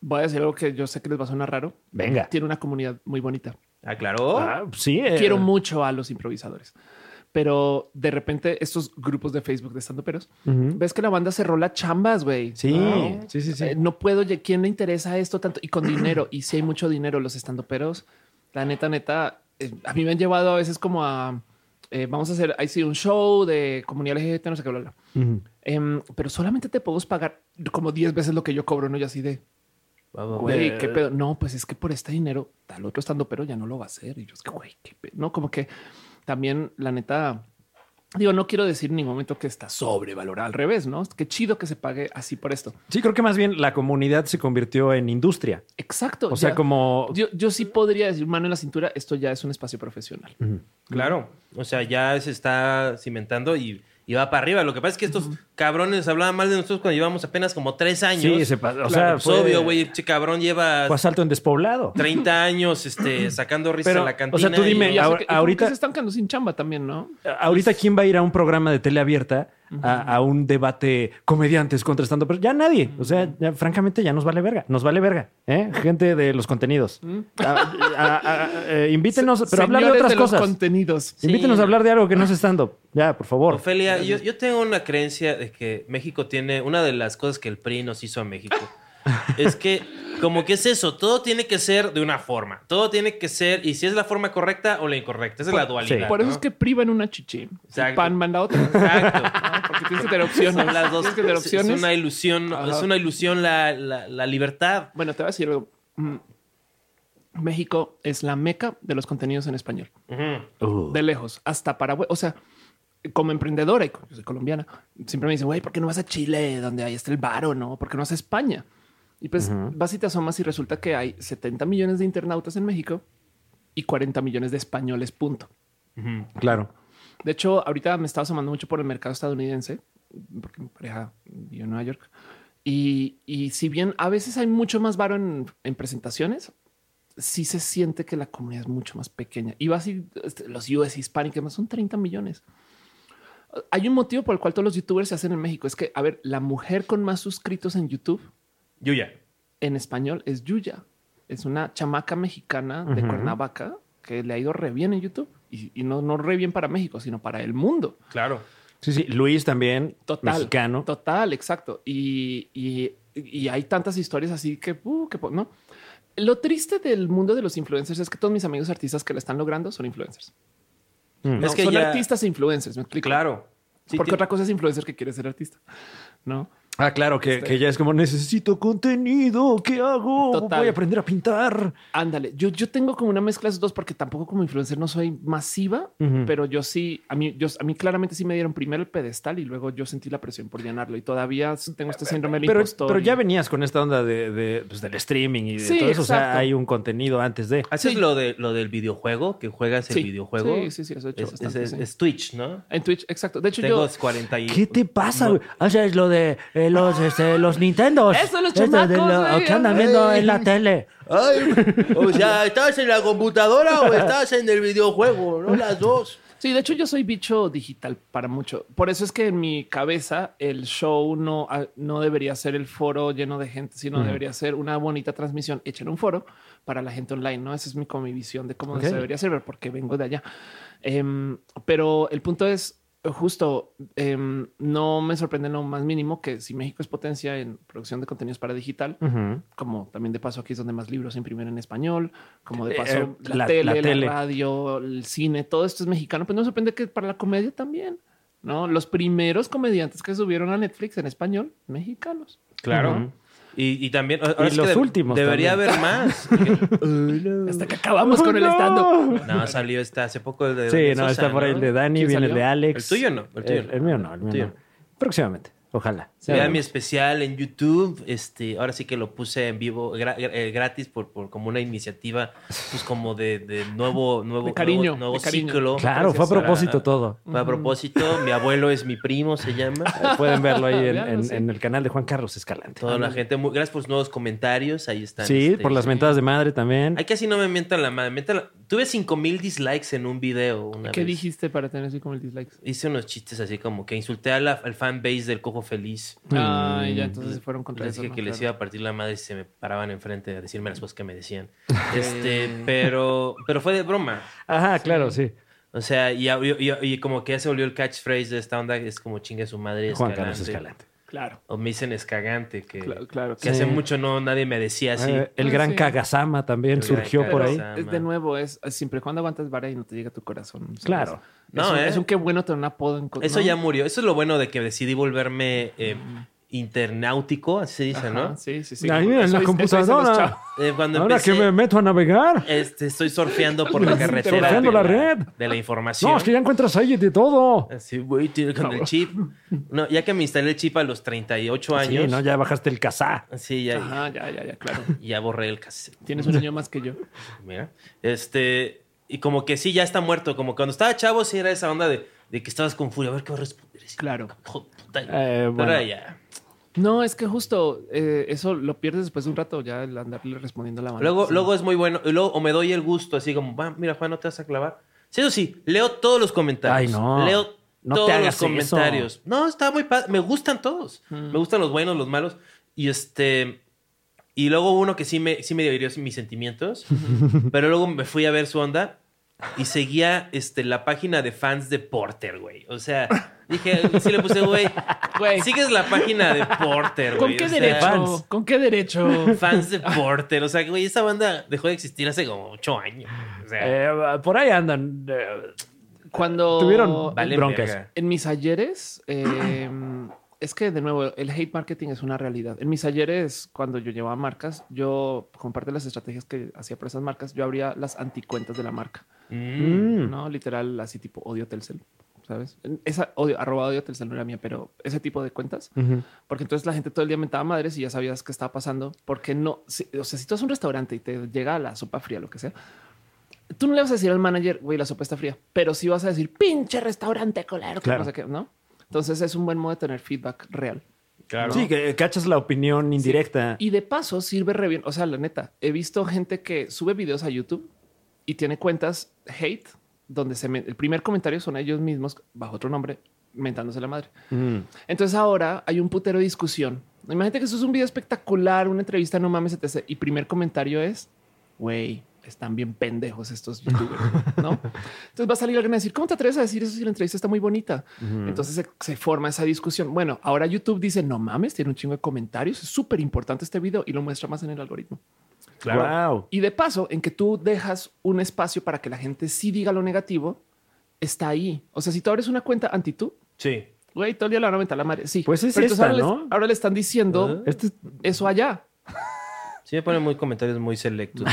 Speaker 3: voy a decir algo que yo sé que les va a sonar raro.
Speaker 2: Venga.
Speaker 3: Tiene una comunidad muy bonita.
Speaker 1: ¿Aclaró?
Speaker 2: Ah, sí. eh.
Speaker 3: Quiero mucho a los improvisadores. Pero de repente estos grupos de Facebook de stand peros,
Speaker 2: Ujú.
Speaker 3: ves que la banda cerró las chambas, güey.
Speaker 2: Sí,
Speaker 3: No.
Speaker 2: sí, sí, sí.
Speaker 3: Eh, no puedo, lle- ¿quién le interesa esto tanto? Y con dinero, y si hay mucho dinero, los estandoperos, la neta, neta, eh, a mí me han llevado a veces como a, eh, vamos a hacer, ahí sí, un show de comunidad LGBT, no sé qué, bla, bla.
Speaker 2: Ujú.
Speaker 3: Em, pero solamente te podemos pagar como 10 veces lo que yo cobro, ¿no? Y así de, güey, qué pedo. No, pues es que por este dinero, tal otro estando, pero ya no lo va a hacer. Y yo es que, güey, qué pedo. No, como que también la neta, digo, no quiero decir en ningún momento que está sobrevalorada al revés, ¿no? Qué chido que se pague así por esto.
Speaker 2: Sí, creo que más bien la comunidad se convirtió en industria.
Speaker 3: Exacto.
Speaker 2: O sea,
Speaker 3: ya.
Speaker 2: como
Speaker 3: Yo, yo sí podría decir mano en la cintura, esto ya es un espacio profesional.
Speaker 1: Claro. O sea, ya se está cimentando y, y va para arriba. Lo que pasa es que estos cabrones hablaban mal de nosotros cuando llevamos apenas como tres años.
Speaker 2: Sí, se pa- o sea,
Speaker 1: es
Speaker 2: fue-
Speaker 1: obvio, güey. Este cabrón lleva
Speaker 2: fue asalto en despoblado.
Speaker 1: 30 años
Speaker 2: <clears throat>
Speaker 1: este, sacando risa
Speaker 2: Pero,
Speaker 1: en la cantina.
Speaker 2: o sea, tú
Speaker 1: y-
Speaker 2: dime,
Speaker 3: Y ya sé
Speaker 2: ahor-
Speaker 3: que- y como
Speaker 2: ahorita-
Speaker 3: que se están quedando sin chamba también, ¿no?
Speaker 2: Ahorita, ¿quién va a ir a un programa de tele abierta a, a un debate comediantes contra stand Pero ya nadie. O sea, ya, francamente, ya nos vale verga. Nos vale verga. ¿eh? Gente de los contenidos. A- a- a- eh, invítenos, pero hablar de
Speaker 3: Señores
Speaker 2: otras
Speaker 3: los
Speaker 2: cosas.
Speaker 3: contenidos.
Speaker 2: Invítenos a hablar de algo que no es stand-up. Ya, por favor.
Speaker 1: Ofelia, yo, yo tengo una creencia de que México tiene una de las cosas que el PRI nos hizo a
Speaker 2: <laughs>
Speaker 1: México. es que, como que es eso, todo tiene que ser de una forma. Todo tiene que ser, y si es la forma correcta o la incorrecta. Esa es la dualidad.
Speaker 3: Por eso
Speaker 1: ¿no?
Speaker 3: es que privan una chichi.
Speaker 1: Exacto.
Speaker 3: Y Pan manda otra.
Speaker 1: Exacto.
Speaker 3: <laughs> Porque tienes que tener opciones.
Speaker 1: Son las dos.
Speaker 3: <laughs> Tienes que tener
Speaker 1: es- Es
Speaker 3: opciones.
Speaker 1: una ilusión,
Speaker 3: Ajá.
Speaker 1: es una ilusión la, la- la libertad.
Speaker 3: Bueno, te voy a decir algo. Mm. México es la meca de los contenidos en español. De lejos, hasta Paraguay. O sea, como emprendedora, y co- yo soy colombiana, siempre me dicen, güey, ¿por qué no vas a Chile, donde ahí está el varo, no? ¿Por qué no vas a España? Y pues vas y te asomas y resulta que hay 70 millones de internautas en México y 40 millones de españoles, punto.
Speaker 2: Claro.
Speaker 3: De hecho, ahorita me estaba asomando mucho por el mercado estadounidense, porque mi pareja vive en Nueva York. Y, y si bien a veces hay mucho más varo en, en presentaciones, sí se siente que la comunidad es mucho más pequeña. Y vas y este, los US Hispanic, además son 30 millones. Hay un motivo por el cual todos los youtubers se hacen en México. Es que, a ver, la mujer con más suscritos en YouTube
Speaker 1: Yuya.
Speaker 3: en español es Yuya. Es una chamaca mexicana de Cuernavaca que le ha ido re bien en YouTube. Y, y no, no re bien para México, sino para el mundo.
Speaker 1: Claro.
Speaker 2: Sí, sí. Luis también,
Speaker 3: Total.
Speaker 2: mexicano.
Speaker 3: Total, exacto. Y, y- y hay tantas historias así que, uh, que po- no. Lo triste del mundo de los influencers es que todos mis amigos artistas que la están logrando son influencers.
Speaker 2: Mm.
Speaker 3: No,
Speaker 1: Es que
Speaker 3: son
Speaker 1: ya-
Speaker 3: artistas e influencers, ¿me explico?
Speaker 1: Claro. Sí,
Speaker 3: Porque
Speaker 1: ti-
Speaker 3: otra cosa es influencer que quiere ser artista. No.
Speaker 2: Ah, claro,
Speaker 3: Este
Speaker 2: que, que ya es como necesito contenido. ¿Qué hago?
Speaker 3: Total.
Speaker 2: Voy a aprender a pintar.
Speaker 3: Ándale, yo, yo tengo como una mezcla de esos dos porque tampoco como influencer no soy masiva, pero yo sí, a mí, yo, a mí claramente sí me dieron primero el pedestal y luego yo sentí la presión por llenarlo y todavía tengo este síndrome del
Speaker 2: Pero,
Speaker 3: impostor.
Speaker 2: pero ya
Speaker 3: y-
Speaker 2: venías con esta onda de, de, pues, del streaming y de
Speaker 3: Sí,
Speaker 2: todo eso. O sea,
Speaker 3: exacto.
Speaker 2: hay un contenido antes de.
Speaker 1: Haces
Speaker 3: Sí.
Speaker 1: lo, de, lo del videojuego, que juegas el
Speaker 3: Sí.
Speaker 1: videojuego.
Speaker 3: Sí, sí, sí, eso he hecho
Speaker 1: Es- es,
Speaker 3: bastante,
Speaker 1: es-
Speaker 3: sí.
Speaker 1: es Twitch, ¿no?
Speaker 3: En Twitch, exacto. De hecho,
Speaker 1: Tengo
Speaker 3: yo...
Speaker 1: 40 y...
Speaker 2: ¿Qué te pasa, güey? O sea, es lo de eh, los, este, los Nintendos.
Speaker 3: Eso, los
Speaker 2: Esto de
Speaker 3: chamacos, güey.
Speaker 2: que andan viendo en la tele. <laughs>
Speaker 1: Ay, o sea, ¿estás en la computadora o estás en el videojuego?
Speaker 3: <laughs>
Speaker 1: No las dos.
Speaker 3: Sí, de hecho yo soy bicho digital para mucho. Por eso es que en mi cabeza el show no, ah, no debería ser el foro lleno de gente, sino debería ser una bonita transmisión hecha en un foro para la gente online. No, esa es mi, como mi visión de cómo
Speaker 2: Ok.
Speaker 3: se debería hacer, porque vengo de allá. Em, pero el punto es justo, em, no me sorprende en lo más mínimo que si México es potencia en producción de contenidos para digital, como también de paso aquí es donde más libros se imprimen en español, como de
Speaker 2: Eh,
Speaker 3: paso
Speaker 2: eh,
Speaker 3: la,
Speaker 2: la-
Speaker 3: tele,
Speaker 2: la
Speaker 3: la
Speaker 2: tele.
Speaker 3: radio, el cine, todo esto es mexicano, pues no me sorprende que para la comedia también, ¿no? Los primeros comediantes que subieron a Netflix en español, mexicanos.
Speaker 1: Claro.
Speaker 2: Ujú.
Speaker 1: Y, y también. ahora sí que
Speaker 2: los
Speaker 1: de-
Speaker 2: últimos
Speaker 1: Debería
Speaker 2: también.
Speaker 1: haber
Speaker 2: <laughs>
Speaker 1: más.
Speaker 3: Hasta que acabamos con el
Speaker 2: ¡No!
Speaker 3: estando.
Speaker 1: no, salió esta hace poco el de.
Speaker 2: Sí,
Speaker 1: Daniel
Speaker 2: no,
Speaker 1: Sosa,
Speaker 2: está por ahí el de Dani,
Speaker 3: ¿Quién
Speaker 2: viene el
Speaker 3: salió?
Speaker 2: de Alex.
Speaker 1: El tuyo no, el tuyo no.
Speaker 2: mío no, el mío
Speaker 1: tuyo
Speaker 2: no. Próximamente, ojalá.
Speaker 1: Vean mi especial en YouTube. Este, ahora sí que lo puse en vivo gra- gra- eh, gratis por, por como una iniciativa, pues como de, de nuevo, nuevo,
Speaker 3: De cariño,
Speaker 1: nuevo, nuevo
Speaker 3: de cariño.
Speaker 1: ciclo.
Speaker 2: Claro, fue a
Speaker 1: Para-
Speaker 2: propósito todo.
Speaker 1: fue a propósito, mi abuelo es mi primo, se
Speaker 2: <laughs>
Speaker 1: llama.
Speaker 2: Pueden
Speaker 1: <laughs>
Speaker 2: verlo ahí en,
Speaker 3: Veanlo,
Speaker 2: en-
Speaker 3: sí.
Speaker 2: en el canal de Juan Carlos Escalante.
Speaker 1: Ah. Toda la gente, muy- gracias por sus nuevos comentarios. Ahí están.
Speaker 2: Ah. Sí,
Speaker 1: este,
Speaker 2: por las mentadas de madre también.
Speaker 1: Ay, casi no me mientan la madre. mientan la- Tuve 5000 dislikes en un video. Una
Speaker 3: ¿Qué
Speaker 1: vez.
Speaker 3: dijiste para tener así como el dislike?
Speaker 1: Hice unos chistes así como que insulté a la- al fanbase del Cojo Feliz.
Speaker 2: Mm.
Speaker 3: Ah, ya entonces se fueron contra
Speaker 1: Mm. Les
Speaker 3: eso.
Speaker 1: dije
Speaker 3: ¿no?
Speaker 1: que les
Speaker 3: Claro.
Speaker 1: iba a partir la madre si se me paraban enfrente a decirme las cosas que me
Speaker 2: <laughs>
Speaker 1: decían. este, pero, pero fue de broma.
Speaker 2: Ajá, claro, sí.
Speaker 1: O sea, y, y- y- y como que ya se volvió el catchphrase de esta onda, es como chingue su madre.
Speaker 2: Juan
Speaker 1: Escalante.
Speaker 2: Carlos Escalante.
Speaker 3: Claro,
Speaker 1: O me dicen escagante, que,
Speaker 3: claro, claro.
Speaker 1: que
Speaker 3: sí.
Speaker 1: hace mucho no nadie me decía así.
Speaker 2: Eh, el
Speaker 3: Ah,
Speaker 2: gran
Speaker 3: sí.
Speaker 2: Kagasama también
Speaker 1: El gran
Speaker 2: surgió por ahí.
Speaker 1: Kagasama.
Speaker 3: Es de nuevo, es es siempre y cuando aguantas vara y no te llega a tu corazón. ¿sabes?
Speaker 2: Claro.
Speaker 3: Es
Speaker 1: No,
Speaker 3: un-
Speaker 1: ¿eh?
Speaker 3: Es un qué bueno tener un apodo en co-
Speaker 1: Eso
Speaker 3: ¿no?
Speaker 1: ya murió. Eso es lo bueno de que decidí volverme eh, internautico, así se dice,
Speaker 3: Ajá,
Speaker 1: ¿no?
Speaker 3: Ah, Sí, sí, sí.
Speaker 2: Ahí en la
Speaker 3: <laughs> Eso- eso dicen los
Speaker 2: computadora.
Speaker 3: chavos.
Speaker 1: Eh, cuando
Speaker 2: Ahora
Speaker 1: empecé,
Speaker 2: que me meto a navegar.
Speaker 1: este, estoy
Speaker 2: <laughs>
Speaker 1: surfeando por la carretera.
Speaker 2: Surfeando
Speaker 1: de
Speaker 2: la red.
Speaker 1: De la información.
Speaker 2: No, es que ya encuentras ahí de todo.
Speaker 1: Así, güey, tiene con el chip. No, ya que me instalé el chip a los 38
Speaker 2: Sí,
Speaker 1: años.
Speaker 2: ¿no? Ya bajaste el casá.
Speaker 1: Así, ya,
Speaker 3: Ajá, ya, ya,
Speaker 1: <laughs>
Speaker 3: ya, claro.
Speaker 1: ya borré el cassette.
Speaker 3: Tienes un año más que yo.
Speaker 1: Mira. Este. Y como que sí, ya está muerto. Como cuando estaba chavo, sí era esa onda de, de que estabas con furia. A ver qué va a responder. ese
Speaker 3: Claro.
Speaker 1: hijo de puta.
Speaker 2: Eh,
Speaker 1: Pero
Speaker 2: bueno.
Speaker 1: ahora ya.
Speaker 3: No, es que justo eh, eso lo pierdes después de un rato, ya el andarle respondiendo a la banda.
Speaker 1: Luego,
Speaker 3: Sí.
Speaker 1: luego es muy bueno. Y luego, o me doy el gusto, así como, va, mira, Juan, no te vas a clavar. Sí, eso sí, leo todos los comentarios.
Speaker 2: Ay, no.
Speaker 1: Leo
Speaker 2: No
Speaker 1: todos
Speaker 2: te
Speaker 1: los
Speaker 2: hagas eso. Mm.
Speaker 1: comentarios. No, está muy padre. Me gustan todos. Me gustan los buenos, los malos. Y este. Y luego uno que sí me, sí me dio mis
Speaker 2: <laughs>
Speaker 1: sentimientos. pero luego me fui a ver su onda y seguía este, la página de fans de Porter, güey. O sea, dije, sí le puse, güey,
Speaker 3: Güey.
Speaker 1: sigues la página de Porter,
Speaker 3: ¿Con
Speaker 1: güey.
Speaker 3: qué
Speaker 1: O sea,
Speaker 3: derecho?
Speaker 2: fans.
Speaker 3: ¿Con qué derecho?
Speaker 1: fans
Speaker 3: <laughs> Ah.
Speaker 1: de Porter. O sea, güey, esa banda dejó de existir hace como ocho años. O sea,
Speaker 2: Eh, por ahí andan. eh,
Speaker 3: Cuando
Speaker 2: Tuvieron-
Speaker 1: Oh, vale
Speaker 2: broncas.
Speaker 1: verga.
Speaker 3: en mis ayeres, eh, es que de nuevo, el hate marketing es una realidad. En mis ayeres, cuando yo llevaba marcas, yo comparte las estrategias que hacía para esas marcas, yo abría las anticuentas de la marca.
Speaker 1: Mm.
Speaker 3: ¿no? Literal, así tipo odio Telcel, ¿sabes? Esa odio, arroba odio Telcel no era mía, pero ese tipo de cuentas. Porque entonces la gente todo el día mentaba madres y ya sabías qué estaba pasando. Porque no, si- o sea, si tú vas a un restaurante y te llega la sopa fría, lo que sea, tú no le vas a decir al manager, güey, la sopa está fría, pero sí vas a decir, pinche restaurante colero, que
Speaker 2: Claro.
Speaker 3: no sé qué, ¿no? Entonces es un buen modo de tener feedback real.
Speaker 1: Claro.
Speaker 2: Sí, que cachas la opinión indirecta.
Speaker 3: Y de paso sirve re bien. O sea, la neta, he visto gente que sube videos a YouTube y tiene cuentas hate donde se men- el primer comentario son ellos mismos bajo otro nombre mentándose la madre.
Speaker 2: Mm.
Speaker 3: Entonces ahora hay un putero de discusión. Imagínate que eso es un video espectacular, una entrevista, no mames, etc. Y primer comentario es, güey, están bien pendejos estos youtubers, ¿no? Entonces va a salir alguien a decir, ¿cómo te atreves a decir eso si la entrevista está muy bonita? Entonces se, se forma esa discusión. Bueno, ahora YouTube dice, no mames, tiene un chingo de comentarios, es súper importante este video y lo muestra más en el algoritmo.
Speaker 2: Wow.
Speaker 3: Y de paso, en que tú dejas un espacio para que la gente sí diga lo negativo, está ahí. O sea, si tú abres una cuenta anti tú,
Speaker 1: Sí.
Speaker 3: Güey, todo el día la van a mentar la madre. Sí.
Speaker 2: Pues es
Speaker 3: entonces
Speaker 2: esta,
Speaker 3: ahora,
Speaker 2: ¿no?
Speaker 3: les, ahora le están diciendo
Speaker 1: <laughs>
Speaker 2: Este es-
Speaker 3: eso allá.
Speaker 1: Sí me ponen muy comentarios muy
Speaker 3: <laughs>
Speaker 1: selectos.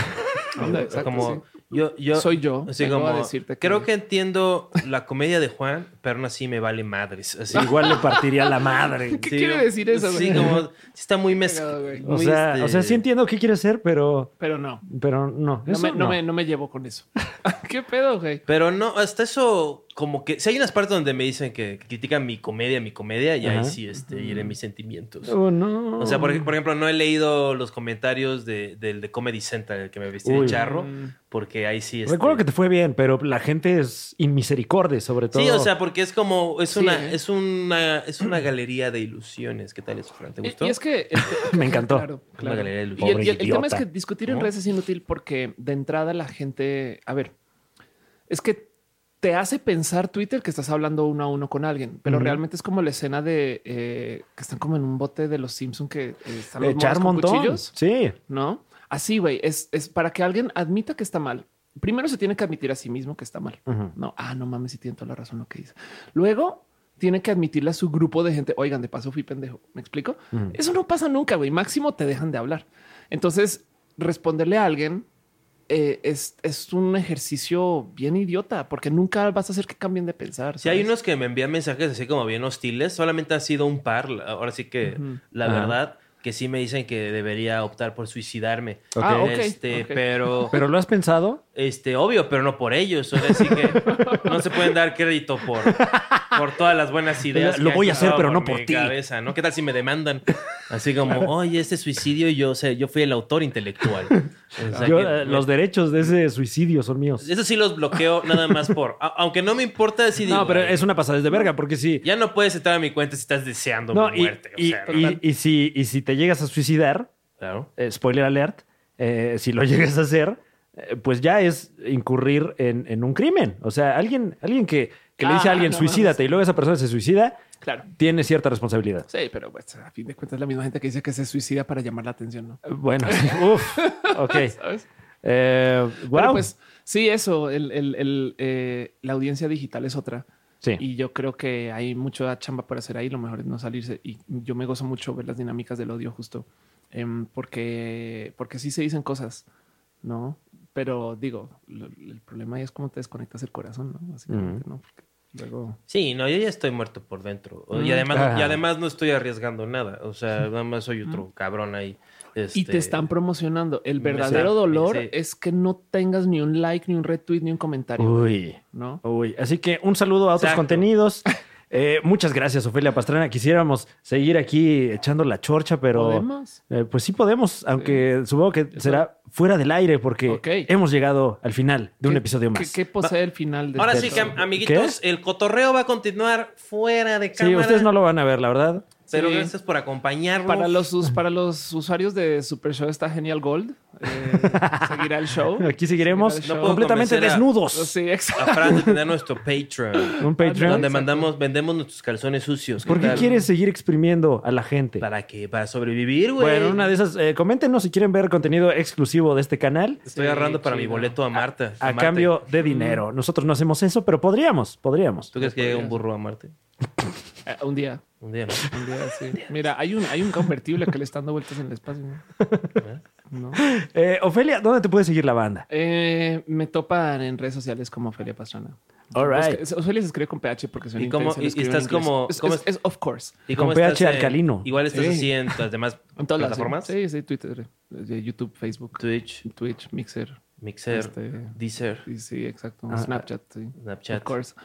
Speaker 3: Anda, exacto,
Speaker 1: como yo, yo
Speaker 3: Soy yo,
Speaker 1: así
Speaker 3: vengo
Speaker 1: como,
Speaker 3: a decirte que-
Speaker 1: creo que entiendo la comedia de Juan, pero aún así me vale madres. Así.
Speaker 2: Igual le partiría
Speaker 1: <laughs>
Speaker 2: la madre.
Speaker 1: Sí,
Speaker 3: Ah, quiere
Speaker 1: como-
Speaker 3: decir eso, güey?
Speaker 1: Sí, como sí está muy este
Speaker 3: Cagado,
Speaker 1: mezclado.
Speaker 3: güey.
Speaker 2: O sea, o sea, sí entiendo qué quiere hacer, pero,
Speaker 3: Pero no.
Speaker 2: pero no.
Speaker 3: No
Speaker 2: eso
Speaker 3: me, no
Speaker 2: no.
Speaker 3: me- no me llevo con eso. <laughs> ¿Qué pedo, güey?
Speaker 1: Pero no, hasta eso, como que si hay unas partes donde me dicen que, que critican mi comedia, mi comedia, y
Speaker 2: Ajá.
Speaker 1: ahí sí este, iré mis sentimientos.
Speaker 2: Oh, no.
Speaker 1: O sea, por, ej- por ejemplo, no he leído los comentarios de, del de Comedy Central, el que me vestí de
Speaker 2: Uy.
Speaker 1: charro,
Speaker 3: Mm.
Speaker 1: porque ahí sí. este-
Speaker 2: Recuerdo que te fue bien, pero la gente es inmisericordia, sobre todo.
Speaker 1: Sí, o sea, porque es como, es
Speaker 3: Sí,
Speaker 1: una,
Speaker 3: ¿eh?
Speaker 1: es una, es una galería de ilusiones. ¿Qué tal eso, Fran? ¿Te
Speaker 3: Y-
Speaker 1: gustó?
Speaker 3: Y es que el-
Speaker 2: <laughs> <laughs> Me encantó.
Speaker 3: Claro,
Speaker 1: Una
Speaker 3: claro.
Speaker 1: galería de
Speaker 3: Y el-
Speaker 1: lujo.
Speaker 3: y el,
Speaker 2: Pobre
Speaker 3: tema es
Speaker 2: idiota.
Speaker 3: que discutir en
Speaker 1: ¿No?
Speaker 3: redes es inútil porque de entrada la gente, a ver, es que te hace pensar Twitter que estás hablando uno a uno con alguien, pero
Speaker 2: Ujú.
Speaker 3: realmente es como la escena de eh, que están como en un bote de los Simpson que eh, están los
Speaker 2: echar
Speaker 3: monos
Speaker 2: montón.
Speaker 3: con cuchillos.
Speaker 2: Sí.
Speaker 3: ¿no? Así, güey, es, es para que alguien admita que está mal. Primero se tiene que admitir a sí mismo que está mal.
Speaker 2: Ujú.
Speaker 3: No, ah, no mames, si tiene toda la razón lo que dice. Luego tiene que admitirle a su grupo de gente, oigan, de paso fui pendejo, ¿me explico? Eso no pasa nunca, güey, máximo te dejan de hablar. Entonces, responderle a alguien eh, es, es un ejercicio bien idiota, porque nunca vas a hacer que cambien de pensar.
Speaker 1: Si hay
Speaker 3: ¿sabes?
Speaker 1: unos que me envían mensajes así como bien hostiles, solamente ha sido un par. la- Ahora sí que la
Speaker 2: Ajá.
Speaker 1: verdad que sí me dicen que debería optar por suicidarme.
Speaker 3: Ah, ok,
Speaker 1: Este,
Speaker 3: ok.
Speaker 1: pero
Speaker 2: ¿Pero lo has pensado?
Speaker 1: este obvio, pero no por ellos, ahora sí que no se pueden dar crédito por por todas las buenas ideas.
Speaker 2: Lo
Speaker 1: que
Speaker 2: voy a
Speaker 1: han
Speaker 2: hacer,
Speaker 1: pasado
Speaker 2: pero no por
Speaker 1: mi
Speaker 2: ti.
Speaker 1: cabeza, ¿no? ¿Qué tal si me demandan? Así como, "Oye, este suicidio yo sé, yo fui el autor intelectual." O sea
Speaker 2: Yo,
Speaker 1: que-
Speaker 2: eh, los derechos de ese suicidio son míos.
Speaker 1: eso sí los bloqueo nada más por. a- aunque no me importa si digo,
Speaker 2: No, pero
Speaker 1: "Ay,
Speaker 2: es una pasada de verga, porque si...
Speaker 1: Ya no puedes entrar a mi cuenta si estás deseando
Speaker 2: No,
Speaker 1: mi
Speaker 2: y,
Speaker 1: muerte. o
Speaker 2: y-
Speaker 1: sea,
Speaker 2: y- y si, y si te llegas a suicidar,
Speaker 1: claro.
Speaker 2: eh, spoiler alert, eh, si lo <laughs> llegas a hacer, eh, pues ya es incurrir en, en un crimen. O sea, alguien, alguien que, que le dice a
Speaker 3: Ah,
Speaker 2: alguien,
Speaker 3: no
Speaker 2: suicídate,
Speaker 3: mames.
Speaker 2: y luego esa persona se suicida,
Speaker 3: Claro.
Speaker 2: tiene cierta
Speaker 3: <laughs>
Speaker 2: responsabilidad.
Speaker 3: Sí, pero pues, a fin de cuentas, la misma gente que dice que se suicida para llamar la atención, ¿no?
Speaker 2: Eh, Bueno, <laughs> sí. Uf,
Speaker 3: <laughs>
Speaker 2: ok.
Speaker 3: ¿Sabes?
Speaker 2: Eh,
Speaker 3: Pero
Speaker 2: wow.
Speaker 3: pues sí, eso, el, el- el, eh, la audiencia digital es otra.
Speaker 2: sí.
Speaker 3: Y yo creo que hay mucha chamba por hacer ahí. Lo mejor es no salirse. Y yo me gozo mucho ver las dinámicas del odio justo. em, porque, porque sí se dicen cosas, ¿no? Pero digo, lo- el problema ahí es cómo te desconectas el corazón, ¿no? Básicamente, ¿no? Porque luego...
Speaker 1: Sí, no, yo ya estoy muerto por dentro. O- Y
Speaker 3: Mm.
Speaker 1: además,
Speaker 2: Ah.
Speaker 1: y además no estoy arriesgando nada. O sea, nada más soy
Speaker 2: Mm.
Speaker 1: otro cabrón ahí.
Speaker 3: Y te
Speaker 1: este,
Speaker 3: están promocionando. El
Speaker 1: me
Speaker 3: verdadero
Speaker 1: sa-
Speaker 3: dolor
Speaker 1: sí.
Speaker 3: es que no tengas ni un like, ni un retweet, ni un comentario,
Speaker 2: Uy.
Speaker 3: ¿no?
Speaker 2: Uy, así que un saludo a otros
Speaker 1: Exacto.
Speaker 2: contenidos. Eh, muchas gracias, Ofelia Pastrana. Quisiéramos seguir aquí echando la chorcha, pero
Speaker 3: ¿Podemos?
Speaker 2: eh, pues sí podemos, aunque supongo que será fuera del aire porque
Speaker 3: Ok.
Speaker 2: hemos llegado al final de un
Speaker 3: ¿Qué-
Speaker 2: episodio
Speaker 3: qué-
Speaker 2: más.
Speaker 3: ¿Qué, posee el final de
Speaker 1: Ahora
Speaker 3: este
Speaker 1: sí que,
Speaker 3: episodio?
Speaker 1: amiguitos, el cotorreo va a continuar fuera de
Speaker 2: Sí,
Speaker 1: cámara.
Speaker 2: ustedes no lo van a ver, la verdad.
Speaker 1: Pero
Speaker 3: Sí.
Speaker 1: gracias por acompañarnos.
Speaker 3: Para los, us- para los usuarios de Super Show está Genial Gold.
Speaker 1: <laughs>
Speaker 3: Eh, seguirá el show.
Speaker 2: Aquí seguiremos
Speaker 3: Seguirá el show.
Speaker 2: completamente
Speaker 1: convencer a-
Speaker 2: desnudos.
Speaker 3: Sí, exacto.
Speaker 1: A Fran de tener nuestro Patreon.
Speaker 2: Un <laughs> Patreon.
Speaker 1: Donde mandamos, vendemos nuestros calzones sucios.
Speaker 2: ¿Por qué
Speaker 1: tal?
Speaker 2: quieres seguir exprimiendo a la gente?
Speaker 1: ¿Para qué? Para sobrevivir, güey.
Speaker 2: Bueno, una de esas, eh, coméntenos si quieren ver contenido exclusivo de este canal.
Speaker 1: Estoy
Speaker 3: Sí,
Speaker 1: ahorrando para mi
Speaker 3: chido.
Speaker 1: boleto a Marta.
Speaker 2: A
Speaker 1: Marte.
Speaker 2: cambio de dinero. Nosotros no hacemos eso, pero podríamos, podríamos.
Speaker 1: ¿Tú crees que llegue un burro a Marte?
Speaker 3: Eh, un día.
Speaker 1: Un día, ¿no?
Speaker 3: Un día, sí. Mira, hay un, hay un convertible que le está dando vueltas en el espacio. ¿no? No.
Speaker 2: Eh, Ofelia, ¿dónde te puede seguir la banda?
Speaker 3: Eh, me topan en redes sociales como Ofelia Pastrana.
Speaker 2: All right.
Speaker 3: Busca- Ofelia se escribe con PH porque suena
Speaker 1: ¿Y cómo-
Speaker 3: intenso, lo
Speaker 1: y- y
Speaker 3: escribo en
Speaker 1: estás
Speaker 3: inglés.
Speaker 1: como-
Speaker 3: Es,
Speaker 1: cómo
Speaker 3: es-
Speaker 1: es-
Speaker 3: es of course.
Speaker 1: ¿Y
Speaker 2: Con
Speaker 1: cómo estás,
Speaker 2: pH
Speaker 1: eh?
Speaker 2: alcalino.
Speaker 1: Igual estás
Speaker 3: Sí.
Speaker 1: así en las
Speaker 2: <laughs>
Speaker 1: demás
Speaker 3: En todas las
Speaker 1: plataformas.
Speaker 3: Sí, sí, Twitter, eh, YouTube, Facebook,
Speaker 1: Twitch,
Speaker 3: Twitch, Mixer.
Speaker 1: Mixer,
Speaker 3: Este-
Speaker 1: Deezer,
Speaker 3: Sí, sí, exacto.
Speaker 2: Ah,
Speaker 3: Snapchat, sí.
Speaker 1: Snapchat.
Speaker 3: Of course.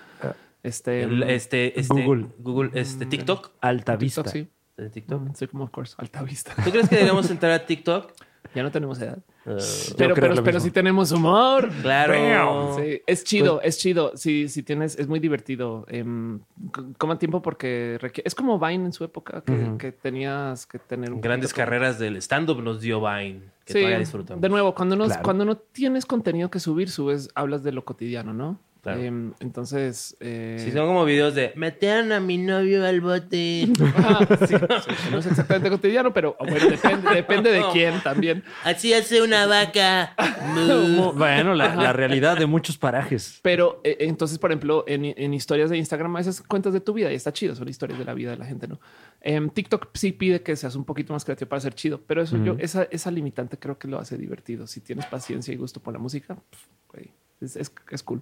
Speaker 3: Este,
Speaker 1: Ah. el- este, este,
Speaker 2: Google.
Speaker 1: Google, este, TikTok.
Speaker 2: Alta vista.
Speaker 3: TikTok, sí.
Speaker 1: ¿De TikTok.
Speaker 3: Mm, Soy como, of course,
Speaker 1: <laughs>
Speaker 3: alta vista.
Speaker 1: ¿Tú crees que deberíamos entrar a TikTok?
Speaker 3: Ya no tenemos edad.
Speaker 2: Ah.
Speaker 1: Eh,
Speaker 3: Pero,
Speaker 2: creo lo
Speaker 3: pero, pero
Speaker 2: mismo.
Speaker 3: sí tenemos humor.
Speaker 1: claro. Pues
Speaker 3: Sí, es chido, es chido. Si, si tienes, es muy divertido. Em, c- coman tiempo porque requiere- es como Vine en su época que, que tenías que tener un
Speaker 1: Grandes
Speaker 3: poquito-
Speaker 1: carreras del stand-up nos dio Vine, que
Speaker 3: Sí,
Speaker 1: todavía disfrutamos.
Speaker 3: De nuevo, cuando no,
Speaker 2: Claro.
Speaker 3: cuando no tienes contenido que subir, subes, hablas de lo cotidiano, ¿no?
Speaker 1: Claro.
Speaker 3: Em, entonces, eh,
Speaker 1: Si
Speaker 3: <laughs>
Speaker 1: son como videos de metieron a mi novio al bote,
Speaker 3: Ah,
Speaker 1: <laughs>
Speaker 3: sí, sí, no es exactamente cotidiano, pero bueno, depende, depende de quién también.
Speaker 1: así hace una vaca.
Speaker 3: <laughs>
Speaker 1: Mu.
Speaker 2: <laughs> Bueno, la, la realidad de muchos parajes.
Speaker 3: Pero eh, entonces, por ejemplo, en, en historias de Instagram, esas cuentas de tu vida y está chido, son historias de la vida de la gente, ¿no? Em, TikTok sí pide que seas un poquito más creativo para ser chido, pero eso yo, esa, esa limitante creo que lo hace divertido. Si tienes paciencia y gusto por la música, pf, güey, es, es- es cool.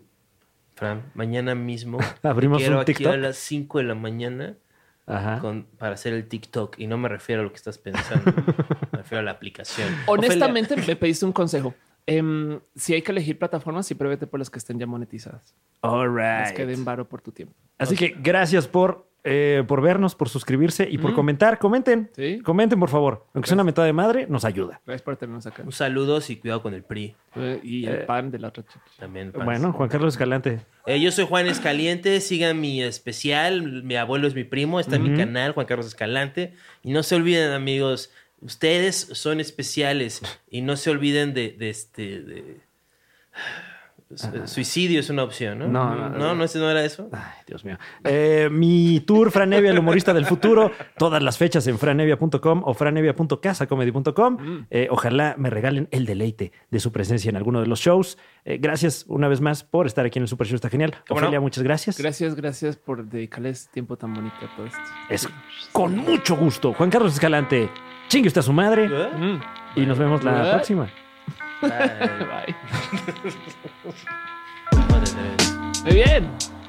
Speaker 1: Fran, mañana mismo
Speaker 2: Abrimos
Speaker 1: te quiero
Speaker 2: un
Speaker 1: aquí
Speaker 2: TikTok. Ah.
Speaker 1: a las 5 de la mañana
Speaker 2: Ajá.
Speaker 1: con- para hacer el TikTok. Y no me refiero a lo que estás pensando. me refiero a la aplicación.
Speaker 3: <laughs> Honestamente, me pediste un consejo. Em, si hay que elegir plataformas, siempre vete por las que estén ya monetizadas.
Speaker 2: All
Speaker 3: Las que
Speaker 2: right.
Speaker 3: den varo por tu tiempo.
Speaker 2: Así que gracias por, eh, por vernos, por suscribirse y por comentar. Comenten.
Speaker 3: Sí.
Speaker 2: Comenten, por favor. Aunque sea una metada de madre, nos ayuda.
Speaker 3: Gracias por tenernos acá.
Speaker 1: Un saludo y cuidado con el PRI
Speaker 3: Pues, Eh, Y el pan de la otra chica.
Speaker 1: también. Paz.
Speaker 2: Bueno, Juan Carlos Escalante.
Speaker 1: Eh, yo soy Juan Escaliente. Sigan mi especial. Mi abuelo es mi primo. Está en mi canal, Juan Carlos Escalante. Y no se olviden, amigos, ustedes <sighs> son especiales. Y no se olviden de, de este. de- pues, eh, suicidio es una opción, ¿no?
Speaker 2: No, no,
Speaker 1: no, no, ese no era
Speaker 2: <laughs>
Speaker 1: eso.
Speaker 2: Ay, Dios mío. Eh, mi tour, Fran Evia, el humorista del futuro. Todas las fechas en franevia.com o
Speaker 1: Mm.
Speaker 2: franevia.casacomedy.com. Eh, ojalá me regalen el deleite de su presencia en alguno de los shows. Eh, gracias una vez más por estar aquí en el Super Show. Está genial.
Speaker 1: ¿Cómo no?
Speaker 2: Ofelia, muchas gracias.
Speaker 3: Gracias, gracias por dedicarle este tiempo tan bonito a todo esto.
Speaker 2: Es con mucho gusto. Juan Carlos Escalante, chingue usted a su madre.
Speaker 1: ¿Eh?
Speaker 3: Mm.
Speaker 2: Y nos vemos la
Speaker 3: ¿Verdad?
Speaker 2: próxima.
Speaker 1: Ay,
Speaker 3: <laughs> Bye.
Speaker 1: madre de-
Speaker 3: Muy bien.